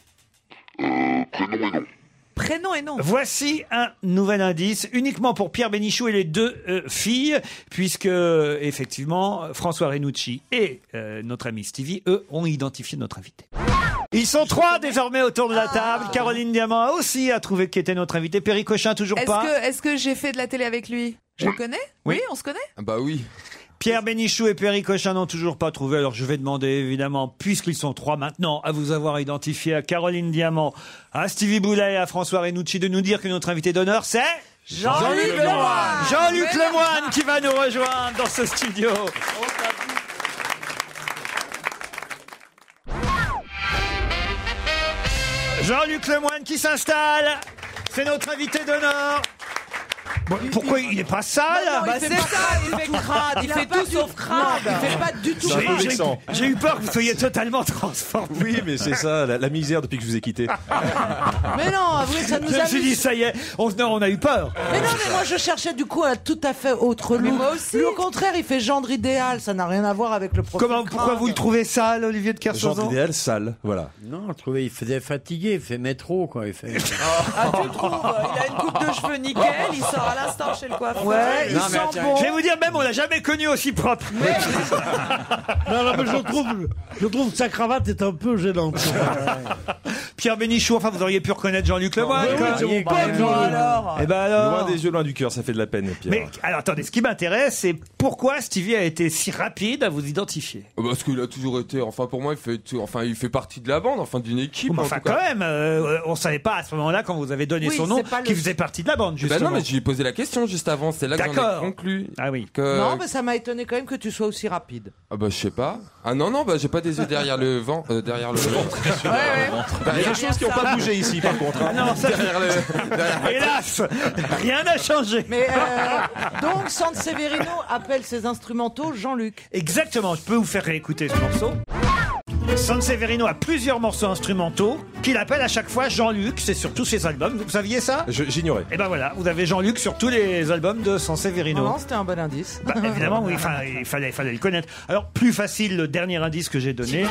F: Prénom et nom.
C: Voici un nouvel indice, uniquement pour Pierre Bénichou et les deux euh, filles, puisque euh, effectivement François Renucci et euh, notre ami Stevie, eux, ont identifié notre invité. Ils sont trois désormais autour de la table.
F: Ah.
C: Caroline Diamant aussi a trouvé qui était notre invité. Perry Cochin toujours
F: Est-ce
C: pas.
F: que, est-ce que j'ai fait de la télé avec lui Je le connais
C: Oui.
F: oui. on se connaît
G: Ah Bah oui.
C: Pierre Bénichou et Perry Cochin n'ont toujours pas trouvé. Alors je vais demander évidemment, puisqu'ils sont trois maintenant, à vous avoir identifié à Caroline Diamant, à Stevie Boulet et à François Renucci de nous dire que notre invité d'honneur c'est
F: Jean-Luc Lemoine.
C: Jean-Luc
F: Mais-
C: Lemoine qui va nous rejoindre dans ce studio. Jean-Luc Lemoine qui s'installe. C'est notre invité d'honneur. pourquoi il n'est pas sale
F: Bah non, il fait pas ça, il fait crade, il fait tout sauf crade. Il fait pas du tout
C: J'ai-
P: C'est un peu
C: j'ai-
P: vexant.
C: J'ai eu peur que vous soyez totalement transformé.
P: Oui, mais c'est ça, la, la misère depuis que je vous ai [laughs] quitté. Ah.
E: Mais non, avouez que ça nous
C: Je me suis
E: amuse.
C: dit, ça y est, on, non, on a eu peur.
E: Mais non, mais moi je cherchais du coup un tout à fait autre look.
F: moi aussi.
E: Lui, au contraire, il fait gendre idéal, ça n'a rien à voir avec le profil.
C: Comment, pourquoi vous le trouvez sale, Olivier de
P: Genre
C: Kersauzon
P: idéal, sale, voilà.
M: Non, je trouvais il faisait fatigué, il fait métro quoi, il
C: [laughs]
M: fait.
F: Il a une coupe de cheveux nickel, il sort à l'instant chez le coiffeur.
M: Ouais,
F: il
M: non, mais
F: sent
M: attends.
F: bon.
C: Je vais vous dire, même, on l'a jamais connu aussi propre.
Q: Non, non, Ah, mais je trouve, je trouve que sa cravate est un peu gênante.
C: [laughs] Pierre Bénichou, enfin, vous auriez pu reconnaître Jean-Luc Lemoyne.
P: mais oui, c'est mon pote,
Q: Jean-Luc.
C: Eh ben alors.
P: Loin des yeux, loin du cœur, ça fait de la peine, Pierre.
C: Mais alors attendez, ce qui m'intéresse, c'est pourquoi Stevie a été si rapide à vous identifier.
G: Ah, Parce qu'il a toujours été, enfin pour moi, il fait, tout- enfin il fait partie de la bande, enfin d'une équipe.
C: Oh, Mais
G: en
C: enfin,
G: tout cas.
C: quand même, euh, on savait pas à ce moment-là quand vous avez donné
G: Oui,
C: son nom
G: c'est pas le-
C: qu'il faisait partie de la bande,
G: Bah
C: justement.
G: non, mais j'ai posé la question juste avant, c'est là que j'en ai
C: D'accord.
G: conclu.
C: Ah oui.
G: Que...
E: Euh, Non, mais ça m'a étonné quand même que tu sois aussi rapide.
G: Ah bah je sais pas. Ah non non, bah j'ai pas des yeux derrière le vent, euh, derrière le ventre.
P: Bah, Il y a des choses qui n'ont pas bougé ici, par contre. hein.
C: Ah non,
P: [laughs]
C: ça,
G: Derrière le- derrière-
C: Hélas, rien n'a changé.
E: Mais euh, donc, San Severino appelle ses instrumentaux Jean-Luc.
C: Exactement, je peux vous faire réécouter ce morceau. Sanseverino a plusieurs morceaux instrumentaux qu'il appelle à chaque fois Jean-Luc, c'est sur tous ses albums. Vous saviez ça
P: Je- J'ignorais.
C: Et ben voilà, vous avez Jean-Luc sur tous les albums de Sanseverino.
E: Non, c'était un bon indice.
C: Bah, évidemment, oui, enfin, il fallait, il fallait le connaître. Alors, plus facile, le dernier indice que j'ai donné.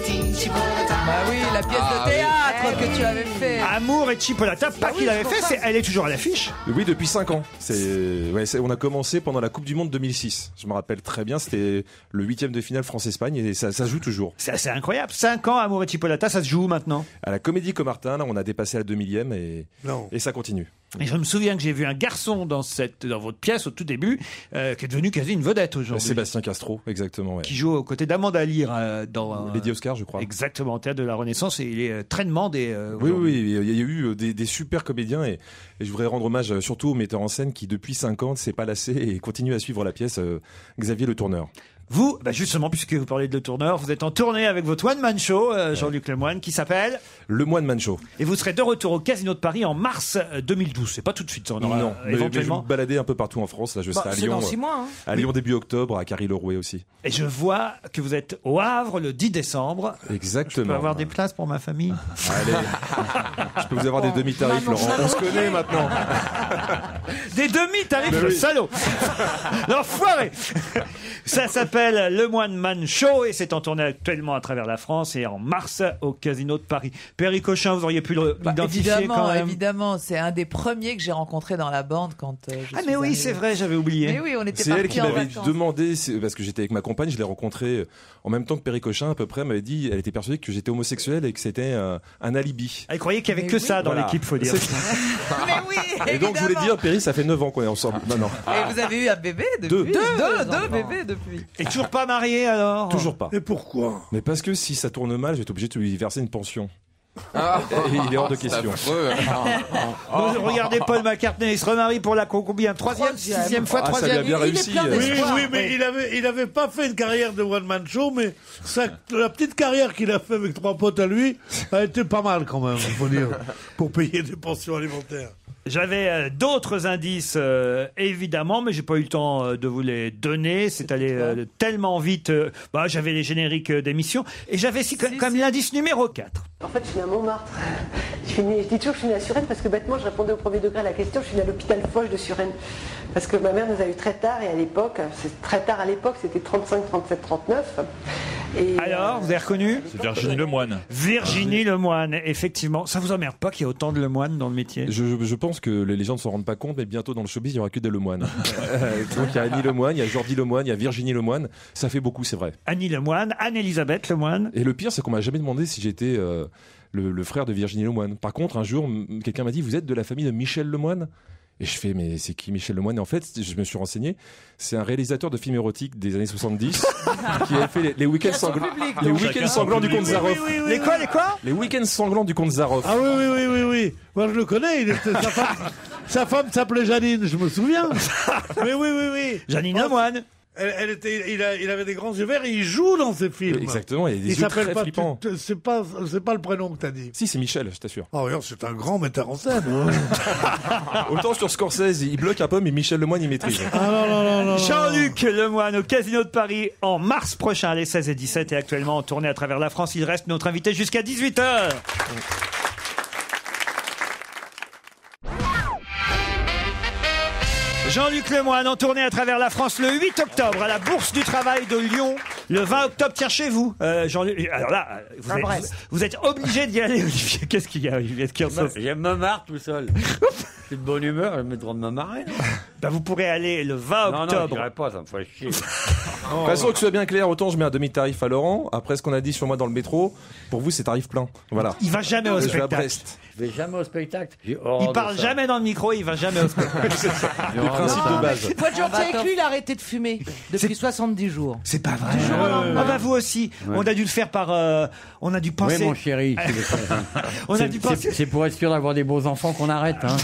F: Bah oui, la pièce
C: Ah
F: de
C: oui. Ah,
F: théâtre que tu avais fait.
C: Amour et Chipolata,
E: Bah
C: pas qu'il avait fait, c'est, elle est toujours à l'affiche.
P: Oui, depuis 5 ans. C'est, ouais, c'est- on a commencé pendant la Coupe du Monde 2006. Je me rappelle très bien, c'était le huitième de finale France-Espagne et ça, ça se joue toujours.
C: C'est assez incroyable. 5 ans, Amour et Chipolata, ça se joue où maintenant.
P: À la Comédie Comartin, là, on a dépassé la 2000e et, et ça continue.
C: Et je me souviens que j'ai vu un garçon dans cette, dans votre pièce au tout début, euh, qui est devenu quasi une vedette aujourd'hui.
P: Bah, Sébastien Castro, exactement. ouais.
C: Qui joue aux côtés d'Amanda Lear euh, dans. euh,
P: Lady Oscar, je crois.
C: Exactement, au théâtre de la Renaissance, et il est euh, très demandé. euh,
P: Oui,
C: aujourd'hui.
P: oui, oui, il y a eu euh, des, des super comédiens et, et je voudrais rendre hommage euh, surtout au metteur en scène qui depuis 50 s'est pas lassé et continue à suivre la pièce, euh, Xavier Le Tourneur.
C: Vous, bah justement, puisque vous parlez de Le Tourneur, vous êtes en tournée avec votre One Man Show, euh, Jean-Luc Lemoine, qui s'appelle
P: Le Moine Man Show.
C: Et vous serez de retour au Casino de Paris en mars euh, 2012. C'est pas tout de suite, ça, on aura, euh,
P: non, mais- mais, je vais
C: éventuellement.
P: me balader un peu partout en France. Là, je
C: Bah,
P: serai à
C: c'est
P: Lyon.
C: dans six
P: euh,
C: mois, hein.
P: À Lyon début octobre, à Carry-le-Rouet aussi.
C: Et je vois que vous êtes au Havre le 10 décembre.
P: Exactement.
C: Je peux avoir des places pour ma famille
P: [laughs] Allez. [laughs] je peux vous avoir des demi-tarifs,
C: Maman, Ah ça
P: Laurent. On
C: va
P: se connaît maintenant.
C: Des demi-tarifs,
P: Mais
C: le
P: oui. [laughs]
C: salaud L'enfoiré Ça s'appelle Le Moine Man Show et c'est en tournée actuellement à travers la France et en mars au Casino de Paris. Perry Cochin, vous auriez pu l'identifier
F: Évidemment,
C: quand même.
F: évidemment, c'est un des premiers que j'ai rencontré dans la bande quand euh, je
C: Ah
F: suis
C: mais oui,
F: arrivée.
C: c'est vrai, j'avais oublié.
F: Mais oui, on était
P: C'est elle
F: partis
P: qui
F: en
P: m'avait
F: vacances.
P: demandé, c'est- parce que j'étais avec ma compagne, je l'ai rencontrée euh, en même temps que Perry Cochin à peu près, m'avait dit, elle était persuadée que j'étais homosexuel et que c'était euh, un alibi.
C: Ah, Elle croyait qu'il y avait que ça dans
P: Voilà.
C: l'équipe, faut dire.
P: C'est-
C: [laughs]
F: Mais oui,
P: Et donc je voulais dire, Perry, ça fait 9 ans qu'on est ensemble. Non, non.
F: Et vous avez eu un bébé depuis
P: Deux.
F: Deux,
P: Deux,
F: deux,
P: deux enfants.
F: bébés depuis.
C: Et toujours pas marié
P: [laughs]
C: alors
P: Toujours pas.
D: Et pourquoi
P: Mais parce que si ça tourne mal, je vais être obligé de lui verser une pension.
C: Ah.
P: Et il est hors de question.
C: [laughs] Vous regardez Paul McCartney, il se remarie pour la con- combien Troisième,
Q: Troisième.
C: sixième fois,
P: Ah, ça lui
C: troisième.
P: a bien
C: Il- il est
P: réussi,
D: hein.
C: plein
P: euh.
Q: Oui,
C: d'espoir.
Q: oui, mais il avait, il avait pas fait une carrière de one man show, mais sa, la petite carrière qu'il a fait avec trois potes à lui a été pas mal quand même, [laughs] faut dire, pour payer des pensions alimentaires.
C: J'avais euh, d'autres indices, euh, évidemment, mais j'ai pas eu le temps euh, de vous les donner. C'est allé euh, tellement vite. euh, bah, j'avais les génériques euh, d'émissions. Et j'avais si, comme, comme l'indice numéro 4.
R: En fait, je suis née à Montmartre. [laughs] Je, suis née- je dis toujours que je suis née à Suresnes parce que bêtement, je répondais au premier degré à la question. Je suis née à l'hôpital Foch de Suresnes. Parce que ma mère nous a eu très tard et à l'époque, c'est très tard à l'époque, c'était 35, 37, 39. Et,
C: Alors, vous avez reconnu
H: C'est Virginie Lemoine.
D: [laughs]
C: Virginie Lemoine, effectivement. Ça vous emmerde pas qu'il y ait autant de Lemoine dans le métier
P: Je, je pense que les les gens ne s'en rendent pas compte, mais bientôt dans le showbiz, il n'y aura que des Lemoines. [laughs] Euh, Donc il y a Annie Lemoine, il y a Jordi Lemoine, il y a Virginie Lemoine. Ça fait beaucoup, c'est vrai.
C: Annie Lemoine, Anne-Elisabeth Lemoine.
P: Et le pire, c'est qu'on m'a jamais demandé si j'étais euh, le, le frère de Virginie Lemoine. Par contre, un jour, m- quelqu'un m'a dit Vous êtes de la famille de Michel Lemoine et je fais, mais c'est qui Michel Lemoine Et en fait, je me suis renseigné, c'est un réalisateur de films érotiques des années 70 qui a fait les, les week-ends
C: Chacun son
P: sanglants,
C: public,
P: les
C: donc.
P: week-ends
C: Chacun son
P: sanglants du
C: public.
P: comte
C: Oui, oui,
P: Zaroff.
C: oui, oui, Les quoi, les quoi
P: Les week-ends sanglants du comte Zaroff.
Q: Ah oui, oui, oui, oui, oui. Moi, je le connais. Il était, sa
P: [laughs]
Q: femme, sa femme s'appelait Janine, je me souviens. Mais oui, oui, oui.
C: Janine Lemoine.
D: elle, elle était, il, a- il avait des grands yeux verts et il joue dans ses films.
P: Exactement, il a des yeux
D: s'appelle
P: très
D: pas,
P: flippants.
D: tu- tu- C'est pas, c'est pas le prénom que t'as dit.
P: Si, c'est Michel, je t'assure.
D: Oh, regarde, c'est un grand metteur en scène. hein.
P: [laughs] Autant sur Scorsese, il bloque un peu, mais Michel Lemoine, il
C: Ah,
P: maîtrise.
C: Jean-Luc Lemoine au Casino de Paris en mars prochain, les 16 et 17, et actuellement en tournée à travers la France. Il reste notre invité jusqu'à 18h. Jean-Luc Lemoine en tournée à travers la France le 8 octobre à la Bourse du Travail de Lyon. Le 20 octobre, tiens chez vous. Euh, Jean-Luc, alors là, vous
S: À
C: êtes,
S: Brest.
C: vous êtes obligé d'y aller, Olivier. [laughs] Qu'est-ce qu'il y a, Olivier de Kersauzon
S: Je me marre tout
C: [laughs]
S: seul. Je suis de bonne humeur, je me droit de me
L: hein.
S: marrer.
C: Bah, vous pourrez aller le 20
S: Non, non,
C: octobre.
S: j'irai pas, ça me ferait
C: [laughs]
S: chier.
P: De toute façon, que ce soit bien clair, autant je mets un demi-tarif à Laurent. Après ce qu'on a dit sur moi dans le métro, pour vous, c'est tarif plein. Voilà.
C: Il va jamais au
P: Je vais à
C: spectacle.
P: Brest.
S: Je vais jamais au spectacle. J'ai
C: Il
S: horreur de
C: parle
S: Oh, ça.
C: jamais dans le micro, il va jamais
L: [laughs]
C: au spectacle.
P: Les principes de base.
E: Moi, Georgie avec lui, il a arrêté de fumer depuis 70 jours.
C: C'est pas vrai.
L: Euh,
C: Ah bah vous aussi. On a dû le faire par. euh, on a dû penser.
L: Oui, mon chéri. c'est le fait, hein.
C: On a
L: C'est-
C: dû
L: c'est-
C: penser-
L: C'est pour être sûr d'avoir des beaux enfants qu'on arrête. Hein.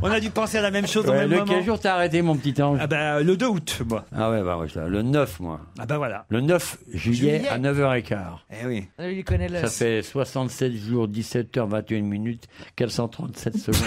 C: On a dû penser à la même chose au
L: Ouais,
C: même
L: le
C: moment.
L: quel jour t'as arrêté, mon petit ange
C: Ah bah, Le 2 août, moi.
L: Ah ouais, bah, ouais, ça, le 9, moi.
C: Ah bah voilà.
L: Le 9 juillet,
E: Juillet.
L: à 9h15.
C: Eh oui.
P: Ah,
E: Il connaît le.
L: Ça fait 67 jours, 17h21 minutes,
P: [laughs]
L: 437 secondes.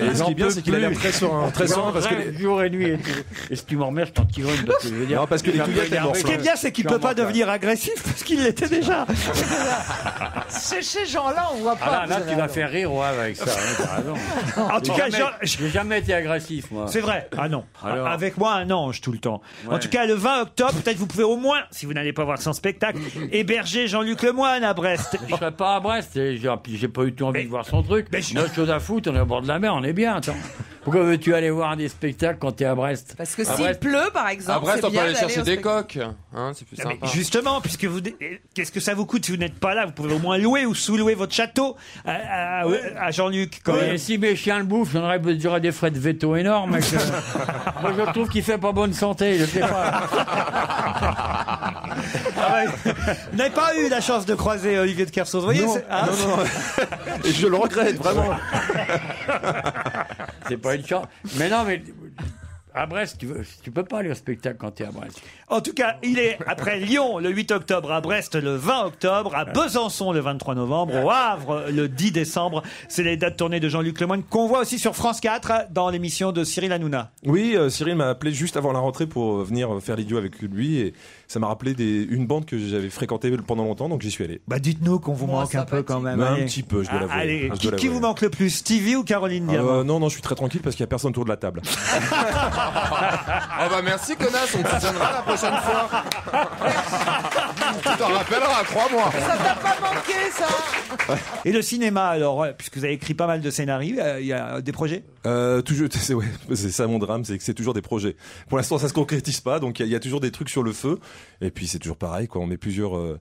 P: Et ce
L: J'en
P: qui est bien,
L: peux
P: c'est qu'il a l'air
L: plus.
P: très serein. hein, Très
L: J'en
P: serein parce que
L: rêve
P: les-
L: jour et nuit. Et, tout. Et si tu m'en remets, je t'en tire une. Parce que je veux dire,
P: Non, parce que
L: tu
P: les
L: vas me
P: douillettes, elles
L: énerver.
C: Ce qui est bien, c'est qu'il
L: Je
C: peut
L: suis en
C: pas
L: mental.
C: devenir agressif parce qu'il l'était déjà.
E: Ah, Chez ces gens-là, on voit pas.
L: Ah là,
E: vous
L: là,
E: avez
L: tu vas
E: raison.
L: faire rire, ouais, avec ça. hein, t'as raison.
C: [laughs] En tout
L: J'ai
C: cas,
L: jamais-
C: je-
L: j'ai jamais été agressif, moi.
C: C'est vrai. Ah non.
L: Alors
C: Avec moi, un ange tout le temps. En
L: Ouais.
C: tout cas, le 20 octobre, peut-être vous pouvez au moins, si vous n'allez pas voir son
P: [laughs]
C: spectacle, héberger Jean-Luc Lemoine à Brest.
L: Je serais pas à Brest, et j'ai puis j'ai pas eu tout envie de voir son truc. On a autre chose à foutre, on est au bord de la mer, on est bien, attends. Pourquoi veux-tu aller voir des spectacles quand t'es à Brest
F: Parce que
L: À
F: s'il
L: Brest.
F: pleut, par
G: À
F: exemple,
G: Brest,
F: c'est
G: on peut
F: bien
G: aller
F: d'aller
G: chercher
F: au
G: des
F: spectacle.
G: coques. Hein, c'est plus
C: Ah, mais
G: sympa.
C: justement, puisque vous, eh, qu'est-ce que ça vous coûte si vous n'êtes pas là Vous pouvez au moins louer ou sous-louer votre château à, à- à Jean-Luc. quand
L: Ouais,
C: même.
L: et si mes chiens le bouffent, j'en aurais- j'aurais des frais de veto énormes. mec.
G: [laughs]
L: Moi, je trouve qu'il fait pas bonne santé, je sais pas.
G: [laughs]
C: Ah ouais. Vous n'avez pas eu la chance de croiser Olivier de Kersauzon. Vous voyez,
P: Non.
C: c'est- ah,
P: Non, non, non. Et je le regrette vraiment.
L: C'est pas une chance. Mais non, mais à Brest, tu, veux- tu peux pas aller au spectacle quand t'es à Brest.
C: En tout cas, il est après Lyon le 8 octobre, à Brest le 20 octobre, à Besançon le 23 novembre, au Havre le 10 décembre. C'est les dates tournées de Jean-Luc Lemoyne qu'on voit aussi sur France 4 dans l'émission de Cyril Hanouna.
P: Oui, euh, Cyril m'a appelé juste avant la rentrée pour euh, venir euh, faire l'idiot avec lui et ça m'a rappelé des- une bande que j'avais fréquentée pendant longtemps, donc j'y suis allé.
C: Bah dites-nous qu'on vous manque un peu quand même.
P: Bah, un
C: allez.
P: petit peu, je dois
C: Ah,
P: l'avouer.
C: Allez,
P: Je
C: qui,
P: dois
C: qui
P: l'avouer.
C: vous manque le plus, Stevie ou Caroline Diamant
P: Euh, non, non, je suis très tranquille parce qu'il n'y a personne autour de la table.
G: [laughs] Ah bah merci connasse, on te soutiendra la prochaine fois. tu t'en rappelleras, crois-moi.
F: Ça t'a pas manqué, ça
C: Et le cinéma alors, euh, puisque vous avez écrit pas mal de scénarios, euh, il y a des projets
P: Euh, toujours, [laughs] c'est ouais, c'est ça mon drame, c'est que c'est toujours des projets. Pour l'instant, ça se concrétise pas, donc il y, a- il y a toujours des trucs sur le feu. Et puis c'est toujours pareil, quoi. On met plusieurs euh,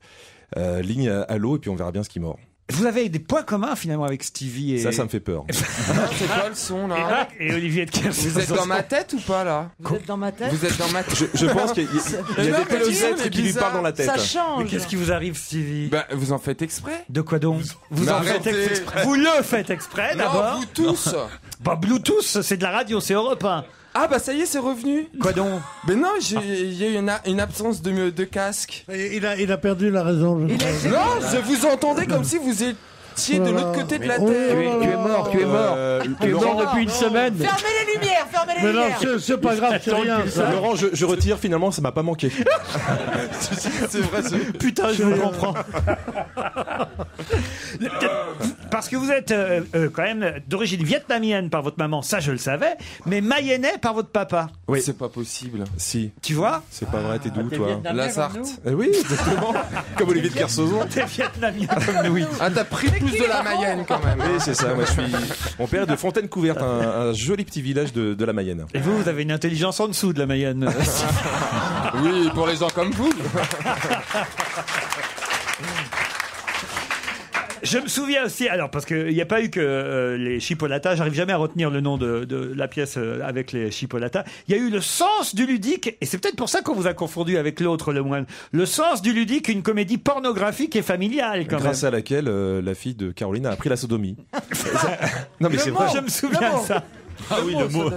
P: euh, lignes à, à l'eau et puis on verra bien ce qui mord.
C: Vous avez des euh, points communs finalement avec Stevie et...
P: Ça, ça me fait peur.
G: C'est quoi le son
C: Et,
G: là
C: et Olivier de Kersauzon.
G: Vous êtes dans ma tête ou pas là
E: Vous êtes dans ma tête
G: Vous êtes dans ma tête.
P: Je, je pense qu'il y, a- il y
G: Non,
P: a des
G: mais tu sais,
P: pelosettes
G: mais
P: qui lui
G: bizarre.
P: parlent dans la tête.
E: Ça change.
C: Mais qu'est-ce qui vous arrive, Stevie
G: Bah, vous en faites exprès
C: De quoi donc Vous
G: Mais
C: en faites
G: arrêtez.
C: exprès. Vous le faites exprès
G: Non,
C: d'abord.
G: vous tous
C: Bah Bluetooth, c'est de la radio, c'est Europe 1.
G: Ah bah ça y est, c'est revenu
C: Quoi donc
G: Mais non, j'ai- il y a eu une, a- une absence de, de casque.
D: Et Il a,
G: [laughs]
D: il a perdu la raison. je-
G: Non, je vous entendais comme si vous étiez de l'autre côté de la
D: Oh là
G: Terre.
D: là là là.
L: tu es mort.
P: Euh,
L: tu es
P: Laurent-
L: mort depuis une semaine.
F: Fermez les lumières, fermez les
D: Mais non,
F: lumières.
D: c'est- c'est pas grave, c'est rien. ça.
P: Laurent, je, je retire finalement, ça m'a pas manqué.
G: C'est vrai,
C: [laughs]
G: c'est
C: Putain, je vous comprends. Parce que vous êtes euh, euh, quand même d'origine vietnamienne par votre maman, ça je le savais, mais mayennais par votre papa.
G: C'est
C: [laughs]
G: pas possible.
P: si,
C: Tu vois
P: c'est pas vrai, t'es d'où
L: T'es
P: toi
L: vietnamien
G: La
L: comme
G: Sarthe.
L: nous
P: Eh Oui, [laughs] exactement. Comme Olivier de Kersauzon.
C: T'es vietnamien.
P: Oui.
G: Ah, t'as pris plus de la Mayenne quand
D: [laughs]
G: même.
P: Oui, c'est ça. Moi, je suis. Mon père est de Fontaine Couverte, un, un joli petit village de, de la Mayenne.
C: Et vous, vous avez une intelligence en dessous de la Mayenne.
G: Oui, pour les gens comme vous.
C: Je me souviens aussi, alors parce qu'il n'y a pas eu que euh, les chipolatas, j'arrive jamais à retenir le nom de, de la pièce euh, avec les chipolatas, il y a eu le sens du ludique, et c'est peut-être pour ça qu'on vous a confondu avec l'autre, le moine. Le sens du ludique, une comédie pornographique et familiale quand
P: Grâce
C: même. [laughs]
P: à laquelle euh, la fille de Caroline a appris la sodomie. non, mais c'est
C: Moi,
P: vrai.
C: je me souviens de ça.
H: Ah oui, le mot.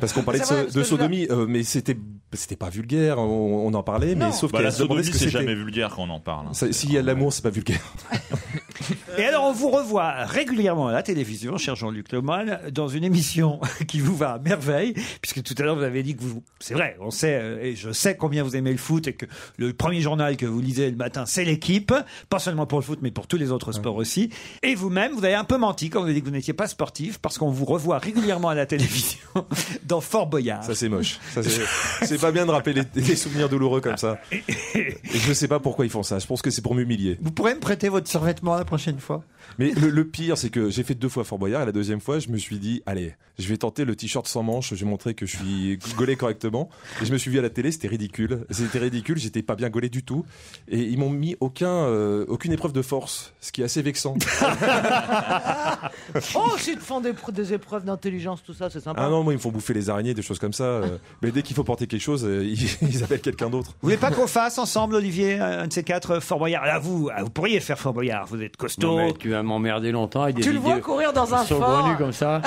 P: Parce qu'on parlait de,
H: C'est vrai,
P: so- de
H: parce que je l'ai-
P: sodomie, euh, mais c'était c'était pas vulgaire, on, on en parlait, mais sauf
H: Bah,
P: qu'elle
H: la
P: se demandait
H: sodomie,
P: ce que
H: c'est
P: c'était.
H: jamais vulgaire hein. quand on en parle.
P: Ça- S'il y a de l'amour, c'est pas vulgaire.
C: Et alors, on vous revoit régulièrement à la télévision, cher Jean-Luc Lemoine, dans une émission [laughs] qui vous va à merveille, puisque tout à l'heure, vous avez dit que vous... C'est vrai, on sait, euh, et je sais combien vous aimez le foot, et que le premier journal que vous lisez le matin, c'est l'équipe, pas seulement pour le foot, mais pour tous les autres sports aussi. Et vous-même, vous avez un peu menti quand vous avez dit que vous n'étiez pas sportif, parce qu'on vous revoit régulièrement à la télévision, [laughs] dans Fort Boyard.
P: Ça, c'est moche. Ça, c'est- C'est pas bien de rappeler les, les souvenirs douloureux comme ça. Et je sais pas pourquoi ils font ça. Je pense que c'est pour m'humilier.
C: Vous pourrez me prêter votre survêtement la prochaine fois
P: Mais le, le pire, c'est que j'ai fait deux fois Fort Boyard et la deuxième fois, je me suis dit, allez, je vais tenter le t-shirt sans manches. Je vais montrer que je suis gaulé correctement. Et je me suis vu à la télé, c'était ridicule. C'était ridicule. J'étais pas bien gaulé du tout. Et ils m'ont mis aucun, euh, aucune épreuve de force, ce qui est assez vexant.
E: Oh, s'ils te font des, pr- des épreuves d'intelligence, tout ça, c'est sympa.
P: Ah non, moi, ils me font bouffer les araignées, des choses comme ça. euh. Mais dès qu'il faut porter quelque chose, euh, ils, [laughs] ils appellent quelqu'un d'autre.
C: Vous voulez pas [laughs] qu'on fasse ensemble, Olivier, un de ces quatre Fort Boyard Là, vous, ah, vous pourriez faire Fort Boyard. Vous êtes costaud.
M: Non, mais tu vas m'emmerder longtemps avec des
C: Tu le vois
M: idées
E: courir dans un
M: saugrenues
E: fort.
M: comme ça.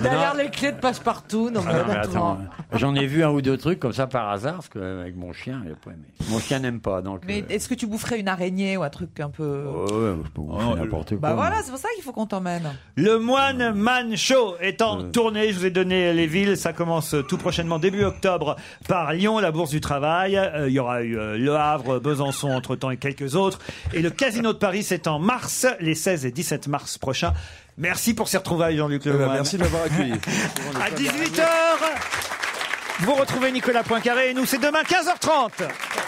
E: Derrière les clés de passe-partout, non, mais
M: Ah non, mais
E: honnêtement.
M: attends, euh, J'en ai vu un ou deux trucs comme ça par hasard, parce qu'avec mon chien, il a pas aimé. Mon chien n'aime pas, donc.
F: Mais est-ce que tu boufferais une araignée ou un truc un peu.
L: Oh.
M: euh, ouais, je peux vous
G: Oh,
M: faire n'importe quoi.
F: Bah voilà, c'est pour ça qu'il faut qu'on t'emmène.
C: Le Moine Man Show est en
P: Euh.
C: tournée. Je vous ai donné les villes. Ça commence tout prochainement, début octobre, par Lyon, la Bourse du Travail. Euh, Il y aura eu euh, Le Havre, Besançon, entre-temps, et quelques autres. Et le Casino de Paris, c'est en mars, les 16 et 17 mars prochains. Merci pour ces retrouvailles, Jean-Luc
P: Eh ben,
C: Lemoine.
P: merci de m'avoir accueilli.
C: [laughs] à 18h, vous retrouvez Nicolas Poincaré et nous, c'est demain 15h30.